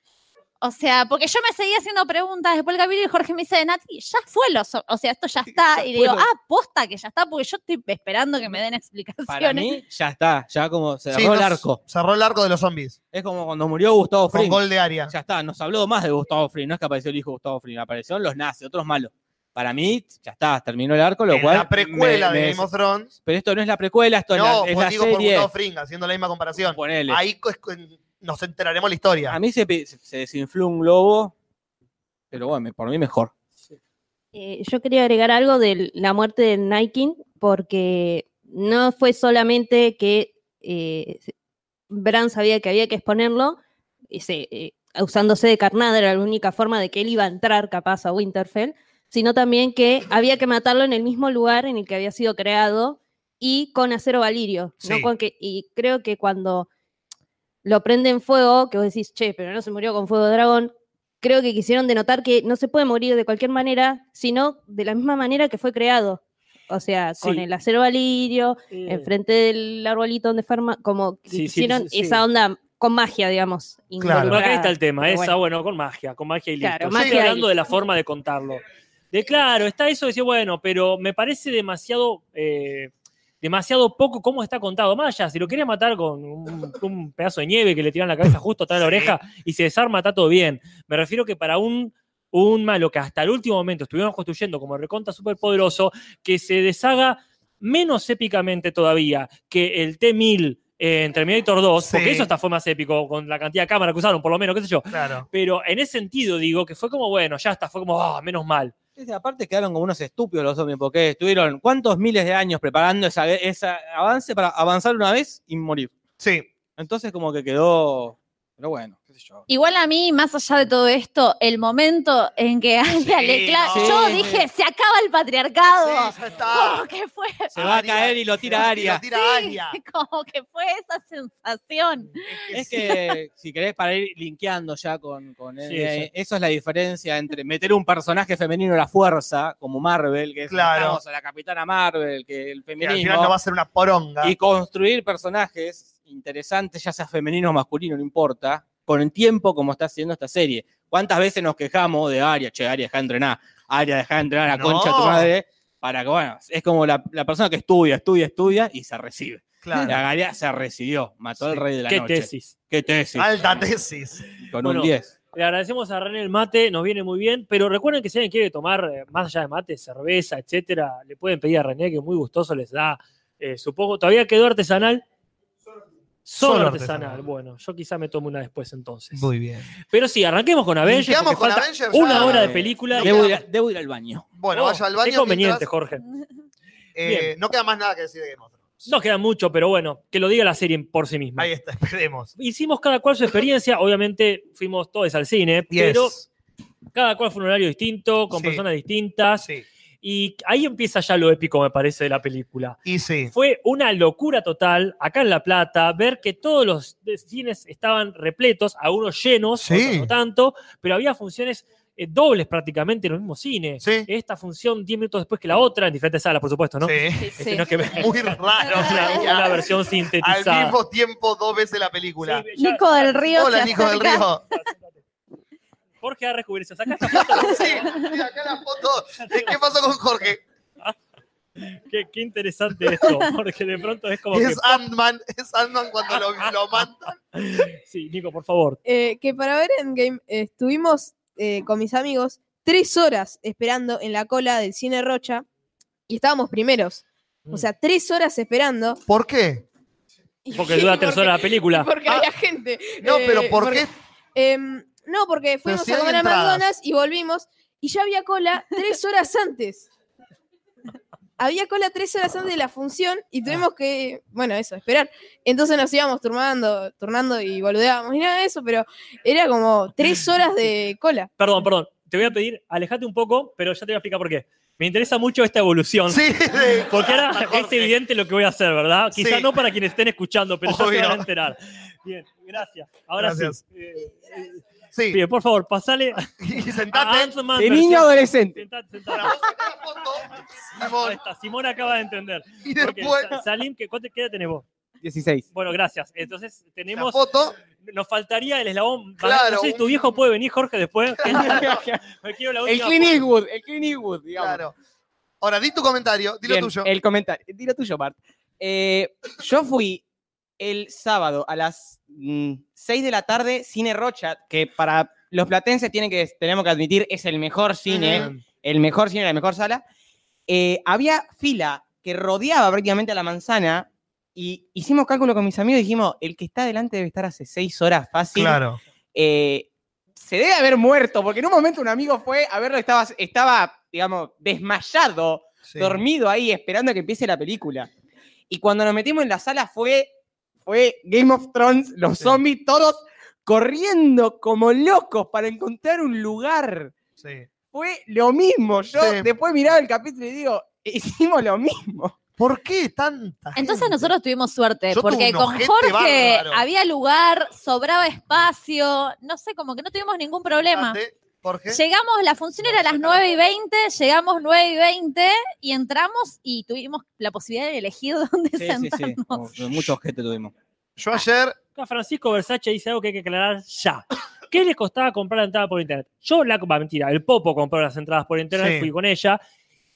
Speaker 5: O sea, porque yo me seguía haciendo preguntas después del capítulo y Jorge me dice, Nati, ya fue los. O sea, esto ya está. y le
Speaker 6: fue
Speaker 5: digo,
Speaker 6: lo-
Speaker 5: ah, posta que ya está, porque yo estoy esperando que me den explicaciones.
Speaker 6: Para mí, ya está, ya como se cerró
Speaker 4: Sí,
Speaker 6: el
Speaker 4: nos-
Speaker 6: arco.
Speaker 4: Cerró el arco de los zombies.
Speaker 6: Es como cuando murió Gustavo
Speaker 4: Con
Speaker 6: Fring.
Speaker 4: gol de área.
Speaker 6: Ya está, nos habló más de Gustavo Fring. No es que apareció el hijo de Gustavo Fring, aparecieron los nazis, otros malos. Para mí, ya está, terminó el arco, lo
Speaker 4: En
Speaker 6: cual.
Speaker 4: la precuela
Speaker 6: me-
Speaker 4: de
Speaker 6: me-
Speaker 4: Game of Thrones.
Speaker 6: Pero esto no es la precuela, esto es
Speaker 4: No,
Speaker 6: la, es
Speaker 4: pues
Speaker 6: la
Speaker 4: digo por
Speaker 6: serie.
Speaker 4: Gustavo Fring, haciendo la misma comparación.
Speaker 6: Ponele.
Speaker 4: Ahí co- es- nos enteraremos la historia.
Speaker 6: A mí se, pe- se desinfló un globo, pero bueno, me- por mí mejor.
Speaker 9: Eh, yo quería agregar algo de la muerte de Nike, porque no fue solamente que eh, Bran sabía que había que exponerlo, y se, eh, usándose de carnada era la única forma de que él iba a entrar capaz a Winterfell, sino también que había que matarlo en el mismo lugar en el que había sido creado y con acero valirio. ¿no?
Speaker 11: Sí.
Speaker 9: Con que, y creo que cuando lo prende en fuego, que vos decís, che, pero no se murió con fuego de dragón, creo que quisieron denotar que no se puede morir de cualquier manera, sino de la misma manera que fue creado. O sea, con
Speaker 11: Sí.
Speaker 9: el acero valirio, enfrente del arbolito donde farma, como que
Speaker 3: Sí, sí,
Speaker 9: hicieron
Speaker 3: sí, sí.
Speaker 9: esa onda con magia, digamos.
Speaker 3: Claro,
Speaker 9: involucrada.
Speaker 3: acá está el tema,
Speaker 9: Pero
Speaker 3: esa,
Speaker 9: bueno.
Speaker 3: bueno, con magia, con magia y listo.
Speaker 9: Claro,
Speaker 3: Yo
Speaker 9: magia
Speaker 3: estoy
Speaker 9: y
Speaker 3: hablando de la
Speaker 9: listo.
Speaker 3: forma de contarlo. De claro, está eso de decir, bueno, pero me parece demasiado, eh, demasiado poco cómo está contado. Más allá, si lo quería matar con un, un pedazo de nieve que le tiran en la cabeza justo atrás de la oreja y se desarma, está todo bien. Me refiero que para un, un malo que hasta el último momento estuvieron construyendo como reconta superpoderoso, que se deshaga menos épicamente todavía que el T-1000 en Terminator 2, porque eso hasta fue más épico con la cantidad de cámaras que usaron, por lo menos, qué sé yo.
Speaker 4: Claro.
Speaker 3: Pero en ese sentido, digo, que fue como, bueno, ya está, fue como, ah, menos mal.
Speaker 6: Entonces, aparte quedaron como unos estúpidos los zombies, porque estuvieron cuántos miles de años preparando esa- ese avance para avanzar una vez y morir.
Speaker 4: Sí.
Speaker 6: Entonces como que quedó, pero bueno, qué sé yo.
Speaker 5: Igual a mí, más allá de todo esto, el momento en que Arya le clava.
Speaker 6: no.
Speaker 5: Yo
Speaker 6: Sí.
Speaker 5: dije, se acaba el patriarcado.
Speaker 4: ya está.
Speaker 5: Como que fue.
Speaker 6: Se va a caer y lo tira
Speaker 4: Ah, Y lo
Speaker 6: Aria.
Speaker 4: tira
Speaker 5: Sí,
Speaker 4: Arya.
Speaker 5: como que fue esa sensación.
Speaker 6: Es que si querés para ir linkeando ya con, con
Speaker 3: Sí,
Speaker 6: eh,
Speaker 3: sí.
Speaker 6: eso es la diferencia entre meter un personaje femenino a la fuerza, como Marvel, que es
Speaker 4: Claro.
Speaker 6: estamos a la capitana Marvel, que el
Speaker 4: Que al
Speaker 6: feminismo.
Speaker 4: final no va a ser una poronga.
Speaker 6: y construir personajes interesantes, ya sea femenino o masculino, no importa, con el tiempo como está haciendo esta serie. ¿Cuántas veces nos quejamos de Aria? Che, Aria, deja de entrenar. Aria, deja de entrenar a la
Speaker 4: No.
Speaker 6: concha de tu madre. Para que, bueno, es como la, la persona que estudia, estudia, estudia y se recibe.
Speaker 4: Claro.
Speaker 6: La Aria se recibió, mató al rey de la
Speaker 3: Qué
Speaker 6: noche.
Speaker 3: tesis.
Speaker 6: ¿Qué tesis?
Speaker 4: Alta tesis.
Speaker 6: Con
Speaker 3: Bueno,
Speaker 6: un 10.
Speaker 3: Le agradecemos a René el mate, nos viene muy bien, pero recuerden que si alguien quiere tomar eh, más allá de mate, cerveza, etcétera, le pueden pedir a René que muy gustoso les da, eh, supongo. ¿Todavía quedó artesanal? Solo,
Speaker 4: Solo
Speaker 3: artesanal.
Speaker 4: artesanal.
Speaker 3: Bueno, yo quizá me tomo una después entonces.
Speaker 4: Muy bien.
Speaker 3: Pero sí, arranquemos con Avengers.
Speaker 4: Linkeamos
Speaker 3: porque
Speaker 4: con
Speaker 3: falta
Speaker 4: Avengers,
Speaker 3: una
Speaker 4: ya.
Speaker 3: hora de película.
Speaker 6: Debo ir, a- debo ir al baño.
Speaker 4: Bueno,
Speaker 3: Oh,
Speaker 4: vaya al baño.
Speaker 3: Qué conveniente,
Speaker 4: mientras,
Speaker 3: Jorge.
Speaker 4: eh,
Speaker 3: Bien.
Speaker 4: no queda más nada que decir de Game of Thrones.
Speaker 3: No queda mucho, pero bueno, que lo diga la serie por sí misma.
Speaker 4: Ahí está, esperemos.
Speaker 3: Hicimos cada cual su experiencia, obviamente fuimos todos al cine, pero
Speaker 4: Yes.
Speaker 3: cada cual fue un horario distinto, con
Speaker 4: Sí.
Speaker 3: personas distintas.
Speaker 4: Sí.
Speaker 3: Y ahí empieza ya lo épico, me parece, de la película.
Speaker 4: Y sí.
Speaker 3: Fue una locura total acá en La Plata ver que todos los cines estaban repletos, algunos llenos,
Speaker 4: Sí.
Speaker 3: otros no tanto, pero había funciones eh, dobles prácticamente en el mismo cine. Esta función 10 minutos después que la otra, en diferentes salas, por supuesto, ¿no?
Speaker 4: Sí.
Speaker 3: Este, no es que-
Speaker 4: Muy raro.
Speaker 3: una, una versión
Speaker 4: Al
Speaker 3: sintetizada.
Speaker 4: mismo tiempo, dos veces la película.
Speaker 5: Nico del Río.
Speaker 4: Hola,
Speaker 5: se
Speaker 4: Nico del
Speaker 5: acerca.
Speaker 4: Río.
Speaker 3: Jorge ha descubierto. Saca esta foto.
Speaker 4: sí, acá la foto. ¿Qué pasó con Jorge?
Speaker 3: Qué, qué interesante esto, porque de pronto es como
Speaker 4: Es
Speaker 3: que...
Speaker 4: Ant-Man, es Ant-Man cuando lo, lo mandan.
Speaker 3: Sí, Nico, por favor.
Speaker 15: Eh, que para ver Endgame eh, estuvimos eh, con mis amigos tres horas esperando en la cola del cine Rocha y estábamos primeros. O sea, tres horas esperando.
Speaker 4: ¿Por qué?
Speaker 3: Porque dura tres horas la película.
Speaker 15: Porque había gente.
Speaker 4: Ah,
Speaker 15: eh,
Speaker 4: No, pero ¿por qué?
Speaker 15: em, no, porque fuimos
Speaker 4: si
Speaker 15: a
Speaker 4: hay
Speaker 15: comer a
Speaker 4: entradas.
Speaker 15: McDonald's y volvimos y ya había cola tres horas antes. Había cola tres horas antes de la función y tuvimos que, bueno, eso, esperar. Entonces nos íbamos turnando, turnando y boludeábamos y nada de eso, pero era como tres horas de cola.
Speaker 3: Perdón, perdón. Te voy a pedir, alejate un poco, pero ya te voy a explicar por qué. Me interesa mucho esta evolución.
Speaker 4: Sí.
Speaker 3: Porque ahora es evidente lo que voy a hacer, ¿verdad? Quizá
Speaker 4: Sí.
Speaker 3: no para quienes estén escuchando, pero ya se
Speaker 4: Obvio.
Speaker 3: van a enterar. Bien, gracias. Ahora
Speaker 4: Gracias.
Speaker 3: sí. Eh, eh, Bien, por favor, pasale.
Speaker 4: Y
Speaker 3: sentate.
Speaker 6: De niño a adolescente.
Speaker 3: Sentate, sentate. Ahí está, Simona acaba de entender.
Speaker 4: Y
Speaker 3: Porque
Speaker 4: después-
Speaker 3: Sa- Salim, ¿qué, cuánta- ¿qué edad tenés vos?
Speaker 6: 16.
Speaker 3: Bueno, gracias. Entonces tenemos.
Speaker 4: La foto.
Speaker 3: Nos faltaría el eslabón.
Speaker 4: Claro,
Speaker 3: No sé si tu viejo puede venir, Jorge, después. Me quiero la
Speaker 6: El
Speaker 3: última
Speaker 6: Clint
Speaker 3: foto.
Speaker 6: Eastwood, el Clint Eastwood, digamos.
Speaker 4: Claro. Ahora, di tu comentario, di
Speaker 6: Bien,
Speaker 4: lo tuyo.
Speaker 6: El comentario. Dilo tuyo, Bart. Eh, yo fui el sábado a las mm, 6 de la tarde, Cine Rocha, que para los platenses tienen que, tenemos que admitir es el mejor cine,
Speaker 4: Ujú.
Speaker 6: el mejor cine, la mejor sala. Eh, había fila que rodeaba prácticamente a la manzana y hicimos cálculo con mis amigos y dijimos, el que está adelante debe estar hace 6 horas fácil. Eh, se debe haber muerto, porque en un momento un amigo fue a verlo, estaba, estaba digamos, desmayado, dormido ahí, esperando que empiece la película. Y cuando nos metimos en la sala fue, fue Game of Thrones, los zombies, todos corriendo como locos para encontrar un lugar.
Speaker 4: Sí.
Speaker 6: Fue lo mismo. Yo
Speaker 4: Sí.
Speaker 6: después miraba el capítulo y digo, hicimos lo mismo.
Speaker 4: ¿Por qué tanta?
Speaker 5: Entonces nosotros tuvimos suerte,
Speaker 4: Yo
Speaker 5: porque
Speaker 4: tuve un
Speaker 5: con
Speaker 4: ojete
Speaker 5: Jorge
Speaker 4: bárbaro.
Speaker 5: había lugar, sobraba espacio, no sé, como que no tuvimos ningún problema.
Speaker 4: Jorge.
Speaker 5: Llegamos, la función era a las 9 y 20, llegamos 9 y 20 y entramos y tuvimos la posibilidad de elegir dónde sentarnos.
Speaker 6: Muchos objetos tuvimos.
Speaker 4: Yo ayer.
Speaker 3: Ah. Acá Francisco Versace dice algo que hay que aclarar ya. ¿Qué le costaba comprar la entrada por internet? Yo, la va, mentira, el Popo compró las entradas por internet,
Speaker 4: Sí.
Speaker 3: fui con ella.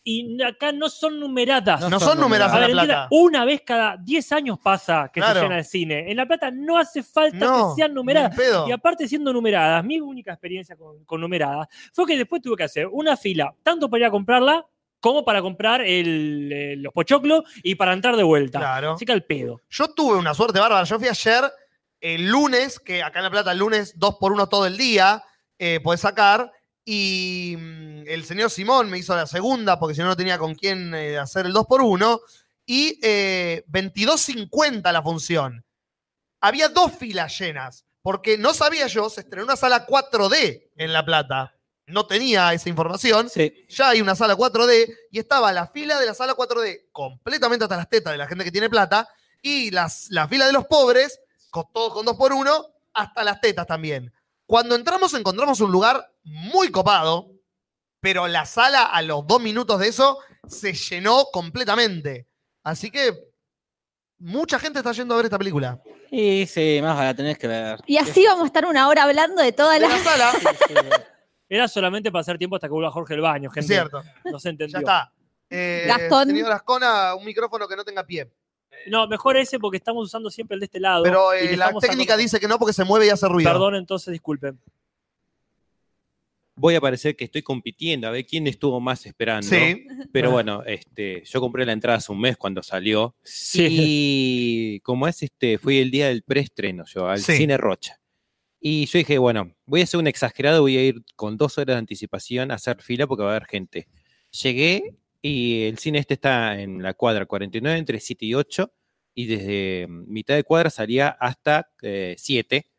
Speaker 3: Y acá no son numeradas.
Speaker 4: No No son son numeradas
Speaker 3: A ver,
Speaker 4: en La
Speaker 3: entienda,
Speaker 4: Plata.
Speaker 3: Una vez cada 10 años pasa que
Speaker 4: Claro.
Speaker 3: se llena el cine. En La Plata no hace falta
Speaker 4: No,
Speaker 3: que sean numeradas.
Speaker 4: ni en pedo.
Speaker 3: Y aparte, siendo numeradas, mi única experiencia con, con numeradas fue que después tuve que hacer una fila, tanto para ir a comprarla como para comprar el, eh, los pochoclos y para entrar de vuelta.
Speaker 4: Claro.
Speaker 3: Así que al pedo.
Speaker 4: Yo tuve una suerte bárbara. Yo fui ayer, el lunes, que acá en La Plata el lunes 2 por 1 todo el día, eh, podés sacar. Y mm, el señor Simón me hizo la segunda, porque si no, no tenía con quién eh, hacer el 2 por 1 Y eh, 22.50 la función. Había dos filas llenas, porque no sabía yo, se estrenó una sala 4D en La Plata. No tenía esa información. Ya hay una sala 4D y estaba la fila de la sala 4D completamente hasta las tetas de la gente que tiene plata y las, la fila de los pobres, con, todos con dos por uno, hasta las tetas también. Cuando entramos encontramos un lugar muy copado, pero la sala a los dos minutos de eso se llenó completamente. Así que mucha gente está yendo a ver esta película.
Speaker 6: Y sí, más la tenés que ver.
Speaker 5: Y así vamos a estar una hora hablando de toda la...
Speaker 3: Era solamente para hacer tiempo hasta que vuelva Jorge el baño, gente.
Speaker 4: cierto.
Speaker 3: No se entendió.
Speaker 4: Ya está. Eh,
Speaker 5: Gastón.
Speaker 4: Señor Gascona, un micrófono que no tenga pie.
Speaker 3: No, mejor ese porque estamos usando siempre el de este lado.
Speaker 4: Pero
Speaker 3: y
Speaker 4: eh,
Speaker 3: le
Speaker 4: la
Speaker 3: estamos
Speaker 4: técnica
Speaker 3: sacando-
Speaker 4: dice que no porque se mueve y hace ruido.
Speaker 3: Perdón, entonces disculpen.
Speaker 16: voy a parecer que estoy compitiendo a ver quién estuvo más esperando.
Speaker 4: Sí.
Speaker 16: Pero bueno, este, yo compré la entrada hace un mes cuando salió. Y como es este, fui el día del preestreno yo, al
Speaker 4: Sí.
Speaker 16: cine Rocha. Y yo dije, bueno, voy a ser un exagerado, voy a ir con dos horas de anticipación a hacer fila porque va a haber gente. Llegué y el cine este está en la cuadra 49, entre 7 y 8, y desde mitad de cuadra salía hasta eh, 7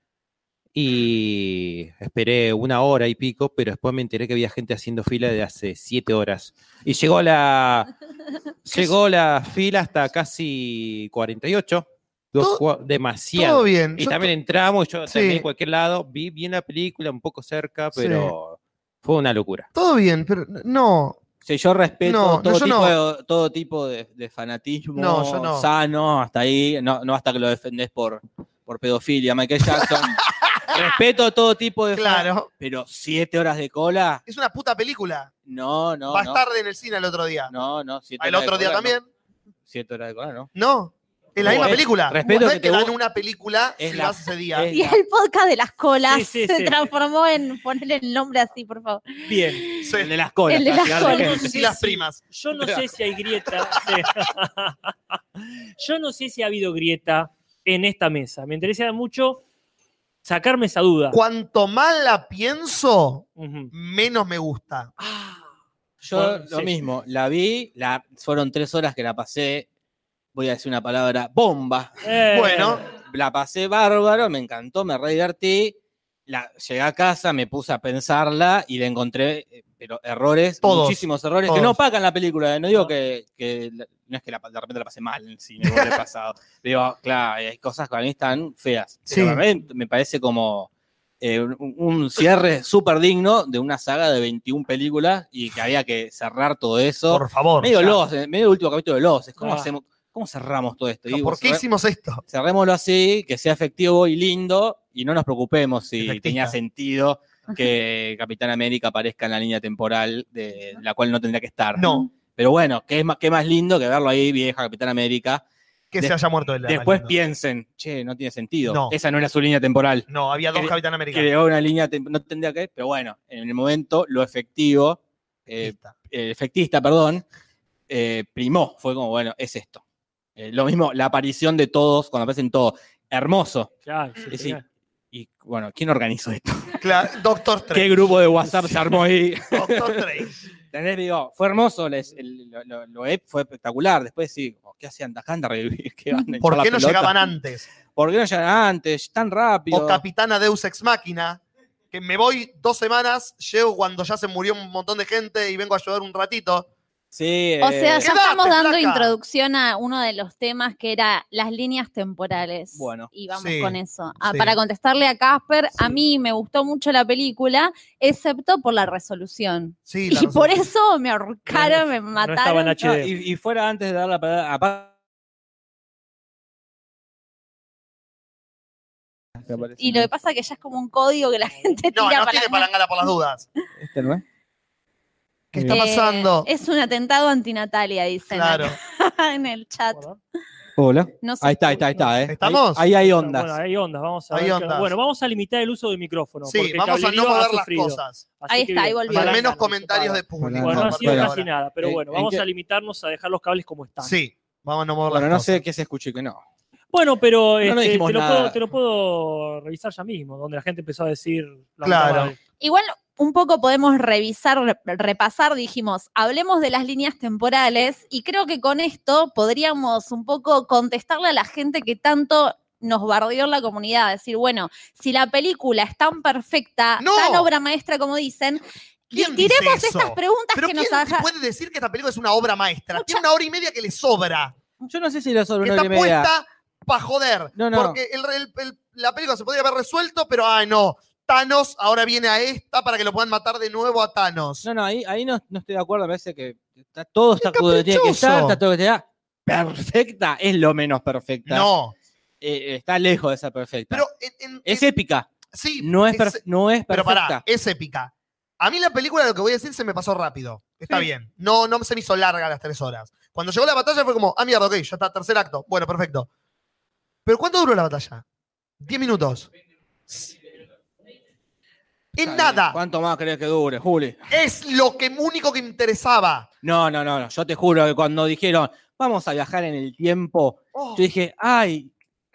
Speaker 16: y esperé una hora y pico, pero después me enteré que había gente haciendo fila de hace siete horas. Y llegó la, llegó la fila hasta casi 48. Dos cua- demasiado.
Speaker 4: todo bien,
Speaker 16: Y
Speaker 4: yo
Speaker 16: también entramos, yo
Speaker 4: Sí.
Speaker 16: también en cualquier lado, vi bien la película, un poco cerca,
Speaker 4: Sí.
Speaker 16: pero fue una locura.
Speaker 4: Todo bien, pero no.
Speaker 6: Sí, yo respeto
Speaker 4: No, no,
Speaker 6: todo,
Speaker 4: yo
Speaker 6: tipo
Speaker 4: no.
Speaker 6: de, todo tipo de, de fanatismo
Speaker 4: No, yo no.
Speaker 6: sano, hasta ahí, no, no hasta que lo defendés por, por pedofilia, Michael Jackson. Respeto todo tipo de.
Speaker 4: Claro.
Speaker 6: fan, Pero siete horas de cola.
Speaker 4: Es una puta película.
Speaker 6: No, no.
Speaker 4: Vas
Speaker 6: no.
Speaker 4: tarde en el cine al otro día.
Speaker 6: No, no. Siete
Speaker 4: Al
Speaker 6: horas de
Speaker 4: otro día
Speaker 6: cola, no.
Speaker 4: también.
Speaker 6: Siete horas de cola, no.
Speaker 4: No. Es la misma
Speaker 6: Bueno,
Speaker 4: película.
Speaker 6: respeto
Speaker 4: no es
Speaker 6: que
Speaker 4: que
Speaker 6: te
Speaker 4: dan
Speaker 6: gu-
Speaker 4: una película
Speaker 6: es
Speaker 4: si
Speaker 6: la-
Speaker 4: vas ese día.
Speaker 6: es
Speaker 5: Y el podcast de las colas
Speaker 6: Sí, sí,
Speaker 5: se
Speaker 6: sí.
Speaker 5: transformó en ponerle el nombre así, por favor.
Speaker 6: Bien. El de las colas.
Speaker 5: El de
Speaker 6: para
Speaker 5: las
Speaker 6: llegar a la
Speaker 5: colas.
Speaker 6: gente.
Speaker 4: Y las primas.
Speaker 3: Yo no sé si hay grieta. sí. Yo no sé si ha habido grieta en esta mesa. Me interesa mucho sacarme esa duda.
Speaker 4: Cuanto más la pienso,
Speaker 3: Ujú.
Speaker 4: menos me gusta.
Speaker 6: Ah, Yo
Speaker 3: Bueno,
Speaker 6: lo
Speaker 3: sí.
Speaker 6: mismo, la vi, la, fueron tres horas que la pasé, voy a decir una palabra, bomba.
Speaker 3: Eh.
Speaker 4: Bueno.
Speaker 6: La pasé bárbaro, me encantó, me re divertí. La, llegué a casa, me puse a pensarla y le encontré eh, pero errores,
Speaker 4: Todos,
Speaker 6: muchísimos errores
Speaker 4: todos.
Speaker 6: que no opacan la película. eh, No digo que, que la- no es que la- de repente la pasé mal en el cine, como le he pasado. Digo, claro, hay cosas que a mí están feas. Pero
Speaker 4: Sí.
Speaker 6: a mí me parece como eh, un, un cierre súper digno de una saga de 21 películas y que había que cerrar todo eso.
Speaker 4: Por favor.
Speaker 6: medio
Speaker 4: ya.
Speaker 6: Los, eh, medio último capítulo de Los. es ¿Cómo,
Speaker 4: Ah.
Speaker 6: hacemos, ¿Cómo cerramos todo esto? Digo,
Speaker 4: ¿Por qué
Speaker 6: cerra-
Speaker 4: hicimos esto?
Speaker 6: Cerrémoslo así, que sea efectivo y lindo y no nos preocupemos si
Speaker 4: Efectista.
Speaker 6: tenía sentido que Capitán América aparezca en la línea temporal de la cual no tendría que estar.
Speaker 4: No,
Speaker 6: Pero bueno, ¿qué, es más, qué más lindo que verlo ahí, vieja Capitán América?
Speaker 4: que
Speaker 6: Des-
Speaker 4: se haya muerto él.
Speaker 6: Después piensen, che, no tiene sentido.
Speaker 4: No.
Speaker 6: Esa no era su línea temporal
Speaker 4: No, había dos
Speaker 6: Cre-
Speaker 4: Capitán América.
Speaker 6: creó una línea, tem- no tendría que, pero bueno, en el momento lo efectivo, eh,
Speaker 4: Efectista.
Speaker 6: eh, efectista, perdón, eh, primó, fue como, bueno, es esto. Eh, lo mismo, la aparición de todos, cuando aparecen todos, hermoso.
Speaker 3: Claro, sí,
Speaker 6: Es decir,
Speaker 3: genial.
Speaker 6: y bueno, ¿quién organizó esto?
Speaker 4: Cla- Doctor
Speaker 6: ¿Qué
Speaker 4: Strange.
Speaker 6: grupo de WhatsApp se armó ahí?
Speaker 4: Doctor Strange.
Speaker 6: ¿Entendés? Digo, fue hermoso, les- el- lo, lo- lo ep- fue espectacular. Después sí, como, ¿qué hacían? Dejan de revivir, ¿Qué van a hinchar
Speaker 4: ¿Por
Speaker 6: la
Speaker 4: qué no
Speaker 6: pelota?
Speaker 4: llegaban antes?
Speaker 6: ¿Por qué no llegaban antes? Tan rápido.
Speaker 4: O Capitana Deus Ex Máquina. Que me voy dos semanas, llego cuando ya se murió un montón de gente y vengo a ayudar un ratito.
Speaker 6: Sí,
Speaker 5: O sea,
Speaker 6: eh,
Speaker 5: ya
Speaker 4: Quédate,
Speaker 5: estamos dando
Speaker 4: flaca.
Speaker 5: introducción a uno de los temas que era las líneas temporales.
Speaker 6: Bueno.
Speaker 5: Y vamos
Speaker 4: Sí,
Speaker 5: con eso. Ah,
Speaker 4: sí.
Speaker 5: Para contestarle a Casper, a mí me gustó mucho la película, excepto por la resolución.
Speaker 4: Sí,
Speaker 5: Y,
Speaker 4: la
Speaker 5: por
Speaker 4: resolución.
Speaker 5: eso me ahorcaron, me
Speaker 3: estaba en
Speaker 5: mataron.
Speaker 3: la
Speaker 6: Ah,
Speaker 3: HD.
Speaker 6: y, y fuera antes de dar la palabra a Pa- Que aparece
Speaker 5: y lo
Speaker 6: en
Speaker 5: que pasa es que ya es como un código que la gente
Speaker 4: No,
Speaker 5: tira
Speaker 4: no
Speaker 5: para
Speaker 4: tiene palangana por las dudas.
Speaker 6: este, ¿no es?
Speaker 4: ¿Qué está pasando?
Speaker 5: Eh, es un atentado antinatalia, dicen
Speaker 4: Claro.
Speaker 5: acá en el chat.
Speaker 6: Hola.
Speaker 5: No se
Speaker 6: Ahí está, ahí está, ahí está. ¿eh?
Speaker 4: ¿Estamos?
Speaker 6: Ahí, ahí hay
Speaker 3: Bueno,
Speaker 6: ondas.
Speaker 3: hay ondas, vamos a
Speaker 4: Hay
Speaker 3: ver qué-
Speaker 4: ondas.
Speaker 3: Bueno, vamos a limitar el uso del micrófono.
Speaker 4: Sí,
Speaker 3: porque el
Speaker 4: vamos a no
Speaker 3: cablerío
Speaker 4: mover
Speaker 3: ha
Speaker 4: las
Speaker 3: sufrido.
Speaker 4: cosas.
Speaker 3: Así
Speaker 5: Ahí
Speaker 3: que
Speaker 5: está, ahí
Speaker 3: bien,
Speaker 5: volvió.
Speaker 4: Al
Speaker 3: balance,
Speaker 4: menos
Speaker 3: dice,
Speaker 4: comentarios de
Speaker 3: balance.
Speaker 4: público.
Speaker 3: Bueno,
Speaker 4: a
Speaker 3: no ha
Speaker 4: partir de
Speaker 3: sido casi
Speaker 4: ahora. Eh,
Speaker 3: nada, pero
Speaker 6: ¿En-
Speaker 3: bueno,
Speaker 6: Eh, en
Speaker 3: vamos
Speaker 6: qué-
Speaker 3: a limitarnos a dejar los cables como están.
Speaker 4: Sí, vamos a no mover
Speaker 6: Bueno,
Speaker 4: las
Speaker 6: no
Speaker 4: cosas.
Speaker 6: sé qué se escuchó y qué no.
Speaker 3: Bueno, pero
Speaker 6: No, no
Speaker 3: este,
Speaker 6: dijimos
Speaker 3: te, lo
Speaker 6: nada.
Speaker 3: puedo, te lo puedo revisar ya mismo, donde la gente empezó a decir. la
Speaker 4: Claro.
Speaker 3: puta madre.
Speaker 5: Igual un poco podemos revisar, re- repasar, dijimos, hablemos de las líneas temporales y creo que con esto podríamos un poco contestarle a la gente que tanto nos bardeó en la comunidad, decir, bueno, si la película es tan perfecta,
Speaker 4: ¡No!
Speaker 5: tan obra maestra como dicen, y
Speaker 4: ¿Quién dice
Speaker 5: tiremos
Speaker 4: eso?
Speaker 5: estas preguntas
Speaker 4: Pero
Speaker 5: que
Speaker 4: ¿quién
Speaker 5: nos haga-
Speaker 4: te puede decir que esta película es una obra maestra? Tiene una hora y media que le sobra.
Speaker 6: Yo no sé si era sobre
Speaker 4: Que
Speaker 6: una hora
Speaker 4: está
Speaker 6: y media.
Speaker 4: puesta para joder.
Speaker 6: No, no.
Speaker 4: Porque el- el- el- la película se podría haber resuelto, pero ay no. Thanos ahora viene a esta para que lo puedan matar de nuevo a Thanos.
Speaker 6: No, no, ahí, ahí no, no estoy de acuerdo. Me parece que está- todo está
Speaker 4: ¡Qué
Speaker 6: como tiene que
Speaker 4: caprichoso!
Speaker 6: estar, está todo que te da. Perfecta es lo menos perfecta.
Speaker 4: No.
Speaker 6: Eh, eh, está lejos de ser perfecta.
Speaker 4: Pero en- en-
Speaker 6: es
Speaker 4: en-
Speaker 6: épica.
Speaker 4: sí,
Speaker 6: No es, per-
Speaker 4: es-
Speaker 6: no es
Speaker 4: Pero
Speaker 6: perfecta.
Speaker 4: pará, es épica. A mí la película, lo que voy a decir, se me pasó rápido. Está bien. No, no se me hizo larga las tres horas. Cuando llegó la batalla fue como, ah, mierda, ok, ya está, tercer acto. Bueno, perfecto. Pero ¿cuánto duró la batalla? Diez minutos. En
Speaker 6: Está bien.
Speaker 4: nada.
Speaker 6: ¿Cuánto más crees que dure, Juli?
Speaker 4: Es lo que único que me interesaba.
Speaker 6: No, no, no, no. Yo te juro que cuando dijeron, vamos a viajar en el tiempo,
Speaker 4: Oh,
Speaker 6: yo dije, ay,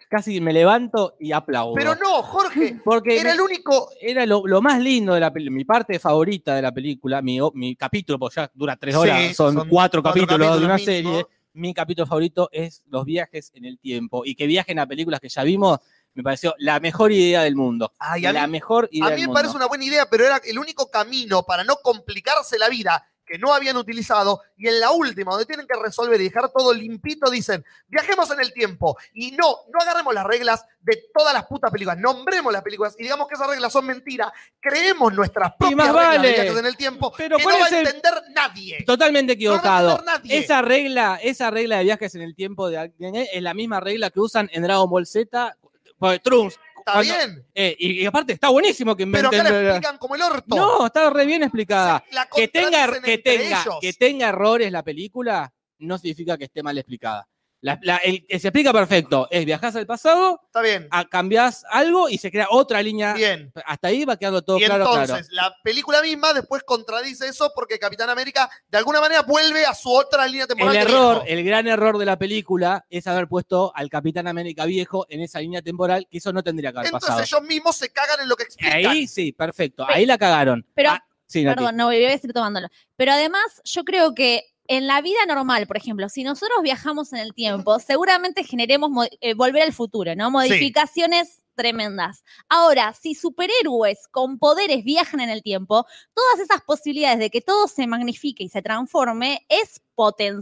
Speaker 6: casi me levanto y aplaudo.
Speaker 4: pero no, Jorge.
Speaker 6: porque
Speaker 4: Era
Speaker 6: me-
Speaker 4: el único.
Speaker 6: era lo, lo más lindo de la película, mi parte favorita de la película, mi, o- mi capítulo, porque ya dura tres
Speaker 4: Sí,
Speaker 6: horas, son,
Speaker 4: son
Speaker 6: cuatro,
Speaker 4: cuatro
Speaker 6: capítulos, de una
Speaker 4: capítulos mínimo.
Speaker 6: serie. Mi capítulo favorito es los viajes en el tiempo y que viajen a películas que ya vimos me pareció la mejor idea del mundo.
Speaker 4: Ay, a
Speaker 6: La
Speaker 4: mí-
Speaker 6: mejor idea
Speaker 4: a
Speaker 6: del
Speaker 4: mí me
Speaker 6: mundo.
Speaker 4: parece una buena idea, pero era el único camino para no complicarse la vida que no habían utilizado. Y en la última, donde tienen que resolver y dejar todo limpito, dicen, viajemos en el tiempo. Y no, no agarremos las reglas de todas las putas películas. Nombremos las películas y digamos que esas reglas son mentiras. Creemos nuestras propias
Speaker 6: más
Speaker 4: reglas
Speaker 6: vale.
Speaker 4: de viajes en el tiempo
Speaker 6: Pero
Speaker 4: que
Speaker 6: ¿cuál
Speaker 4: no va a
Speaker 6: es el-
Speaker 4: entender nadie.
Speaker 6: Totalmente
Speaker 4: No
Speaker 6: equivocado.
Speaker 4: va a entender nadie.
Speaker 6: Esa regla, esa eh, regla de viajes en el tiempo de alguien es la misma regla que usan en Dragon Ball Z. Porque Trunks,
Speaker 4: Está bien.
Speaker 6: Eh, y, y aparte, está buenísimo que
Speaker 4: Pero
Speaker 6: inventen.
Speaker 4: acá la explican como el orto.
Speaker 6: No, está re bien explicada.
Speaker 4: La
Speaker 6: que tenga,
Speaker 4: contradicen
Speaker 6: que,
Speaker 4: entre
Speaker 6: tenga,
Speaker 4: ellos.
Speaker 6: que tenga errores la película no significa que esté mal explicada. La- la- el- se explica perfecto. Es viajás al pasado,
Speaker 4: Está bien.
Speaker 6: a- cambiás algo y se crea otra línea.
Speaker 4: Bien.
Speaker 6: Hasta ahí va quedando todo
Speaker 4: y
Speaker 6: claro,
Speaker 4: entonces,
Speaker 6: claro.
Speaker 4: la película misma después contradice eso porque Capitán América de alguna manera vuelve a su otra línea temporal.
Speaker 6: El
Speaker 4: que
Speaker 6: error,
Speaker 4: dijo.
Speaker 6: el gran error de la película es haber puesto al Capitán América viejo en esa línea temporal, que eso no tendría que haber
Speaker 4: Entonces
Speaker 6: pasado.
Speaker 4: ellos mismos se cagan en lo que explican.
Speaker 6: Ahí sí, perfecto. Ahí la cagaron.
Speaker 5: Pero,
Speaker 6: Ah, sí, Nati.
Speaker 5: perdón, no voy a seguir tomándolo. Pero además, yo creo que en la vida normal, por ejemplo, si nosotros viajamos en el tiempo, seguramente generemos mo- eh, volver al futuro, ¿no? Modificaciones tremendas. Ahora, si superhéroes con poderes viajan en el tiempo, todas esas posibilidades de que todo se magnifique y se transforme es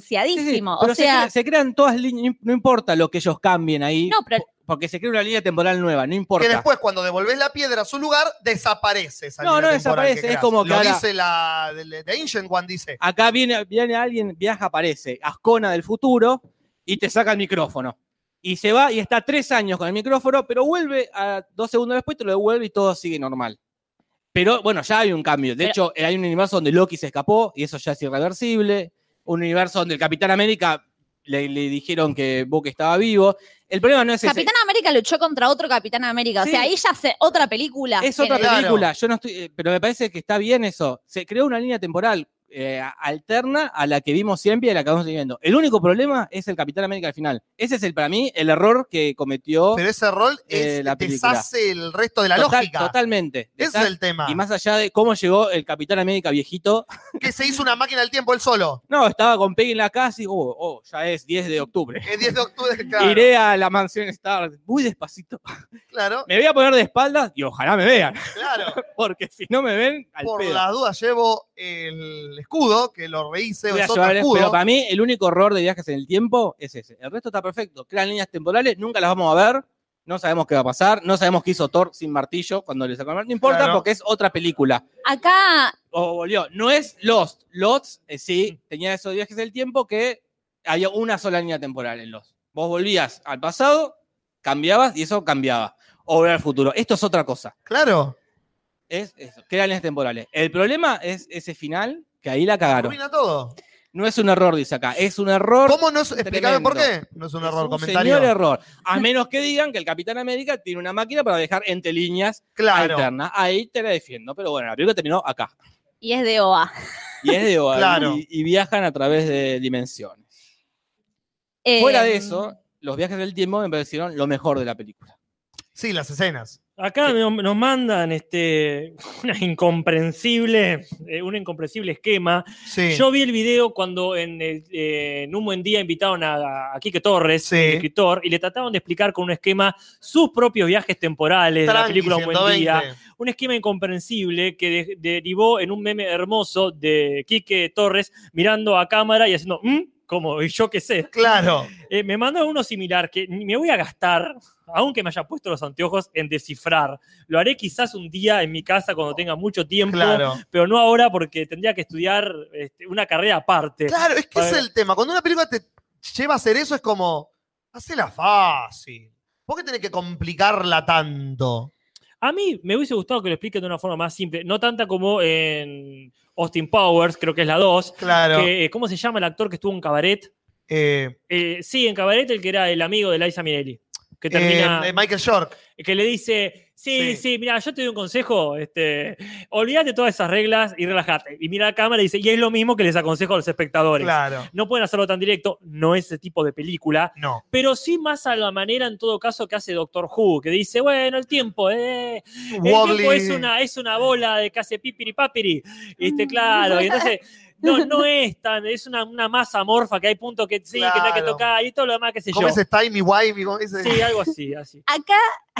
Speaker 5: potenciadísimo.
Speaker 6: Pero
Speaker 5: o sea,
Speaker 6: se, cre- se crean todas líneas, no importa lo que ellos cambien ahí.
Speaker 5: No, pero-
Speaker 6: po- porque se crea una línea temporal nueva, no importa.
Speaker 4: Que después, cuando devolvés la piedra a su lugar, desaparece esa
Speaker 6: No,
Speaker 4: línea
Speaker 6: no
Speaker 4: temporal
Speaker 6: desaparece,
Speaker 4: que
Speaker 6: es
Speaker 4: creás.
Speaker 6: como que
Speaker 4: Lo
Speaker 6: ahora-
Speaker 4: dice la de, de Ancient One, dice.
Speaker 6: Acá viene, viene alguien, viaja, aparece, Ascona del futuro, y te saca el micrófono. Y se va y está tres años con el micrófono, pero vuelve a dos segundos después, te lo devuelve y todo sigue normal. Pero bueno, ya hay un cambio. De hecho, hay un universo donde Loki se escapó y eso ya es irreversible. Un universo donde el Capitán América le, le dijeron que Buck estaba vivo. El problema no es ese.
Speaker 5: Capitán América luchó contra otro Capitán América.
Speaker 6: Sí.
Speaker 5: O sea, ahí ya hace otra película.
Speaker 6: Es otra
Speaker 5: Claro.
Speaker 6: película, yo no estoy, eh, pero me parece que está bien eso. Se creó una línea temporal eh, alterna a la que vimos siempre y a la que vamos viviendo. El único problema es el Capitán América al final. Ese es el para mí el error que cometió.
Speaker 4: Pero ese error
Speaker 6: eh,
Speaker 4: es-
Speaker 6: la película.
Speaker 4: deshace el resto de la
Speaker 6: Total-
Speaker 4: lógica.
Speaker 6: Totalmente.
Speaker 4: Ese
Speaker 6: Deshace-
Speaker 4: es el tema.
Speaker 6: Y más allá de cómo llegó el Capitán América viejito.
Speaker 4: Que se hizo una máquina del tiempo él solo.
Speaker 6: No, estaba con Peggy en la casa y oh, oh, ya es 10 de octubre.
Speaker 4: El 10 de octubre, claro.
Speaker 6: Iré a la mansión Star muy despacito.
Speaker 4: Claro,
Speaker 6: Me voy a poner de espaldas y ojalá me vean.
Speaker 4: claro.
Speaker 6: Porque si no me ven, al
Speaker 4: Por
Speaker 6: pedo.
Speaker 4: las dudas llevo el escudo, que lo rehice,
Speaker 6: Voy a
Speaker 4: es otro
Speaker 6: llevar el-
Speaker 4: escudo.
Speaker 6: pero para mí el único error de viajes en el tiempo es ese. El resto está perfecto. Crean líneas temporales, nunca las vamos a ver. No sabemos qué va a pasar. No sabemos qué hizo Thor sin martillo cuando le sacó el martillo. No importa
Speaker 5: Claro.
Speaker 6: porque es otra película.
Speaker 5: Acá
Speaker 6: O volvió. No es Lost. Lost, eh, sí,
Speaker 4: Mm.
Speaker 6: tenía esos viajes del tiempo que había una sola línea temporal en Lost. Vos volvías al pasado, cambiabas y eso cambiaba. O volver al futuro. Esto es otra cosa.
Speaker 4: Claro.
Speaker 6: Es eso. Crean líneas temporales. El problema es ese final que ahí la cagaron.
Speaker 4: Arruina todo.
Speaker 6: No es un error, dice acá. Es un error.
Speaker 4: ¿Cómo no es? Explícame
Speaker 6: tremendo.
Speaker 4: por qué. No es un error,
Speaker 6: Un
Speaker 4: comentario.
Speaker 6: señor error. A menos que digan que el Capitán América tiene una máquina para dejar entre líneas
Speaker 4: Claro.
Speaker 6: alternas. Ahí te la defiendo. Pero bueno, la película terminó acá.
Speaker 5: y es de OA.
Speaker 6: Y es de Oval,
Speaker 4: Claro.
Speaker 6: y, y viajan a través de dimensiones.
Speaker 5: Eh,
Speaker 6: Fuera de eso, los viajes del tiempo me parecieron lo mejor de la película.
Speaker 4: Sí, las escenas.
Speaker 3: Acá no- nos mandan este, una incomprensible, eh, un incomprensible esquema.
Speaker 4: Sí.
Speaker 3: Yo vi el video cuando en, el, eh, en un buen día invitaron a, a Quique Torres,
Speaker 4: Sí.
Speaker 3: el escritor, y le trataron de explicar con un esquema sus propios viajes temporales de la
Speaker 4: Tranqui,
Speaker 3: película Un buen día.
Speaker 4: 120.
Speaker 3: Un esquema incomprensible que de- derivó en un meme hermoso de Quique Torres mirando a cámara y haciendo, "Mm", como "Y yo qué sé.
Speaker 4: Claro.
Speaker 3: Eh, me manda uno similar que ni me voy a gastar, aunque me haya puesto los anteojos, en descifrar. Lo haré quizás un día en mi casa cuando tenga mucho tiempo,
Speaker 4: Claro.
Speaker 3: pero no ahora porque tendría que estudiar este, una carrera aparte.
Speaker 4: Claro, es que
Speaker 3: Para-
Speaker 4: es el tema. Cuando una película te lleva a hacer eso, es como, hacela fácil. ¿Por qué tenés que complicarla tanto?
Speaker 3: A mí me hubiese gustado que lo expliquen de una forma más simple, no tanta como en Austin Powers, creo que es la 2.
Speaker 4: Claro.
Speaker 3: que, eh, ¿Cómo se llama el actor que estuvo en Cabaret?
Speaker 4: Eh,
Speaker 3: Eh, sí, en Cabaret, el que era el amigo de Liza Minelli. Que
Speaker 4: eh,
Speaker 3: termina.
Speaker 4: eh, Michael York.
Speaker 3: que le dice, sí, sí, mira, yo te doy un consejo, este, olvídate todas esas reglas y relájate. Y mira la cámara y dice, y es lo mismo que les aconsejo a los espectadores.
Speaker 4: Claro.
Speaker 3: No pueden hacerlo tan directo, no es ese tipo de película,
Speaker 4: No.
Speaker 3: pero sí más a la manera, en todo caso, que hace Doctor Who, que dice, bueno, el tiempo, eh, el tiempo es una, es una bola de que hace pipiri papiri. Este,
Speaker 4: Mm.
Speaker 3: claro, y entonces... No, no es tan, es una, una masa morfa que hay puntos que sí, que hay que
Speaker 4: Claro.
Speaker 3: tocar y todo lo demás, qué sé
Speaker 4: ¿Cómo
Speaker 3: yo.
Speaker 4: es este? Timey Wimey? ¿Cómo es?
Speaker 3: Sí, algo así, así.
Speaker 5: Acá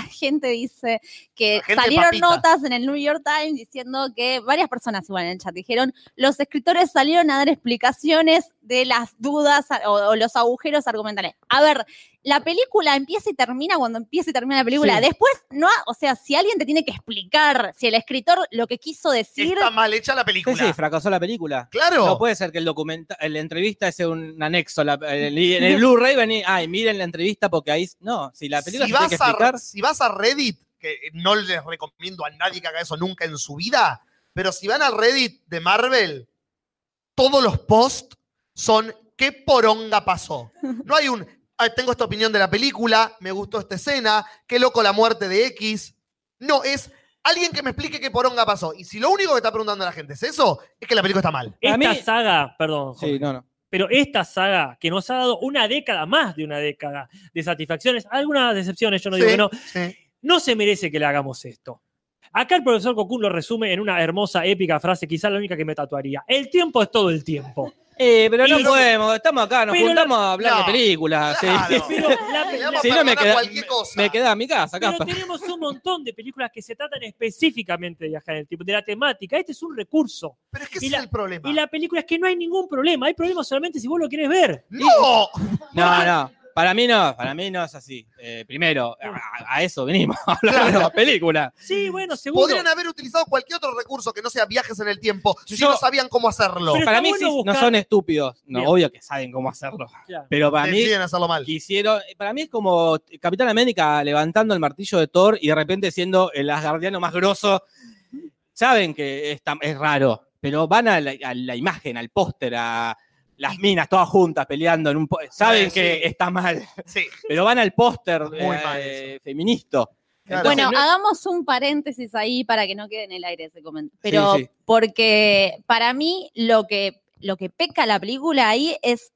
Speaker 5: gente dice que
Speaker 4: gente
Speaker 5: salieron
Speaker 4: papita.
Speaker 5: notas en el New York Times diciendo que varias personas igual en el chat dijeron los escritores salieron a dar explicaciones de las dudas a- o, o los agujeros argumentales. A ver, la película empieza y termina cuando empieza y termina la película.
Speaker 6: Sí.
Speaker 5: Después no, ha- o sea, si alguien te tiene que explicar si el escritor lo que quiso decir
Speaker 4: Está mal hecha la
Speaker 6: Sí,
Speaker 4: película.
Speaker 6: sí, fracasó la película.
Speaker 4: Claro.
Speaker 6: No puede ser que el documenta, la entrevista sea un anexo. la- en el- en el Blu-ray vení, ay, miren la entrevista porque ahí. No, si la película
Speaker 4: si,
Speaker 6: se tiene
Speaker 4: vas
Speaker 6: que
Speaker 4: a,
Speaker 6: explicar.
Speaker 4: si vas a Reddit, que no les recomiendo a nadie que haga eso nunca en su vida, pero si van al Reddit de Marvel, todos los posts son qué poronga pasó. No hay un, "Ay, tengo esta opinión de la película, me gustó esta escena, qué loco la muerte de X. No, es alguien que me explique qué poronga pasó. Y si lo único que está preguntando la gente es eso, es que la película está mal.
Speaker 3: Esta saga, perdón, Jorge, pero esta saga que nos ha dado una década, más de una década de satisfacciones, algunas decepciones, yo no digo
Speaker 4: Sí,
Speaker 3: que no, no se merece que le hagamos esto. Acá el profesor Cocún lo resume en una hermosa, épica frase, quizá la única que me tatuaría. El tiempo es todo el tiempo.
Speaker 6: Eh, pero no
Speaker 3: Y-
Speaker 6: podemos, estamos acá, nos
Speaker 3: Pero la-
Speaker 6: juntamos a hablar
Speaker 3: No.
Speaker 6: de películas. sí.
Speaker 3: Pero la-
Speaker 6: Si
Speaker 3: la-
Speaker 6: no, me queda, me queda en mi casa,
Speaker 3: Pero
Speaker 6: Casper.
Speaker 3: tenemos un montón de películas que se tratan específicamente de viajar en el tiempo, de la temática. Este es un recurso.
Speaker 4: Pero es que
Speaker 3: ese
Speaker 4: es el problema.
Speaker 3: Y la película es que no hay ningún problema. Hay problema solamente si vos lo querés ver.
Speaker 4: ¡No!
Speaker 6: No, no. Para mí no, para mí no es así. Eh, primero, a, a eso venimos a hablar de la película.
Speaker 3: Sí, bueno, seguro.
Speaker 4: Podrían haber utilizado cualquier otro recurso que no sea viajes en el tiempo, si
Speaker 6: Yo-
Speaker 4: no sabían cómo hacerlo.
Speaker 6: para mí sí, no son estúpidos. No,
Speaker 4: Bien.
Speaker 6: obvio que saben cómo hacerlo.
Speaker 3: Claro.
Speaker 6: Pero para mí
Speaker 4: Deciden hacerlo mal.
Speaker 6: quisieron. Para mí es como Capitán América levantando el martillo de Thor y de repente siendo el asgardiano más grosso. Saben que es, tam- es raro, pero van a la, a la imagen, al póster, a las minas todas juntas peleando en un. po- Saben
Speaker 4: Sí,
Speaker 6: que
Speaker 4: sí.
Speaker 6: está mal,
Speaker 4: Sí.
Speaker 6: pero van al póster
Speaker 4: Muy
Speaker 6: eh,
Speaker 4: mal
Speaker 6: feminista. Entonces,
Speaker 5: bueno,
Speaker 6: no-
Speaker 5: hagamos un paréntesis ahí para que no quede en el aire ese comentario. Pero
Speaker 6: Sí, sí.
Speaker 5: porque para mí lo que, lo que peca la película ahí es,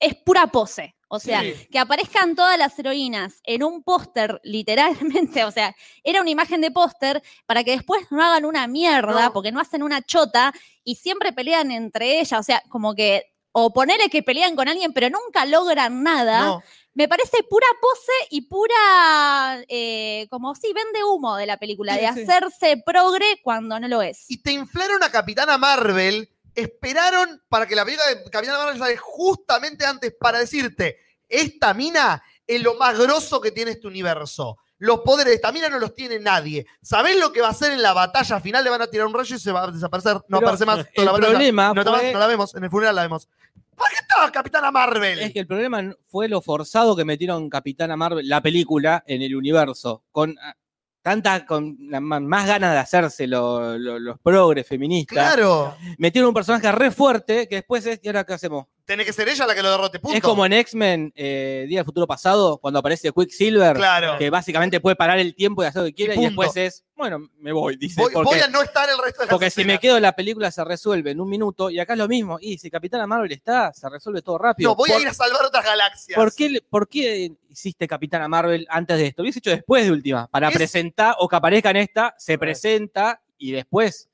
Speaker 5: es pura pose. O sea,
Speaker 17: Sí.
Speaker 5: que aparezcan todas las heroínas en un póster, literalmente. O sea, era una imagen de póster para que después no hagan una mierda, porque no hacen una chota y siempre pelean entre ellas. O sea, como que. O ponerle que pelean con alguien, pero nunca logran nada.
Speaker 4: No.
Speaker 5: Me parece pura pose y pura, eh, como sí, vende humo de la película, de
Speaker 4: Sí, sí.
Speaker 5: hacerse progre cuando no lo es.
Speaker 4: Y te inflaron a Capitana Marvel, esperaron para que la película de Capitana Marvel salga justamente antes para decirte, esta mina es lo más grosso que tiene este universo. Los poderes de esta mina no los tiene nadie. ¿Sabés lo que va a hacer en la batalla final? Le van a tirar un rayo y se va a desaparecer.
Speaker 6: Pero
Speaker 4: No aparece más toda
Speaker 6: el
Speaker 4: la batalla.
Speaker 6: problema
Speaker 4: no, está más,
Speaker 6: fue-
Speaker 4: no la vemos, en el funeral la vemos. ¿Por qué estaba ¡Ah, Capitana Marvel?
Speaker 6: Es que el problema n- fue lo forzado que metieron Capitana Marvel, la película, en el universo. Con ah, tanta, con la ma- más ganas de hacerse lo- lo- los progres feministas.
Speaker 4: Claro.
Speaker 6: Metieron un personaje re fuerte que después es, ¿y ahora qué hacemos?
Speaker 4: Tiene que ser ella la que lo derrote, punto.
Speaker 6: Es como en X-Men, eh, Día del Futuro Pasado, cuando aparece Quicksilver,
Speaker 4: Claro.
Speaker 6: que básicamente puede parar el tiempo y hacer lo que quiera, y,
Speaker 4: punto.
Speaker 6: después es, bueno, me voy, dice.
Speaker 4: voy,
Speaker 6: porque-
Speaker 4: voy a no estar el resto de la
Speaker 6: porque si me quedo la película se resuelve en un minuto y acá es lo mismo. Y si Capitana Marvel está, se resuelve todo rápido.
Speaker 4: No, voy a
Speaker 6: Por-
Speaker 4: ir a salvar otras galaxias.
Speaker 6: ¿Por qué, le- por qué hiciste Capitana Marvel antes de esto? Lo hubiese hecho después de última, para
Speaker 4: Es-
Speaker 6: presentar o que aparezca en esta, se presenta y después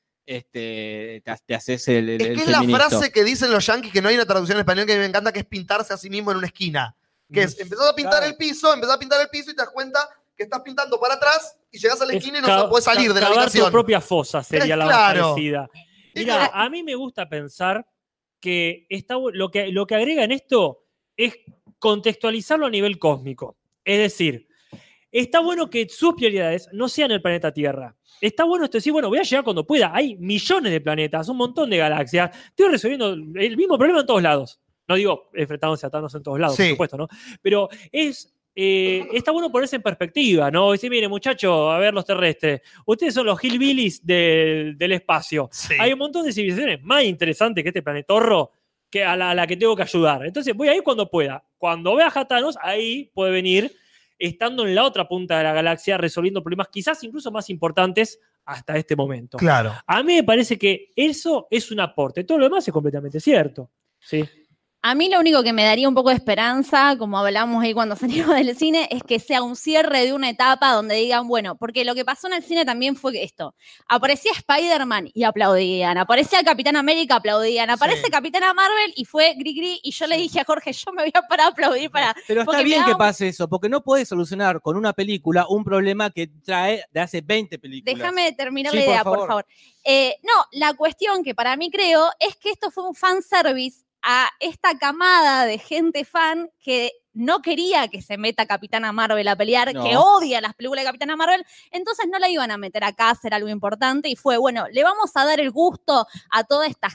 Speaker 6: este, te, ha- te haces el, el-
Speaker 4: Es
Speaker 6: el
Speaker 4: que es la
Speaker 6: feministo.
Speaker 4: frase que dicen los yanquis que no hay una traducción en español que me encanta, que es pintarse a sí mismo en una esquina. Que
Speaker 6: Mm.
Speaker 4: es, empezás a pintar el piso, empezás a pintar el piso y te das cuenta que estás pintando para atrás y llegás a la esquina y no
Speaker 3: Ca-
Speaker 4: se puede salir de la
Speaker 3: ca- cavar tu
Speaker 4: habitación.
Speaker 3: propia fosa sería la más
Speaker 4: Claro.
Speaker 3: parecida. Mira, a mí me gusta pensar que está, bu- lo, que, lo que agrega en esto es contextualizarlo a nivel cósmico. Es decir, está bueno que sus prioridades no sean el planeta Tierra. Está bueno esto decir, bueno, voy a llegar cuando pueda. Hay millones de planetas, un montón de galaxias. Estoy resolviendo el mismo problema en todos lados. No digo enfrentándose a Thanos en todos lados, por
Speaker 4: Sí.
Speaker 3: supuesto, ¿no? Pero es. eh, está bueno ponerse en perspectiva, ¿no? Decir, mire, muchachos, a ver los terrestres, ustedes son los hillbillies del, del espacio. Hay un montón de civilizaciones más interesantes que este planetorro que a la, a la que tengo que ayudar. Entonces voy a ir cuando pueda. Cuando vea a Thanos, ahí puede venir, estando en la otra punta de la galaxia, resolviendo problemas quizás incluso más importantes hasta este momento.
Speaker 4: Claro.
Speaker 3: A mí me parece que eso es un aporte. Todo lo demás es completamente cierto. Sí. eh.
Speaker 5: A mí lo único que me daría un poco de esperanza, como hablamos ahí cuando salimos del cine, es que sea un cierre de una etapa donde digan, bueno, porque lo que pasó en el cine también fue que esto. Aparecía Spider-Man y aplaudían, aparecía Capitán América, aplaudían, aparece Capitana Marvel y fue gri gri y yo le dije a Jorge, yo me voy a parar a aplaudir para...
Speaker 6: Pero está
Speaker 5: porque me
Speaker 6: bien
Speaker 5: da
Speaker 6: que
Speaker 5: un-
Speaker 6: pase eso, porque no podés solucionar con una película un problema que trae de hace 20 películas.
Speaker 5: Déjame terminar
Speaker 6: Sí,
Speaker 5: la
Speaker 6: por
Speaker 5: idea, por
Speaker 6: favor.
Speaker 5: favor. Eh, no, la cuestión que para mí creo es que esto fue un fanservice a esta camada de gente fan que no quería que se meta Capitana Marvel a pelear,
Speaker 17: No.
Speaker 5: que odia las películas de Capitana Marvel, entonces no la iban a meter acá a hacer algo importante y fue, bueno, le vamos a dar el gusto a toda esta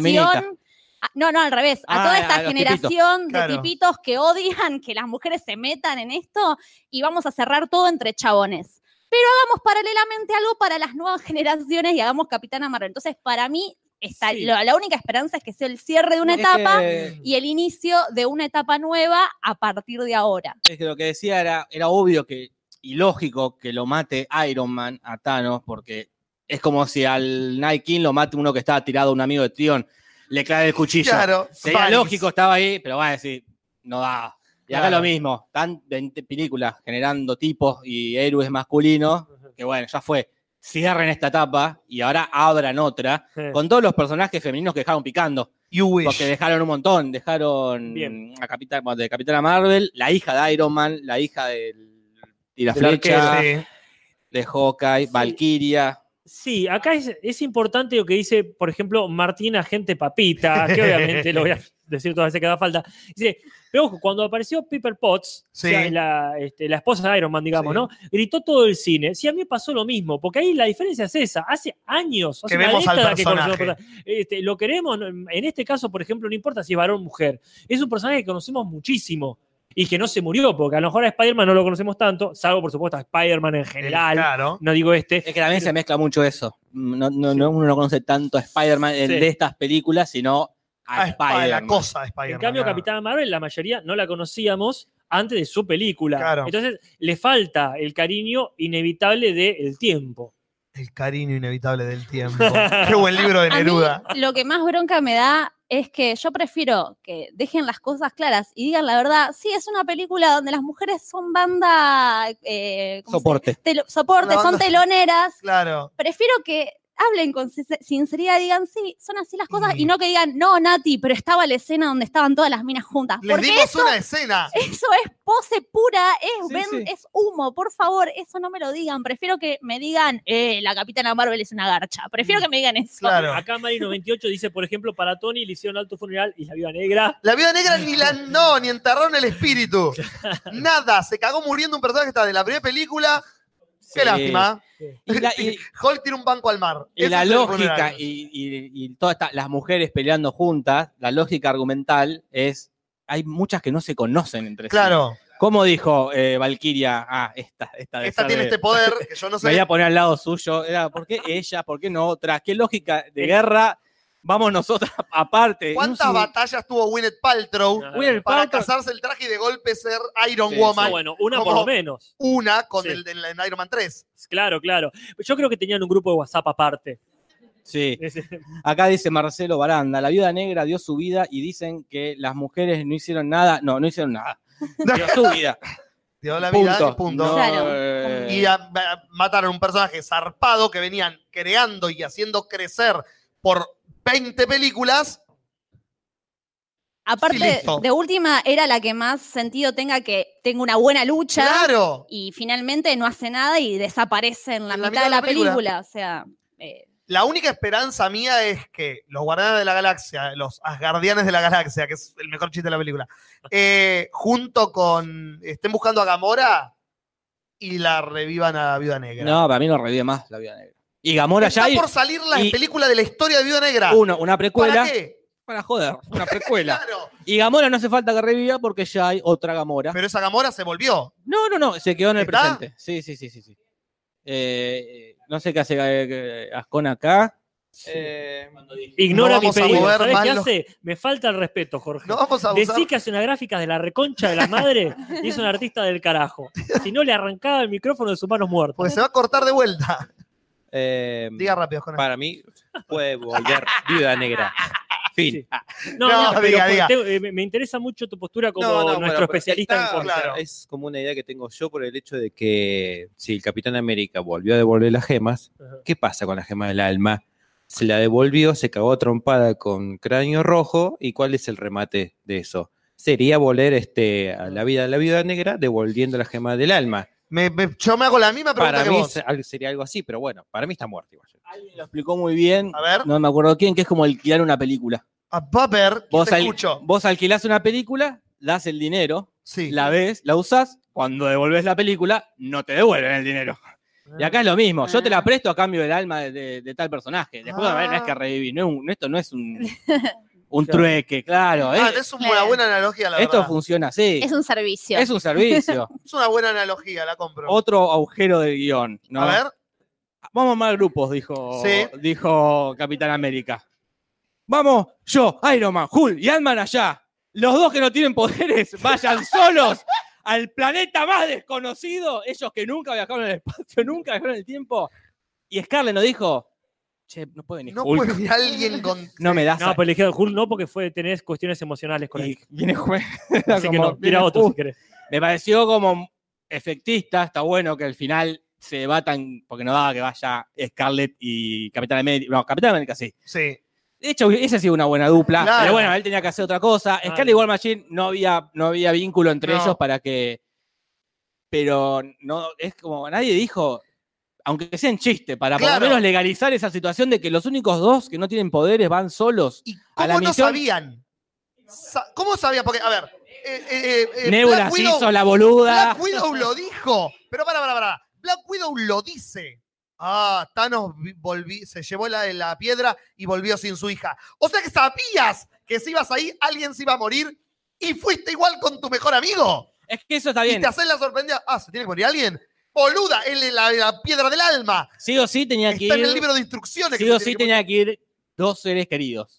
Speaker 17: minita.
Speaker 5: generación. Ah, No, no, al revés. A
Speaker 17: Ah,
Speaker 5: toda
Speaker 17: a
Speaker 5: esta
Speaker 17: los
Speaker 5: generación
Speaker 17: tipitos. Claro.
Speaker 5: de tipitos que odian que las mujeres se metan en esto y vamos a cerrar todo entre chabones. pero hagamos paralelamente algo para las nuevas generaciones y hagamos Capitana Marvel. Entonces, para mí, está,
Speaker 11: Sí.
Speaker 5: la, la única esperanza es que sea el cierre de una
Speaker 6: Es
Speaker 5: etapa
Speaker 6: que-
Speaker 5: y el inicio de una etapa nueva a partir de ahora.
Speaker 6: Es que lo que decía era, era obvio que, y lógico que lo mate Iron Man a Thanos, porque es como si al Night King lo mate uno que estaba tirado a un amigo de Trion, le clave el cuchillo.
Speaker 4: Claro,
Speaker 6: Sería
Speaker 4: Banks.
Speaker 6: lógico, estaba ahí, pero va a decir, no da. Y acá
Speaker 4: Claro.
Speaker 6: lo mismo, tan 20 películas generando tipos y héroes masculinos, que bueno, ya fue. Cierren esta etapa y ahora abran otra con todos los personajes femeninos que dejaron picando. Porque dejaron un montón. Dejaron a Capitán, bueno, de Capitana Marvel, la hija de Iron Man, la hija del Tiraflecha,
Speaker 3: arquero,
Speaker 6: de Hawkeye, Valkyria.
Speaker 3: Sí, acá es, es importante lo que dice, por ejemplo, Martín Agente Papita, que obviamente lo voy a decir todas las veces que da falta. Dice, pero ojo, cuando apareció Pepper Potts, o sea,
Speaker 4: Sí.
Speaker 3: la, este, la esposa de Iron Man, digamos, ¿no? Gritó todo el cine. Sí, a mí me pasó lo mismo, porque ahí la diferencia es esa. Hace años, hace
Speaker 4: Que
Speaker 3: una
Speaker 4: vemos al
Speaker 3: década que conocemos
Speaker 4: personaje.
Speaker 3: personajes. Este, lo queremos, no, en este caso, por ejemplo, no importa si es varón o mujer. Es un personaje que conocemos muchísimo. Y que no se murió, porque a lo mejor a Spider-Man no lo conocemos tanto, salvo por supuesto a Spider-Man en general. No digo este.
Speaker 6: Es que también se mezcla mucho eso. No, no- no- uno no conoce tanto a Spider-Man el
Speaker 3: Sí.
Speaker 6: de estas películas, sino a, Spider-Man.
Speaker 3: En cambio, Capitana Marvel, la mayoría no la conocíamos antes de su película.
Speaker 4: Claro.
Speaker 3: Entonces, le falta el cariño inevitable del tiempo.
Speaker 4: El cariño inevitable del tiempo. Qué buen libro de
Speaker 5: A mí,
Speaker 4: Neruda.
Speaker 5: lo que más bronca me da es que yo prefiero que dejen las cosas claras y digan la verdad. Sí, es una película donde las mujeres son banda. eh, ¿cómo se-
Speaker 6: Soporte.
Speaker 5: telo- soporte,
Speaker 4: Una
Speaker 5: son
Speaker 4: banda-
Speaker 5: teloneras.
Speaker 4: Claro.
Speaker 5: Prefiero que hablen con sin- sinceridad, digan sí, son así las cosas
Speaker 4: Mm.
Speaker 5: y no que digan, no, Nati, pero estaba la escena donde estaban todas las minas juntas.
Speaker 4: Les
Speaker 5: Porque
Speaker 4: dimos
Speaker 5: eso,
Speaker 4: una escena.
Speaker 5: eso es pose pura, es,
Speaker 4: Sí,
Speaker 5: ven-
Speaker 4: sí.
Speaker 5: es humo, por favor, eso no me lo digan. Prefiero que me digan, eh, la capitana Marvel es una garcha.
Speaker 4: Mm.
Speaker 5: Prefiero que me digan eso.
Speaker 3: Acá Mari98 dice, por ejemplo, para Tony le hicieron alto funeral y la viuda negra.
Speaker 4: La viuda negra ni la no, ni enterraron el espíritu. Nada, se cagó muriendo un personaje que está de la primera película. Qué
Speaker 6: Sí.
Speaker 4: lástima.
Speaker 6: Y la- y-
Speaker 4: Hulk tira un banco al mar.
Speaker 6: Y
Speaker 4: Ese
Speaker 6: la
Speaker 4: es el
Speaker 6: lógica
Speaker 4: funeral.
Speaker 6: y, y- y todas estas- las mujeres peleando juntas, la lógica argumental es, hay muchas que no se conocen entre
Speaker 4: Claro.
Speaker 6: sí. ¿Cómo dijo eh, Valkyria? Ah, esta, esta, de
Speaker 4: Esta
Speaker 6: ser
Speaker 4: tiene
Speaker 6: de-
Speaker 4: este poder que yo no
Speaker 6: Me voy
Speaker 4: sé.
Speaker 6: a poner al lado suyo. Era, ¿por qué ella? ¿Por qué no otra? ¿Qué lógica
Speaker 4: Eh.
Speaker 6: de guerra? Vamos nosotras aparte.
Speaker 4: ¿Cuántas
Speaker 6: No sé.
Speaker 4: batallas tuvo Winnet Paltrow
Speaker 6: Gwyneth
Speaker 4: para
Speaker 6: Paltrow-
Speaker 4: casarse el traje y de golpe ser Iron
Speaker 3: Sí,
Speaker 4: Woman?
Speaker 3: sí, bueno, una por
Speaker 4: Como
Speaker 3: lo menos.
Speaker 4: Una con
Speaker 3: Sí.
Speaker 4: el de en Iron Man 3.
Speaker 3: Claro, claro. Yo creo que tenían un grupo de WhatsApp aparte.
Speaker 6: Sí. Acá dice Marcelo Baranda, la viuda negra dio su vida y dicen que las mujeres no hicieron nada. No, no hicieron nada. Dio su vida.
Speaker 4: Dio la vida
Speaker 6: Punto.
Speaker 4: y punto.
Speaker 6: No, Claro. eh.
Speaker 4: Y a- a- mataron un personaje zarpado que venían creando y haciendo crecer por 20 películas.
Speaker 5: Aparte,
Speaker 4: Sí, listo.
Speaker 5: de última, era la que más sentido tenga que tenga una buena lucha.
Speaker 4: Claro.
Speaker 5: Y finalmente no hace nada y desaparece en la, mitad, de la película. O sea, eh,
Speaker 4: La única esperanza mía es que los Guardianes de la Galaxia, los Asgardianes de la Galaxia, que es el mejor chiste de la película, eh, junto con. estén buscando a Gamora y la revivan a Viuda Negra.
Speaker 6: No, para mí no revive más la viuda negra. Y Gamora
Speaker 4: Está
Speaker 6: ya hay
Speaker 4: por salir la
Speaker 6: y-
Speaker 4: película de la historia de Viuda Negra.
Speaker 6: uno, una precuela.
Speaker 4: ¿Para qué?
Speaker 6: Para joder, una precuela.
Speaker 4: Claro.
Speaker 6: Y Gamora no hace falta que reviva porque ya hay otra Gamora.
Speaker 4: Pero esa Gamora se volvió.
Speaker 6: No, no, no, se quedó en el
Speaker 4: ¿Está?
Speaker 6: presente. Sí, sí, sí, sí. sí. Eh, eh, no sé qué hace eh, eh, Ascón acá. Eh,
Speaker 3: Ignora
Speaker 6: No
Speaker 3: mi
Speaker 6: vamos a
Speaker 3: pedido.
Speaker 6: mover
Speaker 3: ¿Sabés
Speaker 6: más
Speaker 3: qué
Speaker 6: los-
Speaker 3: hace? Me falta el respeto, Jorge.
Speaker 4: No vamos a abusar.
Speaker 3: Decí que hace una gráfica de la reconcha de la madre y es un artista del carajo. Si no, le arrancaba el micrófono de sus manos muertas.
Speaker 4: Porque se va a cortar de vuelta.
Speaker 16: Eh,
Speaker 4: Diga rápido, Jonás.
Speaker 16: Para mí puede volver viuda negra. Fin.
Speaker 3: No,
Speaker 4: No,
Speaker 3: no, pero
Speaker 4: diga,
Speaker 3: por-
Speaker 4: diga.
Speaker 3: te- eh, me, me interesa mucho tu postura como
Speaker 16: No, no,
Speaker 3: nuestro
Speaker 16: bueno, pero
Speaker 3: especialista
Speaker 16: está-
Speaker 3: en
Speaker 16: claro, Es como una idea que tengo yo por el hecho de que si el Capitán América volvió a devolver las gemas, ¿qué pasa con las gemas del alma? Se la devolvió, se cagó a trompada con cráneo rojo, ¿y cuál es el remate de eso? Sería volver este, a la vida de la viuda negra devolviendo la gema del alma.
Speaker 4: Me- me- yo me hago la misma pregunta
Speaker 16: Para
Speaker 4: que
Speaker 16: mí
Speaker 4: vos.
Speaker 16: se- algo- sería algo así, pero bueno, para mí está muerto igual.
Speaker 6: Lo explicó muy bien.
Speaker 4: A ver.
Speaker 6: No me acuerdo quién, que es como alquilar una película.
Speaker 4: A Popper,
Speaker 6: Vos,
Speaker 4: te
Speaker 6: al-
Speaker 4: escucho.
Speaker 6: vos alquilás una película, das el dinero, la ves, la usás, cuando devolvés la película, no te devuelven el dinero. Y acá es lo mismo, yo te
Speaker 5: Ah.
Speaker 6: la presto a cambio del alma de, de- de tal personaje. Después, a ver, no es que reviví, no, es un- no, esto no es un... Un
Speaker 14: Claro.
Speaker 6: trueque, claro.
Speaker 4: Ah,
Speaker 6: eh.
Speaker 4: es una buena analogía, la
Speaker 6: Esto
Speaker 4: verdad.
Speaker 6: funciona así.
Speaker 5: Es un servicio.
Speaker 6: Es un servicio.
Speaker 4: Es una buena analogía, la compro.
Speaker 6: Otro agujero del guión. ¿no?
Speaker 4: A ver.
Speaker 6: Vamos a armar grupos, dijo,
Speaker 4: Sí.
Speaker 6: dijo Capitán América. Vamos, yo, Iron Man, Hulk y Ant-Man allá. Los dos que no tienen poderes, vayan solos al planeta más desconocido. Ellos que nunca viajaron en el espacio, nunca viajaron en el tiempo. Y Scarlett nos dijo, che, no pueden ir
Speaker 4: No
Speaker 6: Hulk.
Speaker 4: puede ir alguien con.
Speaker 6: No me das.
Speaker 3: No, pues pero elegido Hulk no porque fue, tenés cuestiones emocionales con él.
Speaker 6: Viene jue-
Speaker 3: Así que
Speaker 6: como,
Speaker 3: no,
Speaker 6: viene
Speaker 3: tira otro
Speaker 4: uh.
Speaker 3: si
Speaker 6: Hulk.
Speaker 3: querés.
Speaker 6: Me pareció como efectista, está bueno que al final se debatan, porque no daba que vaya Scarlett y Capitán América. No, Capitán América sí.
Speaker 4: Sí.
Speaker 6: De hecho, esa ha sido una buena dupla.
Speaker 4: Claro.
Speaker 6: Pero bueno, él tenía que hacer otra cosa. Scarlett y War Machine no había, no había vínculo entre
Speaker 4: No.
Speaker 6: ellos para que. Pero no, es como nadie dijo, aunque sea en chiste, para por
Speaker 4: Claro.
Speaker 6: lo menos legalizar esa situación de que los únicos dos que no tienen poderes van solos. a la
Speaker 4: ¿Cómo no
Speaker 6: misión.
Speaker 4: sabían? Sa- ¿Cómo sabían? Porque, a ver. Eh, eh, eh, eh,
Speaker 6: Nebula
Speaker 4: Black
Speaker 6: se
Speaker 4: Widow-
Speaker 6: hizo la boluda.
Speaker 4: Black Widow lo dijo. Pero para, para, para. Black Widow lo dice. Ah, Thanos vi- volví- se llevó la, la piedra y volvió sin su hija. O sea que sabías que si ibas ahí, alguien se iba a morir y fuiste igual con tu mejor amigo.
Speaker 6: Es que eso está bien.
Speaker 4: Y te haces la sorprendida. Ah, ¿se tiene que morir alguien? Boluda, él es la, la piedra del alma.
Speaker 6: Sí o sí tenía que
Speaker 4: Está en
Speaker 6: ir-
Speaker 4: el libro de instrucciones. que
Speaker 6: Sí o
Speaker 4: se
Speaker 6: sí
Speaker 4: tiene que
Speaker 6: tenía que ir dos seres queridos.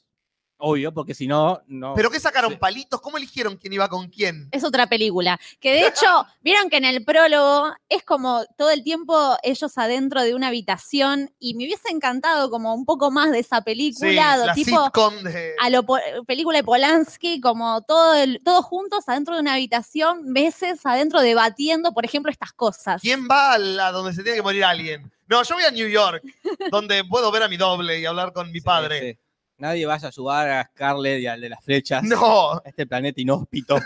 Speaker 6: Obvio, porque si no, no.
Speaker 4: morir. ¿Pero qué sacaron? ¿Palitos? ¿Cómo eligieron quién iba con quién?
Speaker 5: Es otra película. Que de hecho, vieron que en el prólogo es como todo el tiempo ellos adentro de una habitación y me hubiese encantado como un poco más de esa película, do-
Speaker 4: la
Speaker 5: tipo
Speaker 4: sitcom de...
Speaker 5: a lo po- película de Polanski, como todo el- todos juntos adentro de una habitación, veces adentro debatiendo, por ejemplo, estas cosas.
Speaker 4: ¿Quién va a, la- donde se tiene que morir alguien? No, yo voy a New York, donde puedo ver a mi doble y hablar con mi padre.
Speaker 6: sí. Nadie vaya a ayudar a Scarlett y al de las flechas.
Speaker 4: No.
Speaker 6: A este planeta inhóspito.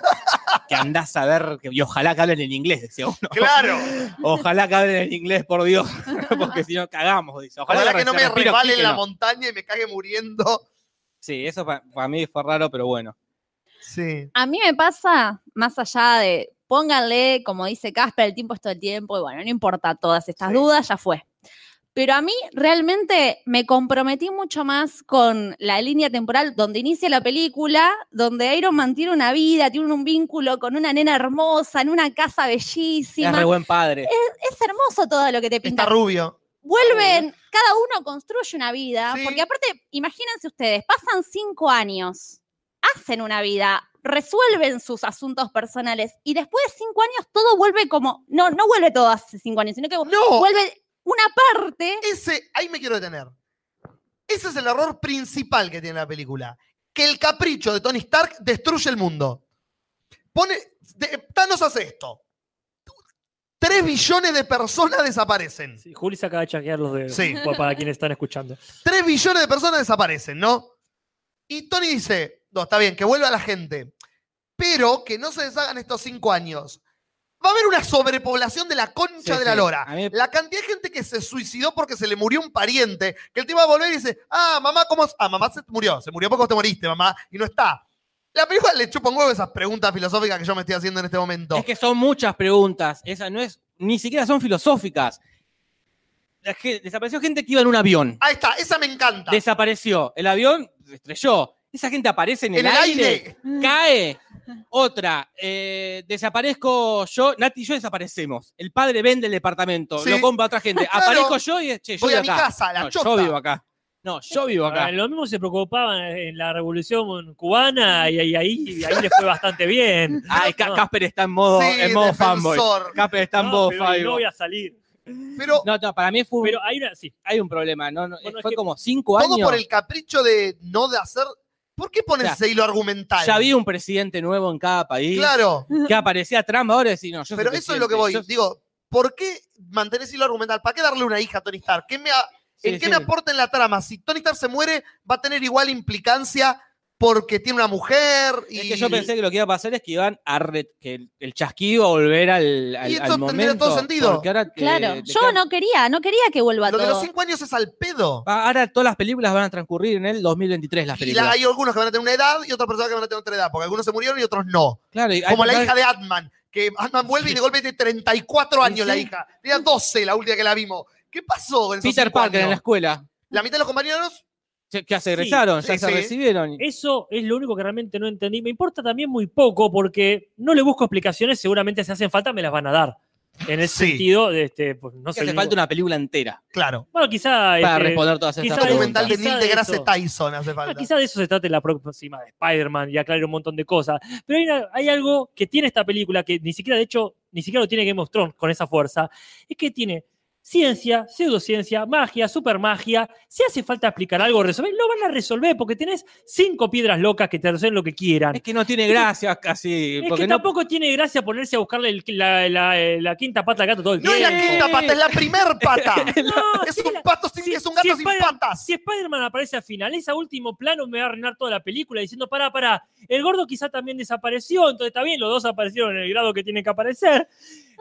Speaker 6: que andás a ver. que- y ojalá que hablen en inglés, decía uno.
Speaker 4: Claro.
Speaker 6: Ojalá que hablen en inglés, por Dios. porque si no, cagamos, dice.
Speaker 4: Ojalá, que no
Speaker 6: se
Speaker 4: me
Speaker 6: respiro
Speaker 4: resbale en
Speaker 6: pique,
Speaker 4: la
Speaker 6: no.
Speaker 4: montaña y me cague muriendo.
Speaker 6: Sí, eso para, mí fue raro, pero bueno.
Speaker 4: Sí.
Speaker 5: A mí me pasa, más allá de, pónganle, como dice Casper, el tiempo es todo el tiempo, y bueno, no importa todas estas dudas, ya fue. Pero a mí realmente me comprometí mucho más con la línea temporal donde inicia la película, donde Iron Man tiene una vida, tiene un vínculo con una nena hermosa, en una casa bellísima.
Speaker 6: es re buen padre.
Speaker 5: Es- es hermoso todo lo que te pinta.
Speaker 4: Está rubio.
Speaker 5: Vuelven, cada uno construye una vida,
Speaker 4: Sí.
Speaker 5: porque aparte, imagínense ustedes, pasan cinco años, hacen una vida, resuelven sus asuntos personales y después de cinco años todo vuelve como, no, no vuelve todo hace cinco años, sino que
Speaker 4: No.
Speaker 5: vuelve una parte.
Speaker 4: Ese, ahí me quiero detener. Ese es el error principal que tiene la película. Que el capricho de Tony Stark destruye el mundo. Pone, de- Thanos hace esto. Tres billones de personas desaparecen.
Speaker 3: Sí, Juli se acaba de chasquear los dedos
Speaker 4: Sí.
Speaker 3: pa- para quienes están escuchando.
Speaker 4: 3 billones de personas desaparecen, ¿no? Y Tony dice, no, está bien, que vuelva la gente, pero que no se deshagan estos cinco años. Va a haber una sobrepoblación de la concha
Speaker 6: Sí,
Speaker 4: de la
Speaker 6: sí,
Speaker 4: lora.
Speaker 6: a mí-
Speaker 4: La cantidad de gente que se suicidó porque se le murió un pariente, que el tío va a volver y dice, ah, mamá, ¿cómo? es? Ah, mamá se murió, se murió porque vos te moriste, mamá, y no está. La película le chupa un huevo esas preguntas filosóficas que yo me estoy haciendo en este momento.
Speaker 6: Es que son muchas preguntas. Esa no es, ni siquiera son filosóficas. La ge- Desapareció gente que iba en un avión.
Speaker 4: Ahí está, esa me encanta.
Speaker 6: Desapareció. El avión se estrelló. Esa gente aparece en el,
Speaker 4: En el
Speaker 6: aire,
Speaker 3: Mm.
Speaker 6: Cae. Otra. eh, desaparezco yo. Nati y yo desaparecemos. El padre vende el departamento.
Speaker 4: Sí.
Speaker 6: Lo compra otra gente.
Speaker 4: Claro.
Speaker 6: Aparezco yo y che, yo
Speaker 4: Voy
Speaker 6: vivo
Speaker 4: a mi
Speaker 6: acá.
Speaker 4: casa, la
Speaker 6: No, yo
Speaker 4: chota.
Speaker 6: vivo acá. No, yo vivo acá.
Speaker 3: Ah, Lo mismo se preocupaban en la revolución cubana y, y ahí, y ahí les fue bastante bien.
Speaker 6: Ay, Ca-
Speaker 3: No,
Speaker 6: Casper está en modo,
Speaker 4: Sí,
Speaker 6: en modo fanboy.
Speaker 4: defensor.
Speaker 6: Casper está en
Speaker 3: no,
Speaker 6: modo
Speaker 3: pero y no
Speaker 6: fanboy.
Speaker 3: voy a salir.
Speaker 4: Pero
Speaker 6: No, no, para mí fue un-
Speaker 3: Pero hay una, sí,
Speaker 6: hay un problema. No, no,
Speaker 3: Bueno, es
Speaker 6: fue
Speaker 3: que
Speaker 6: como cinco años.
Speaker 4: todo por el capricho de no de hacer... ¿Por qué pones
Speaker 6: O sea,
Speaker 4: ese hilo argumental?
Speaker 6: Ya había un presidente nuevo en cada país.
Speaker 4: Claro.
Speaker 6: Que aparecía Trump ahora y decía, no, yo soy
Speaker 4: Pero eso es lo
Speaker 6: presidente,
Speaker 4: que voy.
Speaker 6: yo-
Speaker 4: Digo, ¿por qué mantener ese hilo argumental? ¿Para qué darle una hija a Tony Stark? ¿Qué me a-
Speaker 6: Sí,
Speaker 4: ¿En qué
Speaker 6: sí.
Speaker 4: me aporta en la trama? Si Tony Stark se muere, va a tener igual implicancia porque tiene una mujer. Y,
Speaker 6: Es que yo pensé que lo que iba a pasar es que iban a re- que el, el chasquido iba a volver al, al,
Speaker 4: Y eso
Speaker 6: al
Speaker 4: tendría
Speaker 6: momento.
Speaker 4: todo sentido.
Speaker 6: porque ahora eh, te-
Speaker 5: Claro,
Speaker 6: te
Speaker 5: yo
Speaker 6: queda-
Speaker 5: no quería, no quería que vuelva
Speaker 4: lo de los
Speaker 5: todo.
Speaker 4: cinco años es al pedo.
Speaker 6: va- Ah, Ahora todas las películas van a transcurrir en el 2023, las
Speaker 4: Y
Speaker 6: películas.
Speaker 4: la- hay algunos que van a tener una edad y otras personas que van a tener otra edad, porque algunos se murieron y otros no.
Speaker 6: Claro, y hay
Speaker 4: Como la
Speaker 6: personas-
Speaker 4: hija de Atman, que Atman vuelve y de golpe tiene 34
Speaker 6: Sí,
Speaker 4: años la
Speaker 6: sí.
Speaker 4: hija. Tenía 12 la última que la vimos. ¿Qué pasó en esos
Speaker 6: Peter
Speaker 4: cinco
Speaker 6: Parker en la
Speaker 4: años?
Speaker 6: escuela.
Speaker 4: La mitad de los compañeros
Speaker 6: Ya- Ya se egresaron, ya se recibieron.
Speaker 3: Eso es lo único que realmente no entendí. Me importa también muy poco porque no le busco explicaciones, seguramente si hacen falta me las van a dar. En el sentido de este, pues, no
Speaker 6: Que
Speaker 3: sé.
Speaker 6: hace falta una película entera.
Speaker 4: Claro.
Speaker 3: Bueno, quizá.
Speaker 6: Para
Speaker 3: este,
Speaker 6: responder todas esas
Speaker 3: quizá
Speaker 6: preguntas.
Speaker 4: documental de
Speaker 3: quizá
Speaker 4: Neil
Speaker 3: de
Speaker 4: deGrasse
Speaker 3: eso.
Speaker 4: Tyson hace falta.
Speaker 3: Ah, quizá de eso se trate la próxima de Spider-Man y aclarar un montón de cosas. Pero hay, una- hay algo que tiene esta película que ni siquiera, de hecho, ni siquiera lo tiene Game of Thrones con esa fuerza. Es que tiene ciencia, pseudociencia, magia, supermagia. Si hace falta explicar algo, resolver, lo van a resolver porque tenés cinco piedras locas que te resuelven lo que quieran.
Speaker 6: Es que no tiene gracia casi.
Speaker 3: Es
Speaker 6: porque
Speaker 3: que
Speaker 6: no-
Speaker 3: tampoco tiene gracia ponerse a buscarle el- la, la- eh, la quinta pata al gato todo el
Speaker 4: No es
Speaker 3: tiempo.
Speaker 4: la quinta pata, es la primer pata.
Speaker 3: No,
Speaker 4: es,
Speaker 3: sí,
Speaker 4: un
Speaker 3: la-
Speaker 4: pato sin,
Speaker 3: si-
Speaker 4: es un gato
Speaker 3: si
Speaker 4: sin
Speaker 3: Spider-
Speaker 4: patas.
Speaker 3: Si Spider-Man aparece al final, ese último plano me va a arruinar toda la película diciendo, pará, pará, el gordo quizá también desapareció, entonces está bien, los dos aparecieron en el grado que tienen que aparecer.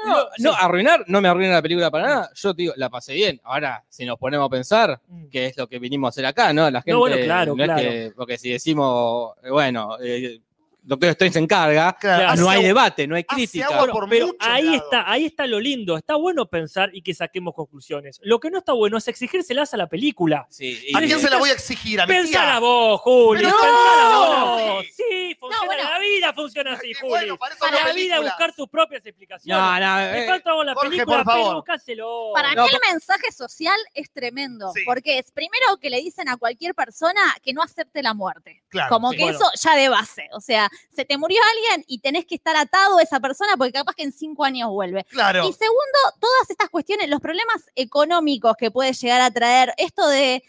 Speaker 6: No, no, arruinar, no me arruina la película para nada. Yo te digo, la pasé bien. Ahora, si nos ponemos a pensar, que es lo que vinimos a hacer acá, ¿no? La gente.
Speaker 3: No, bueno, claro,
Speaker 6: no es
Speaker 3: claro.
Speaker 6: que- porque si decimos, eh, bueno, eh, Doctor Strange se encarga,
Speaker 4: Claro.
Speaker 6: no
Speaker 4: Hace
Speaker 6: hay
Speaker 4: agua-
Speaker 6: debate, no hay
Speaker 4: hace
Speaker 6: crítica.
Speaker 4: agua por
Speaker 3: Pero
Speaker 4: muchos
Speaker 3: ahí
Speaker 4: lados.
Speaker 3: está, ahí está lo lindo, está bueno pensar y que saquemos conclusiones. Lo que no está bueno es exigírselas a la película.
Speaker 6: Sí, y-
Speaker 4: ¿A quién se la voy a exigir? ¿A mi
Speaker 3: Pensala
Speaker 4: tía?
Speaker 3: vos, Juli,
Speaker 4: Pero-
Speaker 3: pensala
Speaker 4: ¡No!
Speaker 3: vos. Sí, funciona,
Speaker 5: bueno.
Speaker 3: la vida funciona así, Juli.
Speaker 4: bueno, para eso
Speaker 3: Para
Speaker 4: no
Speaker 3: la vida
Speaker 4: películas.
Speaker 3: buscar tus propias explicaciones.
Speaker 6: No, no,
Speaker 3: Me
Speaker 6: eh,
Speaker 3: falta vos la
Speaker 4: Jorge,
Speaker 3: película,
Speaker 4: por favor.
Speaker 3: pero buscáselo.
Speaker 5: Para
Speaker 6: No,
Speaker 5: mí
Speaker 6: pa-
Speaker 5: el mensaje social es tremendo,
Speaker 4: Sí.
Speaker 5: porque es primero que le dicen a cualquier persona que no acepte la muerte.
Speaker 4: Claro,
Speaker 5: Como
Speaker 4: sí.
Speaker 5: que
Speaker 4: Bueno.
Speaker 5: eso ya de base, o sea, se te murió alguien y tenés que estar atado a esa persona porque capaz que en cinco años vuelve.
Speaker 4: Claro.
Speaker 5: Y segundo, todas estas cuestiones, los problemas económicos que puede llegar a traer, esto de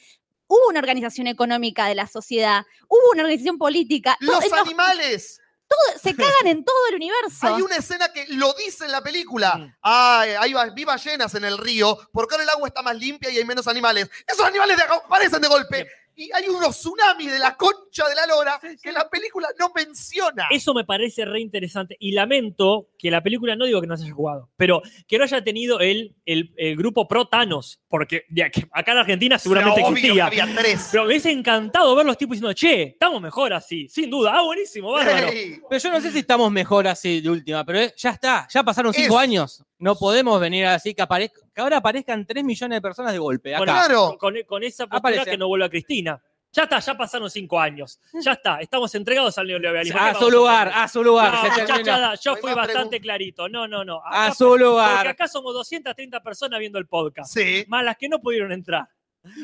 Speaker 5: hubo una organización económica de la sociedad, hubo una organización política, to-
Speaker 4: Los
Speaker 5: no,
Speaker 4: animales.
Speaker 5: todo- se cagan en todo el universo.
Speaker 4: Hay una escena que lo dice en la película. Ay, hay, ba- vi ballenas en el río, porque ahora el agua está más limpia y hay menos animales. Esos animales de acá aparecen de golpe. Y hay unos tsunamis de la concha de la lora que la película no menciona.
Speaker 3: Eso me parece re interesante. Y lamento que la película, no digo que no se haya jugado, pero que no haya tenido el, el, el grupo pro Thanos, porque de aquí- acá en Argentina seguramente
Speaker 4: Era obvio que
Speaker 3: existía.
Speaker 4: Había tres.
Speaker 3: Pero me hubiese encantado ver los tipos diciendo, che, estamos mejor así, sin duda. Ah, buenísimo, bárbaro.
Speaker 4: Ey,
Speaker 6: Pero yo no sé si estamos mejor así de última, pero eh, ya está, ya pasaron cinco
Speaker 4: Es-
Speaker 6: años. No podemos venir así que, aparezca, que ahora aparezcan tres millones de personas de golpe. Acá.
Speaker 3: Con,
Speaker 4: Claro.
Speaker 3: con- con esa postura
Speaker 6: Aparece.
Speaker 3: que no vuelva Cristina. Ya está, ya pasaron cinco años. Ya está, estamos entregados al neoliberalismo. ¿Qué
Speaker 6: a su
Speaker 3: vamos
Speaker 6: lugar,
Speaker 3: hacer?
Speaker 6: a su lugar.
Speaker 3: No,
Speaker 6: se terminó.
Speaker 3: muchachada, yo
Speaker 4: No hay
Speaker 3: fui
Speaker 4: más
Speaker 3: bastante clarito. No, no, no.
Speaker 6: A
Speaker 3: Acá-
Speaker 6: su
Speaker 3: Porque
Speaker 6: lugar.
Speaker 3: acá somos 230 personas viendo el podcast.
Speaker 4: Sí.
Speaker 3: Más las que no pudieron entrar.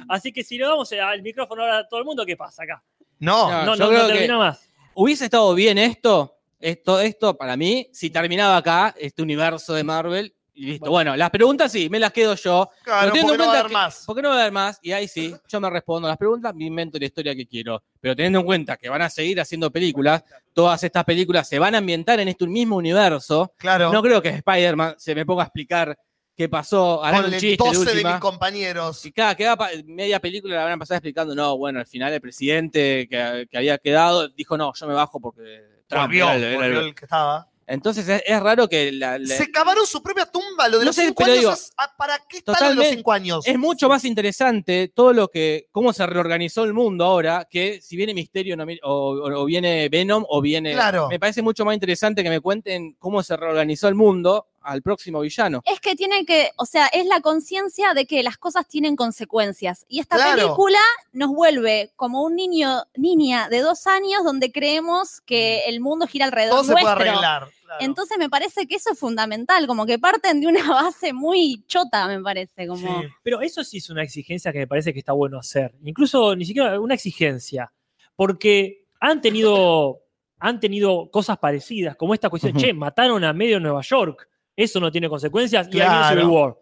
Speaker 3: Así que si le damos al micrófono ahora a todo el mundo, ¿qué pasa acá?
Speaker 4: No.
Speaker 6: No,
Speaker 3: No,
Speaker 6: yo
Speaker 3: no,
Speaker 6: creo
Speaker 3: no
Speaker 6: que-
Speaker 3: termina más.
Speaker 6: Hubiese estado bien esto, esto, esto para mí, si terminaba acá, este universo de Marvel. Y listo. Bueno, las preguntas sí, me las quedo yo.
Speaker 4: Claro,
Speaker 6: Pero teniendo
Speaker 4: porque
Speaker 6: en
Speaker 4: no va a
Speaker 6: cuenta
Speaker 4: haber
Speaker 6: que-
Speaker 4: más.
Speaker 6: ¿Por qué no va a haber más? Y ahí sí, yo me respondo las preguntas, me invento la historia que quiero. Pero teniendo en cuenta que van a seguir haciendo películas, todas estas películas se van a ambientar en este mismo universo.
Speaker 4: Claro.
Speaker 6: No creo que Spider-Man se me ponga a explicar qué pasó, harán un
Speaker 4: Ponle
Speaker 6: chiste de
Speaker 4: 12 de,
Speaker 6: última.
Speaker 4: mis compañeros.
Speaker 6: Y cada que va pa- media película la van a pasar explicando, no, bueno, al final el presidente que, que había quedado dijo, no, yo me bajo porque Trump
Speaker 4: Volvió,
Speaker 6: era el- era el-
Speaker 4: volvió el que estaba.
Speaker 6: Entonces es, es raro que la- la-
Speaker 4: Se cavaron su propia tumba. Lo de
Speaker 6: No
Speaker 4: los
Speaker 6: sé,
Speaker 4: 5
Speaker 6: pero
Speaker 4: años.
Speaker 6: digo,
Speaker 4: es- ah, ¿Para qué está lo de los
Speaker 6: totalmente-
Speaker 4: 5 años?
Speaker 6: es mucho más interesante todo lo que, cómo se reorganizó el mundo ahora, que si viene Misterio no mi- o, o- o viene Venom o viene...
Speaker 4: Claro.
Speaker 6: Me parece mucho más interesante que me cuenten cómo se reorganizó el mundo al próximo villano.
Speaker 5: es que tiene que, o sea, es la conciencia de que las cosas tienen consecuencias. Y esta
Speaker 4: Claro.
Speaker 5: película nos vuelve como un niño, niña de dos años donde creemos que el mundo gira alrededor
Speaker 4: Todo se puede
Speaker 5: nuestro.
Speaker 4: arreglar. claro.
Speaker 5: Entonces me parece que eso es fundamental, como que parten de una base muy chota, me parece, como
Speaker 3: Pero eso sí es una exigencia que me parece que está bueno hacer. Incluso ni siquiera una exigencia. Porque han tenido, han tenido cosas parecidas, como esta cuestión,
Speaker 6: Ujú.
Speaker 3: che, mataron a medio Nueva York. Eso no tiene consecuencias. Y ahí vino
Speaker 4: Claro.
Speaker 3: Civil War.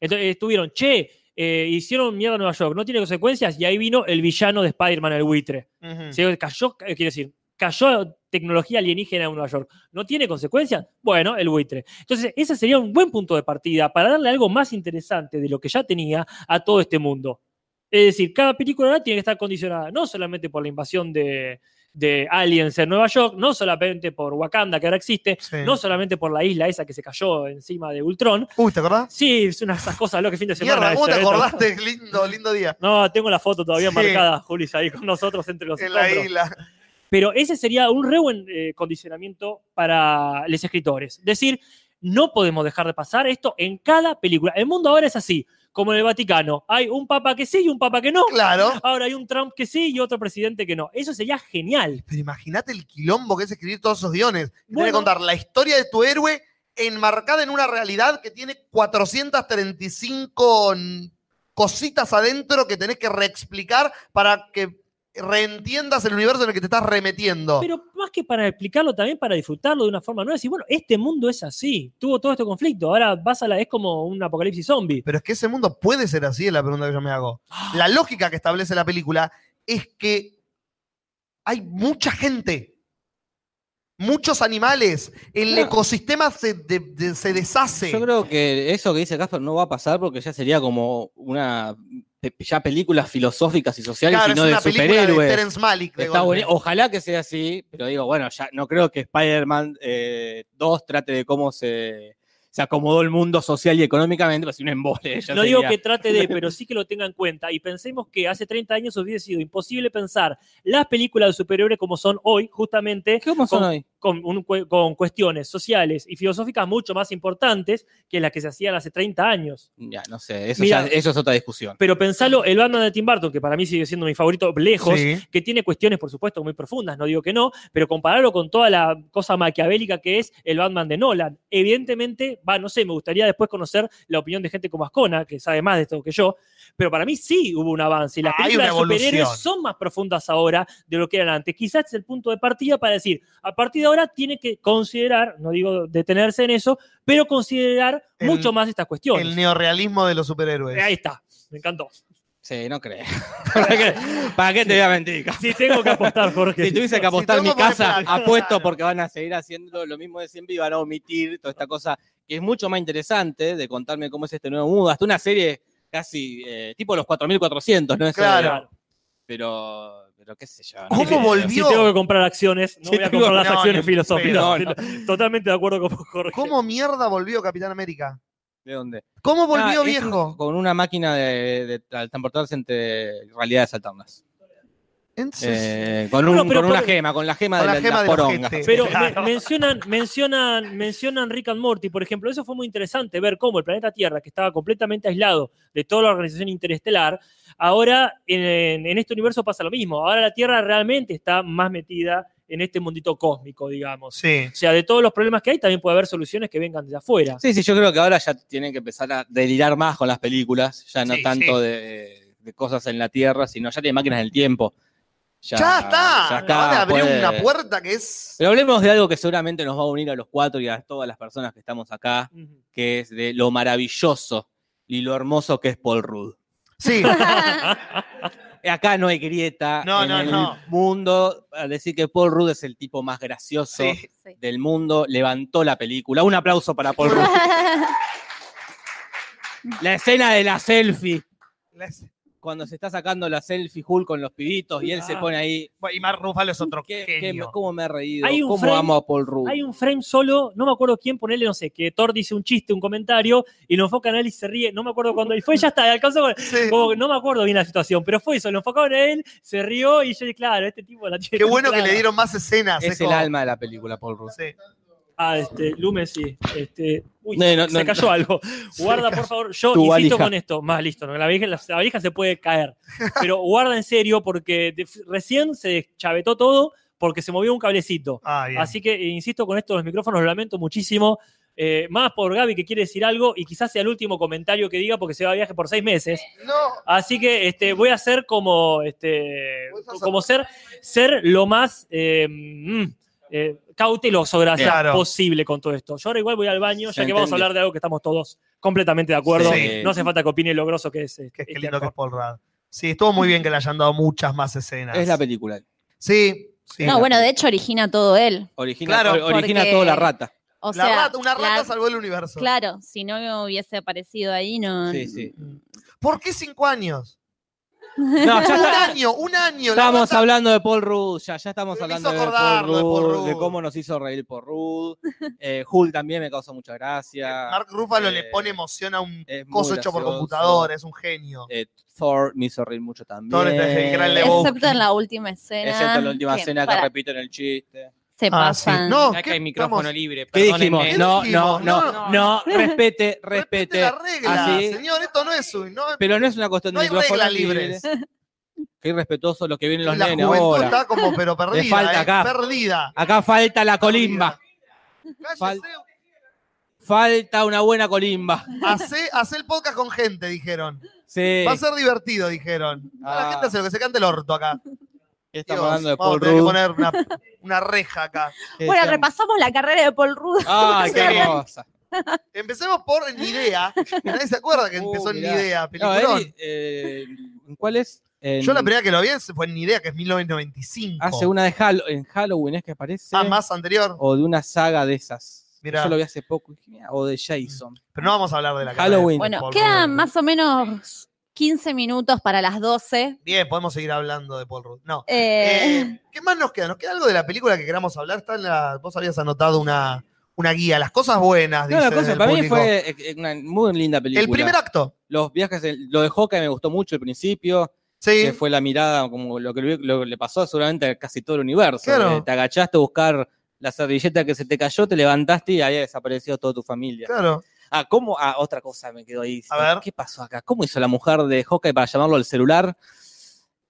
Speaker 3: Entonces estuvieron, che, eh, hicieron mierda a Nueva York, no tiene consecuencias. Y ahí vino el villano de Spider-Man, el buitre.
Speaker 4: Ujú.
Speaker 3: Se cayó, eh, quiero decir, cayó tecnología alienígena en Nueva York. ¿No tiene consecuencias? Bueno, el buitre. Entonces, ese sería un buen punto de partida para darle algo más interesante de lo que ya tenía a todo este mundo. Es decir, cada película ahora tiene que estar condicionada no solamente por la invasión de, de aliens en Nueva York, no solamente por Wakanda, que ahora existe,
Speaker 4: Sí.
Speaker 3: no solamente por la isla esa que se cayó encima de Ultron.
Speaker 4: Uy, ¿te acordás?
Speaker 3: Sí, es una de esas cosas, lo que fin de semana.
Speaker 4: Mierda, ¿cómo te
Speaker 3: esto, ¿eh?
Speaker 4: acordaste? Este, Lindo, lindo día.
Speaker 3: No, tengo la foto todavía
Speaker 4: Sí.
Speaker 3: marcada, Juli, ahí con nosotros entre los
Speaker 4: En la
Speaker 3: escombros.
Speaker 4: isla.
Speaker 3: Pero ese sería un re buen eh, condicionamiento para los escritores. Decir, no podemos dejar de pasar esto en cada película. El mundo ahora es así. como en el Vaticano. Hay un papa que sí y un papa que no.
Speaker 4: Claro.
Speaker 3: Ahora hay un Trump que sí y otro presidente que no. Eso sería genial.
Speaker 4: Pero imagínate el quilombo que es escribir todos esos guiones. Tiene
Speaker 3: Bueno.
Speaker 4: que contar la historia de tu héroe enmarcada en una realidad que tiene 435 n- cositas adentro que tenés que reexplicar para que reentiendas el universo en el que te estás remetiendo.
Speaker 3: Pero más que para explicarlo, también para disfrutarlo de una forma nueva. Decir, bueno, este mundo es así. Tuvo todo este conflicto. Ahora vas a la. Es como un apocalipsis zombie.
Speaker 4: Pero es que ese mundo puede ser así, es la pregunta que yo me hago. La lógica que establece la película es que hay mucha gente, muchos animales, el
Speaker 6: Claro.
Speaker 4: ecosistema se, de- de- se deshace.
Speaker 6: Yo creo que eso que dice Casper no va a pasar porque ya sería como una pe- ya películas filosóficas y sociales
Speaker 4: Claro,
Speaker 6: y no
Speaker 4: es
Speaker 6: de
Speaker 4: una película de
Speaker 6: superhéroes.
Speaker 4: Terence Malick. de
Speaker 6: Está
Speaker 4: golpe.
Speaker 6: bueni- Ojalá que sea así, pero digo, bueno, ya no creo que Spider-Man eh, 2 trate de cómo se, se acomodó el mundo social y económicamente, pero si un embole. ya
Speaker 3: No digo
Speaker 6: sería-
Speaker 3: que trate de, pero sí que lo tenga en cuenta. Y pensemos que hace 30 años hubiese sido imposible pensar las películas de superhéroes como son hoy, justamente.
Speaker 6: ¿Cómo son
Speaker 3: con,
Speaker 6: hoy?
Speaker 3: Con, un cue- con cuestiones sociales y filosóficas mucho más importantes que las que se hacían hace 30 años.
Speaker 6: Ya, no sé, eso,
Speaker 3: Mira.
Speaker 6: ya- eso es otra discusión.
Speaker 3: Pero pensalo, el Batman de Tim Burton, que para mí sigue siendo mi favorito lejos,
Speaker 6: Sí.
Speaker 3: que tiene cuestiones, por supuesto, muy profundas, no digo que no, pero compararlo con toda la cosa maquiavélica que es el Batman de Nolan. Evidentemente, va, no sé, me gustaría después conocer la opinión de gente como Ascona, que sabe más de esto que yo, pero para mí sí hubo un avance. Y las
Speaker 4: Hay una
Speaker 3: películas de superhéroes
Speaker 4: evolución.
Speaker 3: son más profundas ahora de lo que eran antes. Quizás es el punto de partida para decir, a partir de ahora tiene que considerar, no digo detenerse en eso, pero considerar
Speaker 4: El-
Speaker 3: mucho más estas cuestiones.
Speaker 4: El neorealismo de los superhéroes.
Speaker 3: Ahí está, me encantó.
Speaker 6: Sí, no creo. ¿Para qué, para qué te voy a mentir? Casper?
Speaker 3: Si tengo que apostar, Jorge.
Speaker 6: Si tuviese que apostar mi casa, apuesto porque van a seguir haciendo lo mismo de siempre y van a omitir toda esta cosa que es mucho más interesante de contarme cómo es este nuevo mundo. Hasta una serie casi eh, tipo los 4400, ¿no? Esa de-
Speaker 4: Claro.
Speaker 6: Pero, pero qué sé yo. no
Speaker 4: ¿Cómo
Speaker 6: sé.
Speaker 4: volvió?
Speaker 3: Si tengo que comprar acciones, no
Speaker 6: Sí,
Speaker 3: voy a
Speaker 6: tengo-
Speaker 3: comprar las
Speaker 6: no,
Speaker 3: acciones
Speaker 6: no,
Speaker 3: filosóficas.
Speaker 6: no, no.
Speaker 3: Totalmente de acuerdo con Jorge.
Speaker 4: ¿Cómo mierda volvió Capitán América?
Speaker 6: ¿De dónde?
Speaker 4: ¿Cómo volvió
Speaker 6: Ah, es
Speaker 4: viejo?
Speaker 6: un- con una máquina de, de tra- transportarse entre realidades alternas.
Speaker 4: Entonces,
Speaker 6: Eh, con un-
Speaker 3: Bueno, pero
Speaker 6: con una
Speaker 3: por-
Speaker 6: gema, con la gema de
Speaker 4: con la
Speaker 6: la,
Speaker 4: gema
Speaker 6: la
Speaker 4: de la
Speaker 6: poronga.
Speaker 4: gente.
Speaker 3: Pero
Speaker 4: Claro.
Speaker 3: me- mencionan, mencionan, mencionan Rick and Morty, por ejemplo. Eso fue muy interesante ver cómo el planeta Tierra, que estaba completamente aislado de toda la organización interestelar, ahora en, en este universo pasa lo mismo. Ahora la Tierra realmente está más metida en este mundito cósmico, digamos.
Speaker 4: Sí.
Speaker 3: O sea, de todos los problemas que hay, también puede haber soluciones que vengan de afuera.
Speaker 6: Sí, sí, yo creo que ahora ya tienen que empezar a delirar más con las películas, ya no
Speaker 4: Sí,
Speaker 6: tanto
Speaker 4: sí.
Speaker 6: de, de cosas en la Tierra, sino ya tiene máquinas del tiempo.
Speaker 4: ya, está.
Speaker 6: ya pues.
Speaker 4: Acaba de abrir
Speaker 6: puede-
Speaker 4: una puerta que es.
Speaker 6: Pero hablemos de algo que seguramente nos va a unir a los cuatro y a todas las personas que estamos acá, que es de lo maravilloso y lo hermoso que es Paul Rudd.
Speaker 4: Sí.
Speaker 6: Acá no hay grieta
Speaker 4: No,
Speaker 6: en
Speaker 4: no,
Speaker 6: el
Speaker 4: no.
Speaker 6: mundo. A decir que Paul Rudd es el tipo más gracioso
Speaker 4: Sí.
Speaker 6: del mundo, levantó la película. Un aplauso para Paul Rudd. La escena de la selfie. Cuando se está sacando la selfie Hulk con los pibitos y él se pone ahí.
Speaker 4: Ah. Y Mark Ruffalo es otro
Speaker 6: ¿Qué, qué-
Speaker 4: genio.
Speaker 6: ¿Cómo me he reído?
Speaker 3: Hay un
Speaker 6: ¿Cómo
Speaker 3: frame-
Speaker 6: amo a Paul Rudd?
Speaker 3: Hay un frame solo, no me acuerdo quién, ponele, no sé, que Thor dice un chiste, un comentario, y lo enfocan a él y se ríe, no me acuerdo cuándo, y fue, ya está, alcanzó con- como que no me acuerdo bien la situación, pero fue eso, lo enfocaron a él, se rió, y yo dije, claro, este tipo la tiene.
Speaker 4: Qué bueno que
Speaker 3: clara.
Speaker 4: le dieron más escenas.
Speaker 6: es el
Speaker 4: como-
Speaker 6: alma de la película, Paul Rudd.
Speaker 4: Sí.
Speaker 3: Ah, este, Lumen sí, este, uy,
Speaker 6: No, no,
Speaker 3: se
Speaker 6: no,
Speaker 3: cayó
Speaker 6: no.
Speaker 3: algo.
Speaker 6: Se
Speaker 3: Guarda,
Speaker 6: cayó.
Speaker 3: por favor, yo
Speaker 6: Tu
Speaker 3: insisto
Speaker 6: valija.
Speaker 3: con esto, más listo, ¿no? la, valija, la- la valija se puede caer, pero guarda en serio porque de- recién se deschavetó todo porque se movió un cablecito.
Speaker 4: Ah, bien.
Speaker 3: Así que eh, insisto con esto, los micrófonos lo lamento muchísimo. eh, más por Gaby que quiere decir algo y quizás sea el último comentario que diga porque se va a viaje por seis meses.
Speaker 4: No.
Speaker 3: Así que este, voy a ser como este, como ser, ser lo más eh, mm, eh, cauteloso, gracias,
Speaker 4: Claro.
Speaker 3: posible con todo esto. Yo ahora igual voy al baño, ya
Speaker 6: Se
Speaker 3: que vamos a
Speaker 6: entendió.
Speaker 3: hablar de algo que estamos todos completamente de acuerdo.
Speaker 6: Sí.
Speaker 3: No hace falta que opine lo groso que es. eh,
Speaker 4: Qué, qué
Speaker 3: este
Speaker 4: lindo que
Speaker 3: actor.
Speaker 4: es Paul Rudd. Sí, estuvo muy bien que le hayan dado muchas más escenas.
Speaker 6: Es la película.
Speaker 4: Sí. sí.
Speaker 5: No, bueno, de hecho origina todo él.
Speaker 6: Origina,
Speaker 4: Claro,
Speaker 6: or- origina
Speaker 5: porque-
Speaker 6: todo la rata.
Speaker 5: O
Speaker 4: La
Speaker 5: sea,
Speaker 4: rata- una rata
Speaker 5: la-
Speaker 4: salvó el universo.
Speaker 5: Claro, si no hubiese aparecido ahí, no.
Speaker 6: Sí, sí.
Speaker 4: ¿Por qué cinco años?
Speaker 6: No, ya
Speaker 4: un
Speaker 6: está-
Speaker 4: año, un año. la
Speaker 6: Estamos
Speaker 4: rata-
Speaker 6: hablando de Paul Rudd, ya, ya estamos
Speaker 4: Me
Speaker 6: hablando
Speaker 4: hizo
Speaker 6: de
Speaker 4: acordar
Speaker 6: Paul,
Speaker 4: lo de Paul
Speaker 6: Rudd,
Speaker 4: Rudd.
Speaker 6: de cómo nos hizo reír Paul Rudd. Eh, Hulk también me causó mucha gracia.
Speaker 4: Mark Ruffalo le
Speaker 6: Eh,
Speaker 4: pone emoción a un
Speaker 6: es muy
Speaker 4: coso hecho por
Speaker 6: gracioso.
Speaker 4: computadora, es un genio.
Speaker 6: Eh, Thor me hizo reír mucho también.
Speaker 4: Thor es el gran Lebowski.
Speaker 5: Excepto en la última escena.
Speaker 6: Excepto en la última
Speaker 5: que,
Speaker 6: escena que
Speaker 5: para-
Speaker 6: repiten el chiste.
Speaker 5: Se
Speaker 14: Ah,
Speaker 5: pasan.
Speaker 4: Ah, No,
Speaker 14: Acá
Speaker 4: ¿qué
Speaker 14: hay micrófono
Speaker 4: estamos-
Speaker 14: libre.
Speaker 6: ¿Qué dijimos?
Speaker 14: perdónenme.
Speaker 6: No, no, no, no, respete, respete.
Speaker 4: Respete la regla,
Speaker 6: Así,
Speaker 4: señor, esto no es un... No,
Speaker 6: pero no es una cuestión
Speaker 4: no
Speaker 6: de
Speaker 4: hay
Speaker 6: ah, micrófono
Speaker 4: reglas
Speaker 6: libre.
Speaker 4: libres.
Speaker 6: Qué irrespetuoso los que vienen los
Speaker 4: La
Speaker 6: nenes
Speaker 4: juventud
Speaker 6: ahora.
Speaker 4: está como pero
Speaker 6: Le
Speaker 4: perdida,
Speaker 6: falta
Speaker 4: eh,
Speaker 6: acá.
Speaker 4: perdida.
Speaker 6: Acá falta la colimba.
Speaker 4: Cállese,
Speaker 6: Falta una buena colimba.
Speaker 4: hacé, hacé el podcast con gente, dijeron.
Speaker 6: Sí. Ah.
Speaker 4: Va a ser divertido, dijeron. A La gente hace lo que se cante el orto acá.
Speaker 6: Estamos
Speaker 4: Dios,
Speaker 6: hablando de
Speaker 4: vamos
Speaker 6: Paul
Speaker 4: a tener que
Speaker 6: Rudd.
Speaker 4: poner una, una reja acá.
Speaker 5: Bueno, repasamos la carrera de Paul Rudd.
Speaker 6: Ah, qué hermosa.
Speaker 4: Empecemos por Ni Idea. Nadie se acuerda que empezó en Ni
Speaker 6: Uh, mirá.
Speaker 4: Idea,
Speaker 6: No,
Speaker 4: peliculón.
Speaker 6: él, eh, ¿Cuál es? En-
Speaker 4: Yo la primera que lo vi fue en Ni Idea, que es 1995.
Speaker 6: Hace una de Hall- en Halloween, es que aparece.
Speaker 4: Ah, más anterior.
Speaker 6: O de una saga de esas.
Speaker 4: Mirá.
Speaker 6: Yo lo vi hace poco. y dije, "Mira", O de Jason.
Speaker 4: Pero no vamos a hablar de la
Speaker 6: Halloween.
Speaker 4: carrera de
Speaker 5: Bueno,
Speaker 4: Paul
Speaker 5: quedan
Speaker 4: Rudd.
Speaker 5: más o menos 15 minutos para las 12.
Speaker 4: Bien, podemos seguir hablando de Paul Rudd. No.
Speaker 5: Eh,
Speaker 4: Eh, ¿Qué más nos queda? Nos queda algo de la película que queramos hablar. Está en la- vos habías anotado una, una guía, las cosas buenas.
Speaker 6: No, la
Speaker 4: dice
Speaker 6: cosa,
Speaker 4: el
Speaker 6: para mí
Speaker 4: público.
Speaker 6: fue eh, una muy linda película.
Speaker 4: El primer acto.
Speaker 6: Los viajes, en- lo de Hawkeye me gustó mucho al principio.
Speaker 4: Sí.
Speaker 6: Que fue la mirada, como lo que, le- lo que le pasó seguramente a casi todo el universo.
Speaker 4: Claro.
Speaker 6: Eh, Te agachaste a buscar la servilleta que se te cayó, te levantaste y había desaparecido toda tu familia.
Speaker 4: Claro.
Speaker 6: Ah, ¿cómo? Ah, otra cosa me quedó ahí.
Speaker 4: A ver.
Speaker 6: ¿Qué pasó acá? ¿Cómo hizo la mujer de Hawkeye para llamarlo al celular?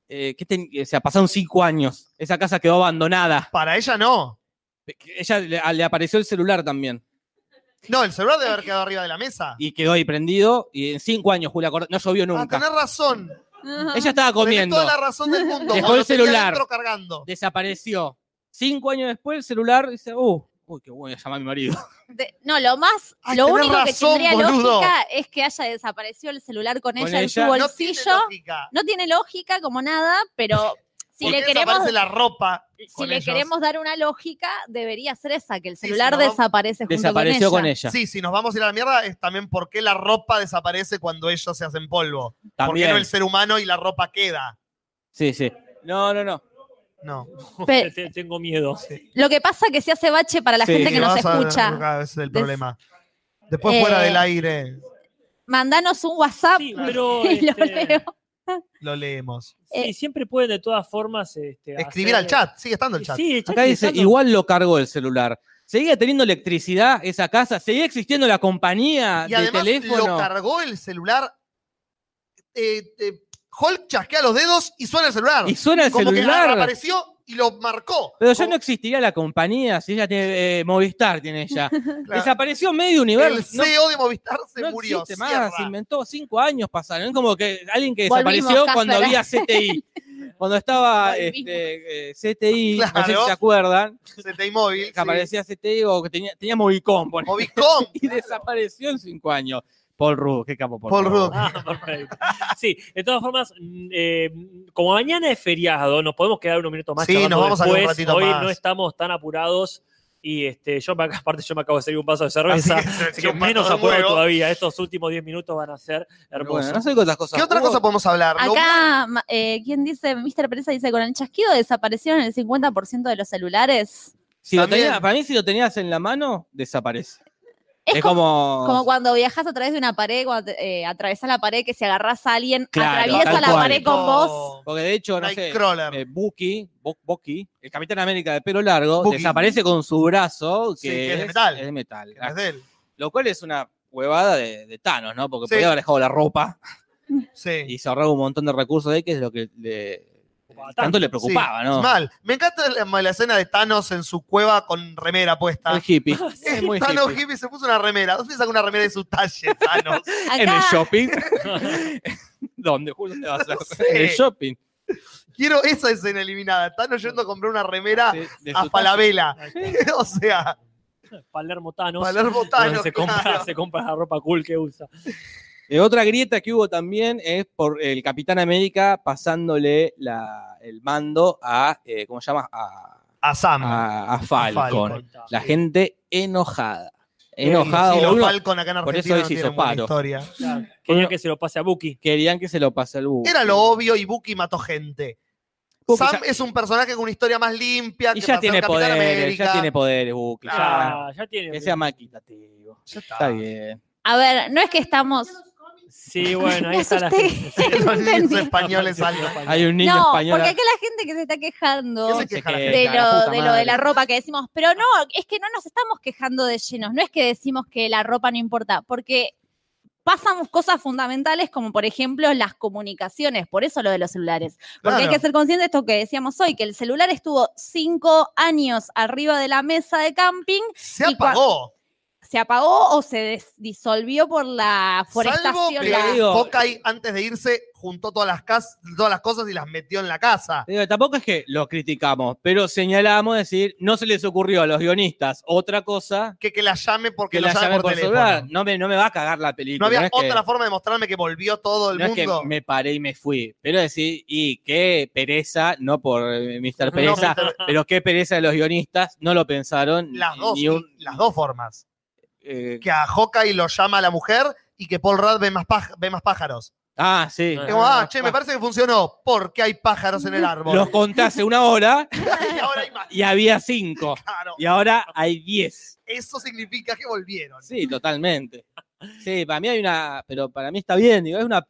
Speaker 6: Eh, ¿qué ten- O sea, pasaron cinco años. Esa casa quedó abandonada.
Speaker 4: Para ella no.
Speaker 6: Ella le, a- le apareció el celular también.
Speaker 4: No, el celular debe haber quedado arriba de la mesa.
Speaker 6: Y quedó ahí prendido. Y en cinco años, Julia Cordero, no llovió
Speaker 4: A
Speaker 6: nunca.
Speaker 4: tener Ah, razón.
Speaker 6: Ella estaba
Speaker 4: Tenés
Speaker 6: comiendo.
Speaker 4: toda la razón del mundo.
Speaker 6: Dejó
Speaker 4: cuando
Speaker 6: el
Speaker 4: tenía
Speaker 6: celular.
Speaker 4: adentro cargando.
Speaker 6: Desapareció. Cinco años después, el celular dice, uh, uy, qué bueno, llamar a mi marido.
Speaker 5: de- no, lo más,
Speaker 4: Ay,
Speaker 5: lo
Speaker 4: Ah, tenés
Speaker 5: único que
Speaker 4: razón,
Speaker 5: tendría
Speaker 4: boludo.
Speaker 5: lógica es que haya desaparecido el celular con,
Speaker 6: Con
Speaker 5: ella, en su
Speaker 6: ella.
Speaker 4: No tiene
Speaker 5: bolsillo.
Speaker 4: lógica.
Speaker 5: No tiene lógica como nada, pero si
Speaker 4: Porque
Speaker 5: le queremos
Speaker 4: desaparece la ropa.
Speaker 5: si
Speaker 4: con
Speaker 5: le
Speaker 4: ellos.
Speaker 5: queremos dar una lógica, debería ser esa, que el
Speaker 4: Sí,
Speaker 5: celular
Speaker 4: si no,
Speaker 5: desaparece junto
Speaker 6: Desapareció
Speaker 5: con
Speaker 6: con
Speaker 5: ella.
Speaker 6: ella.
Speaker 4: Sí, si nos vamos a ir a la mierda, es también por qué la ropa desaparece cuando ellos se hacen polvo. ¿Por qué
Speaker 6: También.
Speaker 4: no el ser humano y la ropa queda?
Speaker 6: Sí, sí. No, no, no.
Speaker 4: No.
Speaker 5: Pe-
Speaker 3: Te- Tengo miedo.
Speaker 5: Lo que pasa que se hace bache para la
Speaker 6: Sí,
Speaker 5: gente
Speaker 6: sí,
Speaker 5: que nos
Speaker 4: Vas a-
Speaker 5: escucha.
Speaker 4: acá es el
Speaker 5: Des-
Speaker 4: problema. Después
Speaker 5: Eh,
Speaker 4: fuera del aire
Speaker 5: Mandanos un WhatsApp
Speaker 3: pero,
Speaker 5: y lo
Speaker 3: este,
Speaker 5: leo.
Speaker 4: lo leemos.
Speaker 3: Sí, siempre pueden de todas formas. este,
Speaker 4: Escribir al
Speaker 3: hacer-
Speaker 4: chat, sigue estando el chat.
Speaker 3: Sí, el chat
Speaker 6: Acá
Speaker 3: sigue
Speaker 6: dice,
Speaker 3: estando.
Speaker 6: igual lo cargó el celular. Seguía teniendo electricidad esa casa, seguía existiendo la compañía
Speaker 4: y
Speaker 6: de
Speaker 4: además lo
Speaker 6: teléfono.
Speaker 4: cargó el celular. Eh, eh, Hulk chasquea los dedos y suena el celular.
Speaker 6: Y suena el
Speaker 4: Como que
Speaker 6: celular.
Speaker 4: apareció y lo marcó.
Speaker 6: Pero ya no existiría la compañía si ella tiene eh, Movistar, tiene ella.
Speaker 4: Claro.
Speaker 6: Desapareció medio
Speaker 4: El
Speaker 6: universo. No-
Speaker 4: CEO de Movistar se
Speaker 6: no
Speaker 4: murió.
Speaker 6: existe más, se
Speaker 4: cierra.
Speaker 6: inventó cinco años pasaron. Es como que alguien que
Speaker 5: Volvimos,
Speaker 6: desapareció cuando
Speaker 5: Casper.
Speaker 6: había CTI. Cuando estaba
Speaker 5: Volvimos.
Speaker 6: este, eh, CTI, no sé
Speaker 4: Claro.
Speaker 6: si se acuerdan,
Speaker 4: CTI Móvil.
Speaker 6: que
Speaker 4: sí.
Speaker 6: aparecía CTI o que tenía, tenía Movicom. por ejemplo,
Speaker 4: Movicom.
Speaker 6: y desapareció en cinco años. Paul Rudd, qué capo Paul,
Speaker 4: Paul Rudd.
Speaker 3: Ah, perfecto. Sí, de todas formas, mm, eh, como mañana es feriado, nos podemos quedar unos minutos más.
Speaker 4: Sí,
Speaker 3: charlando
Speaker 4: nos vamos a quedar un
Speaker 3: después.
Speaker 4: ratito
Speaker 3: Hoy
Speaker 4: más.
Speaker 3: no estamos tan apurados. Y este, yo me, aparte yo me acabo de servir un vaso de
Speaker 4: Así
Speaker 3: cerveza.
Speaker 4: que se
Speaker 3: así
Speaker 4: tiró
Speaker 3: que
Speaker 4: un pato
Speaker 3: menos
Speaker 4: de
Speaker 3: apurado
Speaker 4: huevo.
Speaker 3: todavía. Estos últimos 10 minutos van a ser
Speaker 6: Pero
Speaker 3: hermosos.
Speaker 6: bueno, no sé qué otras cosas.
Speaker 4: ¿Qué otra
Speaker 6: hubo.
Speaker 4: cosa podemos hablar? Lo
Speaker 5: Acá, ma- eh, ¿quién dice? Mr. Pereza dice, con el chasquido desaparecieron el 50% de los celulares.
Speaker 6: Si lo
Speaker 4: También.
Speaker 6: tenía- para mí, si lo tenías en la mano, desaparece.
Speaker 5: Es
Speaker 6: Es, como.
Speaker 5: Como cuando viajas a través de una pared, cuando te- eh, atravesás la pared, que si agarras a alguien,
Speaker 6: Claro,
Speaker 5: atraviesa
Speaker 6: tal
Speaker 5: la
Speaker 6: cual. Oh.
Speaker 5: pared con vos.
Speaker 6: Porque de hecho, no sé.
Speaker 4: Nightcrawler.
Speaker 6: eh, Bucky, Bu- Bucky, el Capitán América de pelo largo,
Speaker 4: Bucky.
Speaker 6: desaparece con su brazo, que,
Speaker 4: Sí, que es
Speaker 6: es,
Speaker 4: de metal.
Speaker 6: es de metal.
Speaker 4: que no es de él.
Speaker 6: Lo cual es una huevada de, de Thanos, ¿no? Porque
Speaker 4: Sí.
Speaker 6: podía haber dejado la ropa
Speaker 4: Sí.
Speaker 6: y se ahorraba un montón de recursos de ahí, que es lo que le- tanto le preocupaba,
Speaker 4: Sí,
Speaker 6: ¿no?
Speaker 4: es Mal. Me encanta la, la escena de Thanos en su cueva con remera puesta.
Speaker 6: El hippie.
Speaker 4: Eh,
Speaker 6: es muy
Speaker 4: Thanos
Speaker 6: hippie.
Speaker 4: hippie se puso una remera. ¿Dónde saca una remera de su talle, Thanos?
Speaker 6: En el
Speaker 5: Acá-
Speaker 6: shopping. ¿Dónde? Julio? ¿Dónde vas a-
Speaker 4: sé.
Speaker 6: En el shopping.
Speaker 4: Quiero esa escena eliminada. Thanos yendo a comprar una remera
Speaker 6: De- de
Speaker 4: a
Speaker 6: su
Speaker 4: Falabella.
Speaker 3: Ahí
Speaker 4: o sea,
Speaker 3: Palermo Thanos.
Speaker 4: Palermo
Speaker 3: donde
Speaker 4: Thanos.
Speaker 3: se, compra,
Speaker 4: claro.
Speaker 3: se compra la ropa cool que usa.
Speaker 6: Eh, otra grieta que hubo también es por el Capitán América pasándole la- el mando a, eh, ¿cómo se llama? A,
Speaker 4: A Sam.
Speaker 6: a- a
Speaker 4: Falcon.
Speaker 6: Falcon. La gente enojada.
Speaker 4: Eh, Sí,
Speaker 6: Enojada.
Speaker 4: los
Speaker 6: boludo.
Speaker 4: Falcon acá en
Speaker 6: por eso
Speaker 4: Argentina
Speaker 6: hoy
Speaker 4: no
Speaker 6: se hizo
Speaker 4: tienen buena
Speaker 6: paro.
Speaker 4: historia.
Speaker 3: Claro.
Speaker 6: Bueno.
Speaker 3: Quería que se lo pase a Buki.
Speaker 6: Querían que se lo pase al bus.
Speaker 4: Era lo obvio y Bucky mató gente.
Speaker 6: Bucky
Speaker 4: Sam
Speaker 6: ya-
Speaker 4: es un personaje con una historia más limpia.
Speaker 6: Y
Speaker 4: que
Speaker 6: ya
Speaker 4: pasó en
Speaker 6: tiene,
Speaker 4: Capitán
Speaker 6: poderes,
Speaker 4: América.
Speaker 6: ya tiene poderes, Buki, ya.
Speaker 3: Ah, Ya, ya tiene.
Speaker 6: Que sea más equitativo.
Speaker 4: Ya
Speaker 6: Está bien.
Speaker 5: A ver, no es que estamos...
Speaker 3: Sí, bueno, ahí
Speaker 5: Me
Speaker 3: está la
Speaker 5: asusté.
Speaker 3: gente.
Speaker 4: Los niños
Speaker 5: Entendí.
Speaker 4: españoles altos.
Speaker 6: Hay un niño
Speaker 5: no,
Speaker 6: español.
Speaker 5: porque acá la gente que se está quejando
Speaker 4: ¿Qué se queja la
Speaker 5: de,
Speaker 4: gente?
Speaker 5: lo,
Speaker 4: La puta
Speaker 5: de lo
Speaker 4: madre.
Speaker 5: de la ropa que decimos, pero no, es que no nos estamos quejando de llenos, no es que decimos que la ropa no importa, porque pasan cosas fundamentales como por ejemplo las comunicaciones, por eso lo de los celulares, porque hay
Speaker 17: Claro.
Speaker 5: que ser consciente de esto que decíamos hoy, que el celular estuvo cinco años arriba de la mesa de camping.
Speaker 4: Se
Speaker 5: apagó. Se apagó o se des- disolvió por la
Speaker 4: Salvo
Speaker 5: forestación. la-
Speaker 4: que Hawkeye, antes de irse, juntó todas las, cas- todas las cosas y las metió en la casa.
Speaker 6: Digo, tampoco es que los criticamos, pero señalamos decir, no se les ocurrió a los guionistas otra cosa
Speaker 4: que, que la llame porque
Speaker 6: que
Speaker 4: lo
Speaker 6: la
Speaker 4: llame
Speaker 6: llame
Speaker 4: por
Speaker 6: por
Speaker 4: teléfono.
Speaker 6: celular. No me, no me va a cagar la película.
Speaker 4: No había
Speaker 6: no es que-
Speaker 4: otra forma de mostrarme que volvió todo el
Speaker 6: no es que
Speaker 4: mundo.
Speaker 6: me paré y me fui. Pero decir, y qué pereza, no por eh, Mr. Pereza,
Speaker 4: Mr.
Speaker 6: pero qué pereza de los guionistas, no lo pensaron.
Speaker 4: Las
Speaker 6: ni-
Speaker 4: dos,
Speaker 6: ni un-
Speaker 4: las dos formas.
Speaker 6: eh,
Speaker 4: Que a Hawkeye lo llama la mujer y que Paul Rudd ve más, paj- ve más pájaros.
Speaker 6: ah, sí.
Speaker 4: Y como, ah, che, me parece que funcionó porque hay pájaros en el árbol.
Speaker 6: Los conté hace una hora
Speaker 4: y ahora hay más.
Speaker 6: y había cinco. Y ahora hay diez.
Speaker 4: Eso significa que volvieron.
Speaker 6: Sí, totalmente. Sí, para mí hay una. Pero para mí está bien, digo, es una.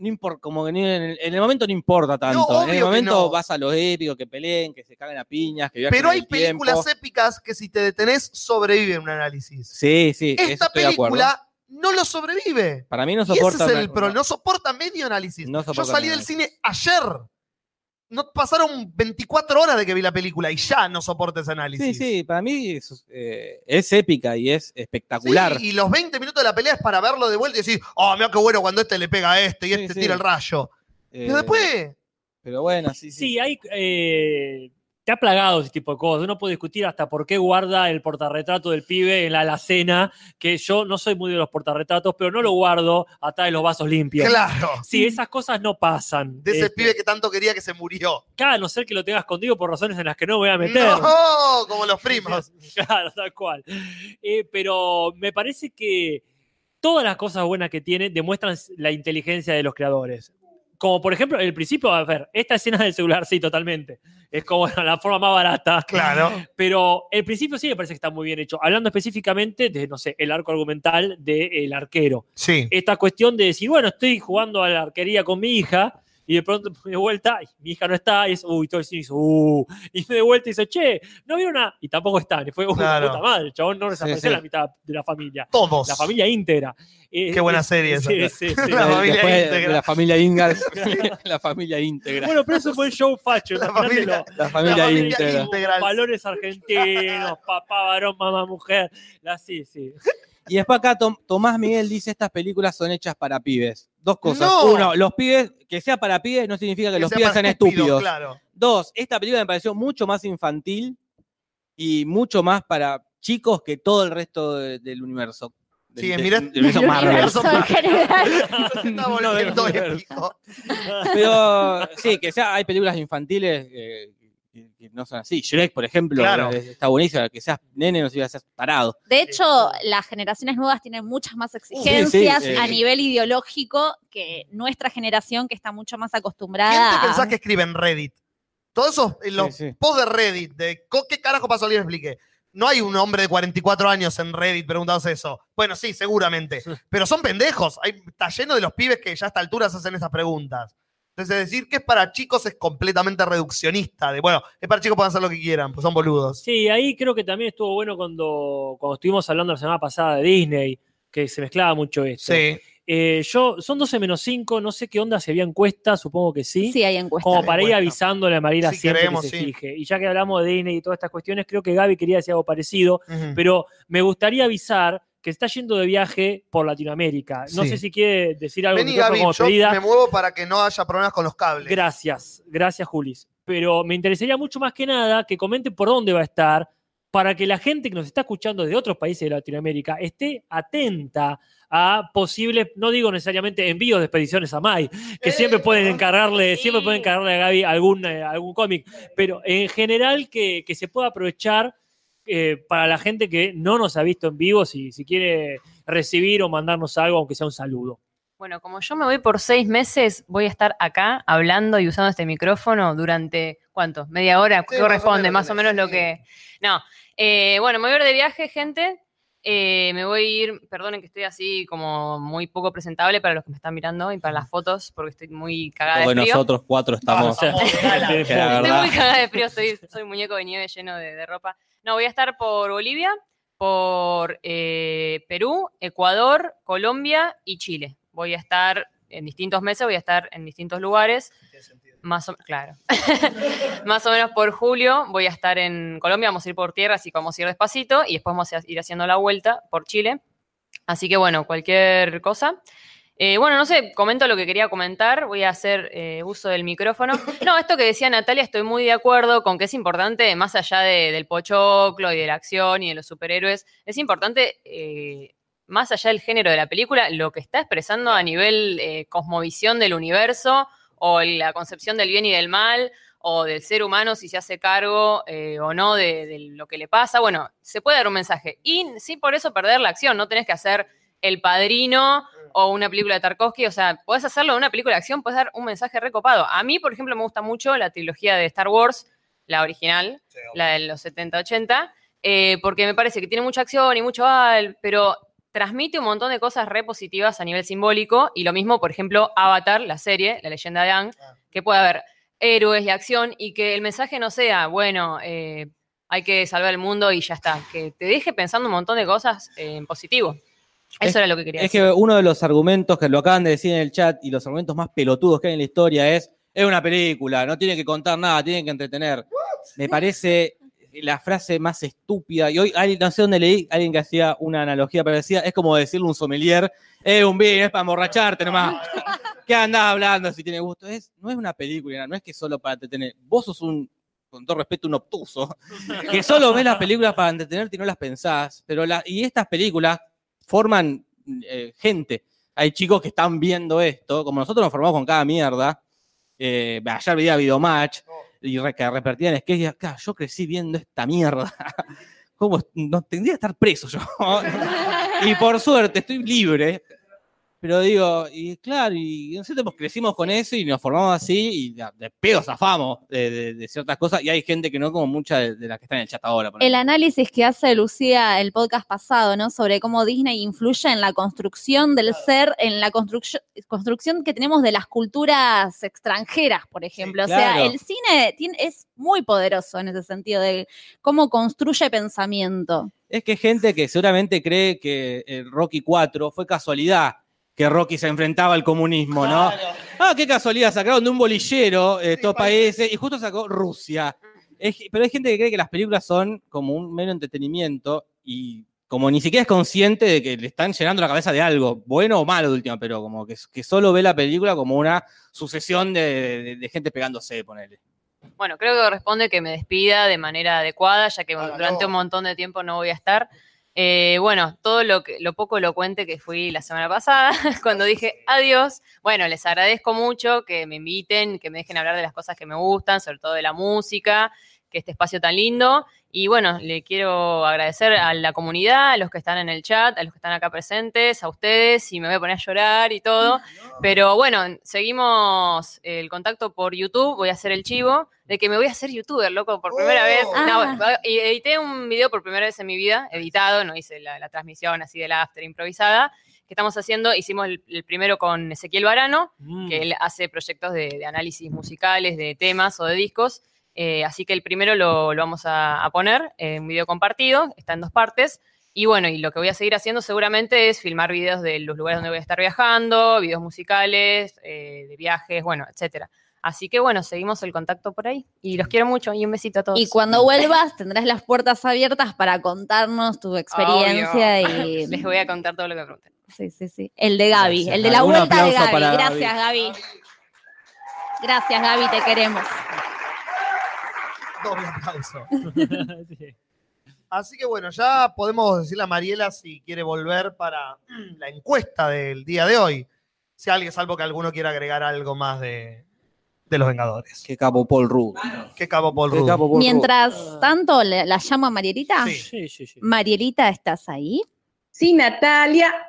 Speaker 6: No importa, como que ni- en, el, en el momento no importa tanto. en
Speaker 4: obvio
Speaker 6: el
Speaker 4: que
Speaker 6: momento
Speaker 4: no.
Speaker 6: vas a los épicos que peleen, que se caguen a piñas, que viajen
Speaker 4: Pero
Speaker 6: en
Speaker 4: hay
Speaker 6: el tiempo.
Speaker 4: películas épicas que si te detenés sobreviven un análisis.
Speaker 6: Sí, sí, eso
Speaker 4: Esta
Speaker 6: estoy de acuerdo.
Speaker 4: película no lo sobrevive.
Speaker 6: Para mí no
Speaker 4: Y ese
Speaker 6: soporta.
Speaker 4: es el
Speaker 6: una-
Speaker 4: problema. No soporta medio análisis.
Speaker 6: No soporta
Speaker 4: Yo salí
Speaker 6: medio
Speaker 4: del cine ayer. No pasaron 24 horas de que vi la película y ya no soporta ese
Speaker 6: Sí,
Speaker 4: análisis.
Speaker 6: sí, para mí es, eh, es épica y es espectacular.
Speaker 4: Y los 20 minutos de la pelea es para verlo de vuelta y decir, oh, mira qué bueno cuando este le pega a este y este
Speaker 6: sí.
Speaker 4: tira el rayo.
Speaker 6: Eh,
Speaker 4: Pero después,
Speaker 6: Pero bueno, sí, sí.
Speaker 3: Sí, hay. eh, te ha plagado ese tipo de cosas. Uno puede discutir hasta por qué guarda el portarretrato del pibe en la alacena, que yo no soy muy de los portarretratos, pero no lo guardo atrás de los vasos limpios.
Speaker 4: claro,
Speaker 3: Sí, esas cosas no pasan.
Speaker 4: de ese
Speaker 3: Este,
Speaker 4: pibe que tanto quería que se murió.
Speaker 3: Claro, a no ser que lo tenga escondido por razones en las que no me voy a meter.
Speaker 4: No, como los primos.
Speaker 3: Claro, tal cual. Eh, pero me parece que todas las cosas buenas que tiene demuestran la inteligencia de los creadores. Como por ejemplo, el principio, a ver, esta escena del celular, sí, totalmente. Es como la forma más barata.
Speaker 4: Claro.
Speaker 3: Pero el principio sí me parece que está muy bien hecho. Hablando específicamente de, no sé, el arco argumental del arquero.
Speaker 4: Sí.
Speaker 3: Esta cuestión de decir, bueno, estoy jugando a la arquería con mi hija. Y de pronto me de vuelta, y mi hija no está, y es, uy, todo el cine hizo, uh, y me de vuelta y dice, che, no vieron nada, y tampoco están, y fue, uy,
Speaker 4: Claro.
Speaker 3: puta madre, el chabón no desapareció
Speaker 4: sí.
Speaker 3: la mitad de la familia.
Speaker 4: Todos.
Speaker 3: La familia íntegra. Eh,
Speaker 4: Qué buena
Speaker 3: eh,
Speaker 4: serie esa.
Speaker 3: sí, sí, sí.
Speaker 4: La familia
Speaker 6: Después de-
Speaker 4: íntegra.
Speaker 6: de la familia Ingalls. la familia íntegra.
Speaker 3: Bueno, pero eso fue el show facho,
Speaker 4: La
Speaker 3: imagínatelo.
Speaker 4: familia-
Speaker 6: la familia,
Speaker 4: familia
Speaker 6: íntegra.
Speaker 4: íntegra.
Speaker 3: Valores argentinos, papá, varón, mamá, mujer. La, sí, sí.
Speaker 6: Y después acá Tom- Tomás Miguel dice estas películas son hechas para pibes. Dos cosas.
Speaker 4: No.
Speaker 6: Uno, los pibes, que sea para pibes no significa que, los
Speaker 4: sea
Speaker 6: pibes
Speaker 4: más
Speaker 6: sean
Speaker 4: estúpido,
Speaker 6: estúpidos.
Speaker 4: Claro.
Speaker 6: Dos, esta película me pareció mucho más infantil y mucho más para chicos que todo el resto de- del universo. Del-
Speaker 4: Sí,
Speaker 6: del-
Speaker 4: mirá-
Speaker 6: del universo
Speaker 4: del
Speaker 6: Marvel.
Speaker 4: universo
Speaker 5: en general.
Speaker 4: Está
Speaker 6: No, del
Speaker 4: volviendo
Speaker 6: universo.
Speaker 4: épico.
Speaker 6: Pero sí, que sea, hay películas infantiles eh, que, que no son así. Shrek, por ejemplo,
Speaker 4: Claro.
Speaker 6: eh, está buenísimo. Que seas nene no seas parado.
Speaker 3: Eh,
Speaker 5: De hecho, las generaciones nuevas tienen muchas más exigencias
Speaker 6: sí, eh.
Speaker 5: a nivel ideológico que nuestra generación que está mucho más
Speaker 4: ¿Quién
Speaker 5: acostumbrada.
Speaker 4: te
Speaker 5: a-
Speaker 4: pensás que escribe en Reddit? Todos esos, eh, los
Speaker 6: Ah. Sí, sí.
Speaker 4: posts de Reddit, de co- qué carajo pasó, alguien me explique. No hay un hombre de 44 años en Reddit preguntándose eso. Bueno, sí, seguramente. Pero son pendejos. Hay, está lleno de los pibes que ya a esta altura se hacen esas preguntas. Entonces, decir que es para chicos es completamente reduccionista. De bueno, es para chicos pueden hacer lo que quieran, pues son boludos.
Speaker 3: Sí, ahí creo que también estuvo bueno cuando, cuando estuvimos hablando la semana pasada de Disney, que se mezclaba mucho esto.
Speaker 4: Sí.
Speaker 3: Eh, yo, son 12 menos 5, no sé qué onda, si había encuesta, supongo que sí.
Speaker 5: Sí, hay encuestas.
Speaker 3: Como para ir
Speaker 4: Encuesta.
Speaker 3: avisándole a Marina
Speaker 4: Sí,
Speaker 3: siempre
Speaker 4: creemos,
Speaker 3: que se
Speaker 4: sí.
Speaker 3: fije. Y ya que hablamos de Disney y todas estas cuestiones, creo que Gaby quería decir algo parecido,
Speaker 4: Ujú.
Speaker 3: pero me gustaría avisar que está yendo de viaje por Latinoamérica. No
Speaker 4: Sí.
Speaker 3: sé si quiere decir algo
Speaker 4: Vení,
Speaker 3: nosotros
Speaker 4: Gaby,
Speaker 3: como
Speaker 4: yo
Speaker 3: despedida.
Speaker 4: me muevo para que no haya problemas con los cables.
Speaker 3: Gracias, gracias, Julis. Pero me interesaría mucho más que nada que comenten por dónde va a estar para que la gente que nos está escuchando de otros países de Latinoamérica esté atenta a posibles, no digo necesariamente envíos de expediciones a Mai, que siempre pueden encargarle, siempre pueden encargarle a Gaby algún, eh, algún cómic, pero en general que, que se pueda aprovechar eh, para la gente que no nos ha visto en vivo, si, si quiere recibir o mandarnos algo, aunque sea un saludo.
Speaker 11: Bueno, como yo me voy por seis meses, voy a estar acá hablando y usando este micrófono durante, ¿cuánto? ¿Media hora?
Speaker 17: Sí,
Speaker 11: ¿Qué
Speaker 17: más o
Speaker 11: corresponde?
Speaker 17: menos
Speaker 11: Más o menos,
Speaker 17: tenés,
Speaker 11: lo que... No, eh, bueno, me voy a ir de viaje, gente. Eh, me voy a ir, perdonen que estoy así como muy poco presentable para los que me están mirando y para las fotos, porque estoy muy cagada
Speaker 6: Porque
Speaker 11: de frío.
Speaker 6: nosotros cuatro estamos. que la
Speaker 11: Estoy muy
Speaker 6: verdad,
Speaker 11: cagada de frío, soy, soy muñeco de nieve lleno de, de ropa. No, voy a estar por Bolivia, por eh, Perú, Ecuador, Colombia y Chile. Voy a estar en distintos meses, voy a estar en distintos lugares. Más o, claro. Más o menos por julio voy a estar en Colombia, vamos a ir por tierra, así que vamos a ir despacito y después vamos a ir haciendo la vuelta por Chile. Así que bueno, cualquier cosa. Eh, bueno, no sé, comento lo que quería comentar, voy a hacer eh, uso del micrófono. No, esto que decía Natalia, estoy muy de acuerdo con que es importante, más allá de- del pochoclo y de la acción y de los superhéroes, es importante, eh, más allá del género de la película, lo que está expresando a nivel eh, cosmovisión del universo o la concepción del bien y del mal o del ser humano, si se hace cargo eh, o no de, de lo que le pasa. Bueno, se puede dar un mensaje. Y sin por eso perder la acción, no tenés que hacer El Padrino o una película de Tarkovsky, o sea, podés hacerlo en una película de acción, podés dar un mensaje recopado. A mí, por ejemplo, me gusta mucho la trilogía de Star Wars, la original, la de los 70-80, eh, porque me parece que tiene mucha acción y mucho, ah, el- pero transmite un montón de cosas repositivas a nivel simbólico, y lo mismo, por ejemplo, Avatar, la serie, la leyenda de Aang, que puede haber héroes y acción, y que el mensaje no sea, bueno, eh, hay que salvar el mundo y ya está, que te deje pensando un montón de cosas eh, en positivo. Eso
Speaker 6: Es-
Speaker 11: era lo que quería
Speaker 6: es
Speaker 11: decir.
Speaker 6: que uno de los argumentos que lo acaban de decir en el chat y los argumentos más pelotudos que hay en la historia es: es una película, no tiene que contar nada, tiene que entretener. Me parece la frase más estúpida. Y hoy, alguien- no sé dónde leí, alguien que hacía una analogía parecida, es como decirle a un sommelier: es un vino, es para emborracharte nomás. ¿Qué andás hablando si tiene gusto? Es, no es una película, no es que solo para entretener. Vos sos un, con todo respeto, un obtuso, que solo ves las películas para entretenerte y no las pensás. Pero la, y estas películas forman eh, gente. Hay chicos que están viendo esto, como nosotros nos formamos con cada mierda. Eh, ayer veía Videomatch y re- que repartían es que yo crecí viendo esta mierda. ¿Cómo? No tendría que estar preso yo. y por suerte estoy libre. Pero digo, y claro, y nosotros pues, crecimos con eso y nos formamos así y de, de pedo zafamos de, de- de ciertas cosas. Y hay gente que no, como mucha de, de las que están en el chat ahora. por
Speaker 5: El análisis que hace Lucía el podcast pasado, ¿no? Sobre cómo Disney influye en la construcción del ser, en la construc- construcción que tenemos de las culturas extranjeras, por ejemplo. O sea,
Speaker 11: claro.
Speaker 5: el cine tiene- es muy poderoso en ese sentido de cómo construye pensamiento.
Speaker 6: Es que gente que seguramente cree que el Rocky 4 fue casualidad que Rocky se enfrentaba al comunismo, ¿no? Ah, qué casualidad, sacaron de un bolillero eh, estos países y justo sacó Rusia. Es que- pero hay gente que cree que las películas son como un mero entretenimiento y como ni siquiera es consciente de que le están llenando la cabeza de algo, bueno o malo de última, pero como que, que solo ve la película como una sucesión de, de- de gente pegándose, ponele.
Speaker 11: Bueno, creo que corresponde que me despida de manera adecuada, ya que durante un montón de tiempo no voy a estar. Eh, bueno, todo lo, que, lo poco elocuente que fui la semana pasada, cuando dije adiós. Bueno, les agradezco mucho que me inviten, que me dejen hablar de las cosas que me gustan, sobre todo de la música, que este espacio tan lindo. Y bueno, le quiero agradecer a la comunidad, a los que están en el chat, a los que están acá presentes, a ustedes, y me voy a poner a llorar y todo. Pero bueno, seguimos el contacto por YouTube, voy a hacer el chivo, de que me voy a hacer youtuber, loco, por primera
Speaker 9: Oh.
Speaker 11: vez.
Speaker 9: Ah.
Speaker 11: No, y edité un video por primera vez en mi vida, editado, no hice la, la transmisión así del after improvisada, que estamos haciendo, hicimos el, el primero con Ezequiel Varano, que él hace proyectos de, de análisis musicales, de temas o de discos. Eh, así que el primero lo, lo vamos a, a poner, eh, un video compartido, está en dos partes. Y bueno, y lo que voy a seguir haciendo seguramente es filmar videos de los lugares donde voy a estar viajando, videos musicales, eh, de viajes, bueno, etcétera. Así que bueno, seguimos el contacto por ahí. Y los quiero mucho y un besito a todos.
Speaker 5: Y cuando vuelvas tendrás las puertas abiertas para contarnos tu experiencia
Speaker 11: Obvio.
Speaker 5: y
Speaker 11: Les voy a contar todo lo que me pregunten.
Speaker 5: Sí, sí, sí. el de Gaby,
Speaker 11: Gracias.
Speaker 5: el de la
Speaker 11: Un
Speaker 5: vuelta de
Speaker 11: aplauso
Speaker 5: Gaby.
Speaker 11: para
Speaker 5: Gracias, Gaby. Gracias, Gaby, te queremos.
Speaker 4: Doble aplauso. Así que bueno, ya podemos decirle a Mariela si quiere volver para la encuesta del día de hoy. Si alguien, salvo que alguno quiera agregar algo más de, de los Vengadores.
Speaker 6: Qué capo Paul Rudd.
Speaker 4: Qué capo Paul Rudd.
Speaker 5: Mientras tanto, le- la llamo a Marielita.
Speaker 3: Sí, sí, sí.
Speaker 5: Marielita, ¿estás ahí?
Speaker 17: Sí, Natalia.
Speaker 3: Eh,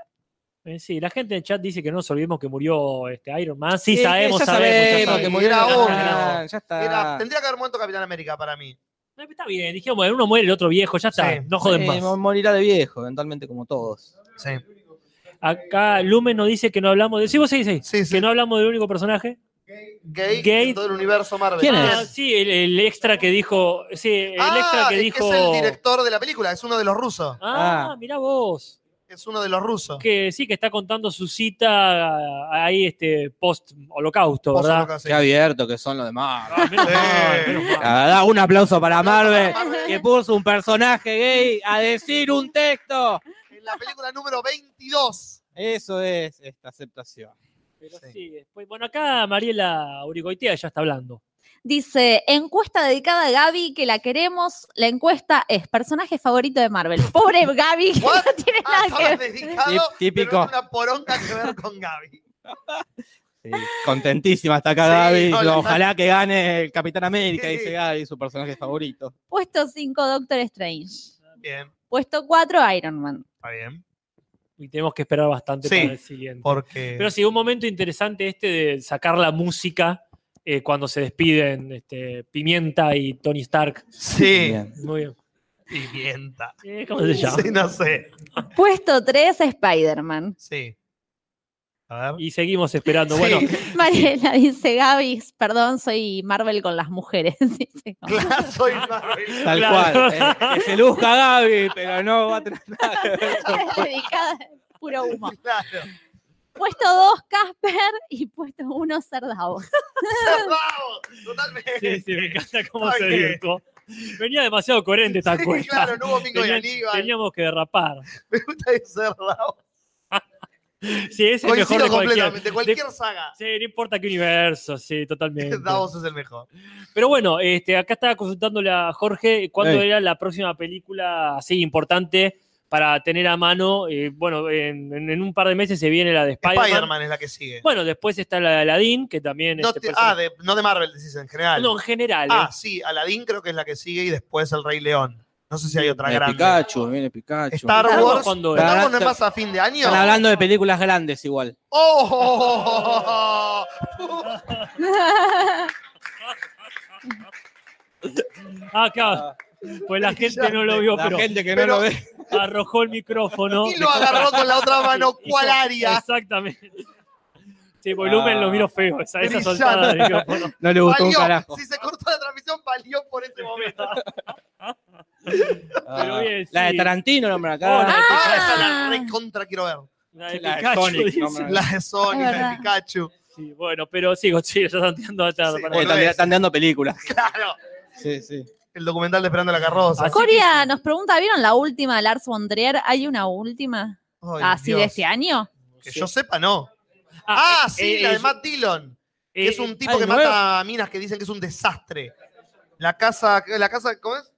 Speaker 3: Sí, la gente en el chat dice que no nos olvidemos que murió este Iron Man. Sí,
Speaker 4: Sí,
Speaker 3: sabemos,
Speaker 4: ya
Speaker 3: sabemos, ya
Speaker 4: sabemos
Speaker 3: sabemos.
Speaker 4: que murió Era Iron Man. obvio.
Speaker 3: Ah,
Speaker 4: Era- tendría que haber muerto Capitán América para mí.
Speaker 3: Está bien, dijeron, bueno, uno muere, el otro viejo, ya está, no joden
Speaker 6: Sí,
Speaker 3: más.
Speaker 6: mo- Morirá de viejo, eventualmente, como todos.
Speaker 4: Sí.
Speaker 3: Acá Lumen nos dice que no hablamos de. Sí, vos sí, sí. Que no hablamos del único personaje.
Speaker 4: Gay,
Speaker 3: Gay.
Speaker 4: en todo el universo Marvel.
Speaker 3: Ah, sí, el, el extra que dijo. Sí, el
Speaker 4: Ah,
Speaker 3: extra que
Speaker 4: es-
Speaker 3: dijo.
Speaker 4: Es el director de la película, es uno de los rusos.
Speaker 3: Ah, mirá vos.
Speaker 4: Es uno de los rusos.
Speaker 3: Que sí, que está contando su cita ahí, este, post-holocausto, ¿verdad?
Speaker 4: Post-holocausto,
Speaker 6: Qué abierto que son los demás.
Speaker 3: Sí.
Speaker 6: La verdad, un aplauso para Marvel, que puso un personaje gay a decir un texto.
Speaker 4: En la película número 22.
Speaker 6: Eso es esta aceptación.
Speaker 3: Pero sí, después- bueno, acá Mariela Urigoitea ya está hablando.
Speaker 5: Dice, encuesta dedicada a Gaby, que la queremos. La encuesta es personaje favorito de Marvel. Pobre Gaby, que no tiene
Speaker 11: Ah,
Speaker 5: nada que ver.
Speaker 4: Dedicado,
Speaker 6: Típico.
Speaker 4: pero no tiene una poronga que ver con Gaby.
Speaker 6: Sí, Contentísima está acá
Speaker 4: Sí,
Speaker 6: Gaby.
Speaker 4: hola.
Speaker 6: Ojalá que gane el Capitán América,
Speaker 4: Sí.
Speaker 6: dice Gaby, su personaje favorito.
Speaker 5: Puesto 5, Doctor Strange.
Speaker 4: Bien,
Speaker 5: Puesto 4, Iron Man.
Speaker 4: está bien.
Speaker 3: Y tenemos que esperar bastante
Speaker 4: Sí,
Speaker 3: para el siguiente.
Speaker 4: Porque.
Speaker 3: Pero sí, un momento interesante este de sacar la música eh, cuando se despiden este, Pimienta y Tony Stark.
Speaker 4: sí.
Speaker 3: Muy bien.
Speaker 4: Pimienta.
Speaker 3: ¿Cómo se llama?
Speaker 4: Sí, no sé.
Speaker 5: Puesto 3, Spider-Man.
Speaker 4: Sí.
Speaker 3: Y seguimos esperando. Bueno,
Speaker 5: Mariela dice, Gaby, perdón, soy Marvel con las mujeres. Dice, como-
Speaker 4: Claro, soy Marvel.
Speaker 6: Tal
Speaker 3: Claro.
Speaker 6: cual. eh, que se luzca Gaby, pero no va a tener nada que ver con-
Speaker 5: dedicada a puro humo.
Speaker 4: Claro.
Speaker 5: Puesto 2, Casper. Y puesto 1, Cerdao.
Speaker 4: Vamos, totalmente.
Speaker 3: sí, sí, me encanta cómo
Speaker 4: Está
Speaker 3: se
Speaker 4: bien.
Speaker 3: dijo. Venía demasiado coherente esta
Speaker 4: Sí,
Speaker 3: encuesta.
Speaker 4: claro, no hubo bingo de
Speaker 3: Tenía-
Speaker 4: Aníbal.
Speaker 3: Teníamos que derrapar.
Speaker 4: Me gusta ese lado.
Speaker 3: Sí, ese es el mejor
Speaker 4: Coincido
Speaker 3: de cualquier.
Speaker 4: completamente. Cualquier saga.
Speaker 3: Sí, no importa qué universo, sí, totalmente.
Speaker 4: Davos es el mejor.
Speaker 3: Pero bueno, este, acá estaba consultándole a Jorge cuándo
Speaker 6: Ey.
Speaker 3: era la próxima película así importante para tener a mano. Eh, bueno, en, en- en un par de meses se viene la de Spider-Man.
Speaker 4: Spider-Man es la que sigue.
Speaker 3: Bueno, después está la de Aladdin, que también...
Speaker 4: No
Speaker 3: este,
Speaker 4: te-
Speaker 3: persona-
Speaker 4: ah, de- no de Marvel, decís en general.
Speaker 3: No, en general.
Speaker 4: ah,
Speaker 3: eh.
Speaker 4: sí, Aladdin creo que es la que sigue y después El Rey León. No sé si hay otra
Speaker 6: Viene
Speaker 4: grande.
Speaker 6: Pikachu, viene Pikachu.
Speaker 4: Star
Speaker 3: Star Wars,
Speaker 4: Wars.
Speaker 3: ¿cuándo
Speaker 4: ¿Star
Speaker 6: era?
Speaker 4: Wars no es más a fin de año?
Speaker 6: Están hablando de películas grandes igual.
Speaker 4: ¡Oh!
Speaker 3: Ah, claro. Pues la gente no lo vio,
Speaker 6: La
Speaker 3: pero
Speaker 6: gente que no
Speaker 4: pero-
Speaker 6: lo ve.
Speaker 3: arrojó el micrófono.
Speaker 4: Y lo agarró con la otra mano. ¿Cuál
Speaker 3: Hizo-
Speaker 4: área?
Speaker 3: Exactamente. Sí, volumen lo miro feo, esa, esa soltada del
Speaker 4: Brillante.
Speaker 3: micrófono.
Speaker 6: Ah. No le gustó un
Speaker 4: Valió.
Speaker 6: carajo.
Speaker 4: Si se cortó la transmisión, valió por ese momento.
Speaker 3: Pero bien,
Speaker 6: la de
Speaker 3: sí.
Speaker 6: Tarantino nombra
Speaker 3: Oh, la
Speaker 6: acá.
Speaker 3: de
Speaker 4: Ahora esa la recontra quiero ver.
Speaker 3: La de
Speaker 6: La de
Speaker 3: Pikachu,
Speaker 6: Sonic,
Speaker 3: dice.
Speaker 6: nombra.
Speaker 4: La de Sony,
Speaker 5: Es
Speaker 4: la
Speaker 5: verdad.
Speaker 4: de Pikachu.
Speaker 3: Sí, bueno, pero sí, sí, ya están tirando a
Speaker 4: Sí,
Speaker 6: Eh,
Speaker 4: boludo,
Speaker 6: están,
Speaker 4: es.
Speaker 6: están dando películas.
Speaker 4: Claro.
Speaker 6: Sí, sí.
Speaker 4: El documental de Esperando la Carroza.
Speaker 5: Ah,
Speaker 3: Así
Speaker 5: Coria nos pregunta, ¿vieron la última de Lars von Trier? ¿Hay una última?
Speaker 4: Ay,
Speaker 5: ¿Así de
Speaker 4: Dios.
Speaker 5: este año?
Speaker 4: Que yo sepa, no. Ah,
Speaker 3: eh,
Speaker 4: sí, la de Matt Dillon. que es un
Speaker 3: ah,
Speaker 4: tipo
Speaker 6: ¿hay
Speaker 4: que
Speaker 6: nueva?
Speaker 4: mata a minas que dicen que es un desastre. La casa, la casa, ¿cómo es?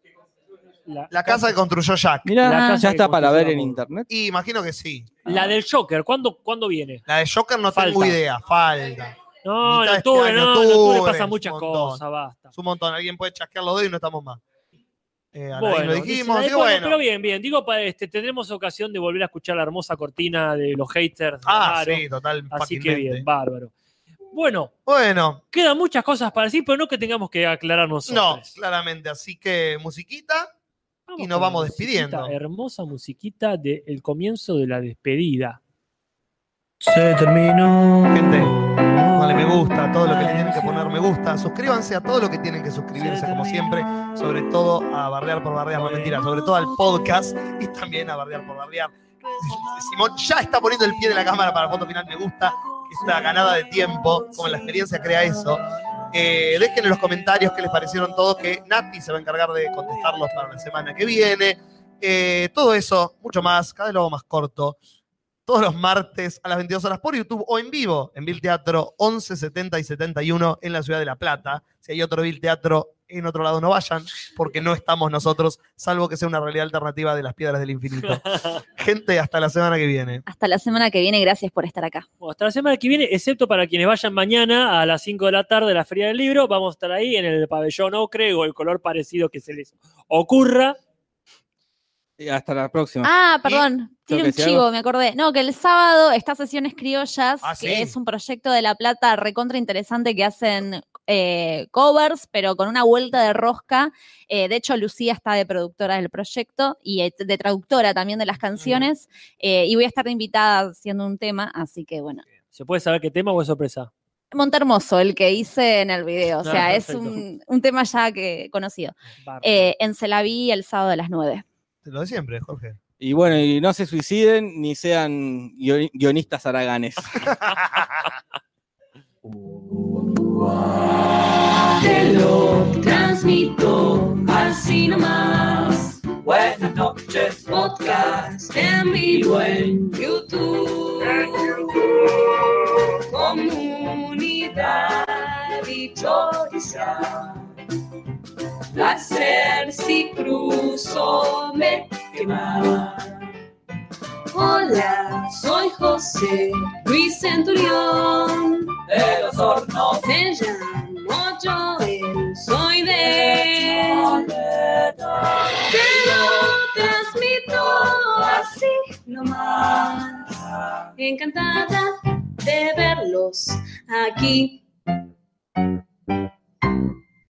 Speaker 4: La casa que construyó Jack.
Speaker 6: Mira,
Speaker 3: La casa
Speaker 6: ya
Speaker 5: Ah.
Speaker 6: está
Speaker 3: que
Speaker 6: para
Speaker 3: construyó
Speaker 6: ver
Speaker 3: la
Speaker 6: en
Speaker 3: moda.
Speaker 6: internet.
Speaker 4: Y imagino que sí.
Speaker 3: La del Joker, ¿cuándo, ¿cuándo viene?
Speaker 4: La de Joker no tengo
Speaker 3: Falta.
Speaker 4: idea, falta.
Speaker 3: No, en
Speaker 4: Mitad de este
Speaker 3: octubre,
Speaker 4: año,
Speaker 3: no, en octubre
Speaker 4: octubre,
Speaker 3: pasan
Speaker 4: es un
Speaker 3: muchas
Speaker 4: montón.
Speaker 3: cosas, basta.
Speaker 4: Es un montón, alguien puede chasquear los dedos y no estamos más. Eh, a nadie
Speaker 3: Bueno,
Speaker 4: lo
Speaker 3: dice,
Speaker 4: dijimos,
Speaker 3: la de
Speaker 4: así que
Speaker 3: Pablo,
Speaker 4: bueno.
Speaker 3: pero bien, bien. Digo, pa- este, tendremos ocasión de volver a escuchar la hermosa cortina de los haters. de
Speaker 4: Ah,
Speaker 3: Amaro.
Speaker 4: sí, total,
Speaker 3: Así que
Speaker 4: fuckingmente.
Speaker 3: bien, bárbaro. Bueno,
Speaker 4: Bueno,
Speaker 3: quedan muchas cosas para decir, pero no que tengamos que aclarar
Speaker 4: no,
Speaker 3: nosotros.
Speaker 4: claramente, así que musiquita. y nos
Speaker 3: con la
Speaker 4: vamos
Speaker 3: musiquita,
Speaker 4: despidiendo.
Speaker 3: Hermosa musiquita del comienzo de la despedida.
Speaker 7: Se terminó.
Speaker 4: Gente, Dale me gusta, a todo lo que le tienen que poner me gusta. Suscríbanse a todo lo que tienen que suscribirse, como siempre. Sobre todo a Bardear por Bardear, no mentira. Sobre todo al podcast y también a Bardear por Bardear. Simón ya está poniendo el pie de la cámara para la foto final me gusta. Esta ganada de tiempo, como la experiencia crea eso. Eh, dejen en los comentarios qué les parecieron todos, que Nati se va a encargar de contestarlos para la semana que viene. Eh, todo eso, mucho más, cada vez lo hago más corto. Todos los martes a las 22 horas por YouTube o en vivo en Vil Teatro 1170 y 71 en la ciudad de La Plata. Si hay otro Vil Teatro en otro lado, no vayan, porque no estamos nosotros, salvo que sea una realidad alternativa de las piedras del infinito. Gente, hasta la semana que viene.
Speaker 5: Hasta la semana que viene, gracias por estar acá.
Speaker 3: Bueno, hasta la semana que viene, excepto para quienes vayan mañana a las 5 de la tarde a la Feria del Libro. Vamos a estar ahí en el pabellón ocre o el color parecido que se les ocurra.
Speaker 6: Y Hasta la próxima.
Speaker 5: Ah, perdón,
Speaker 6: ¿Tengo
Speaker 5: tiene
Speaker 6: que
Speaker 5: un
Speaker 6: decir
Speaker 5: chivo,
Speaker 6: algo?
Speaker 5: me acordé. No, que el sábado está Sesiones Criollas,
Speaker 6: Ah,
Speaker 5: que
Speaker 6: sí.
Speaker 5: es un proyecto de La Plata recontra interesante que hacen eh, covers, pero con una vuelta de rosca. Eh, de hecho, Lucía está de productora del proyecto y eh, de traductora también de las canciones. eh, y voy a estar invitada haciendo un tema, así que bueno.
Speaker 3: ¿Se puede saber qué tema o es sorpresa?
Speaker 5: Montermoso, el que hice en el video. O
Speaker 3: Ah,
Speaker 5: sea, es
Speaker 3: perfecto.
Speaker 5: un, un tema ya que conocido.
Speaker 3: Bárbaro.
Speaker 5: Eh, en Celaví el sábado a las 9.
Speaker 4: Lo de siempre, Jorge.
Speaker 6: Y bueno, y no se suiciden ni sean guion- guionistas araganes.
Speaker 1: Te lo transmito así nomás.
Speaker 12: Buenas noches,
Speaker 1: Podcast en vivo en YouTube. Comunidad y choriza. Placer si cruzo me quema. Hola, soy José Luis Centurión.
Speaker 12: de los hornos.
Speaker 1: Me llamo Joel, soy de él. Te lo transmito así nomás. Encantada de verlos aquí.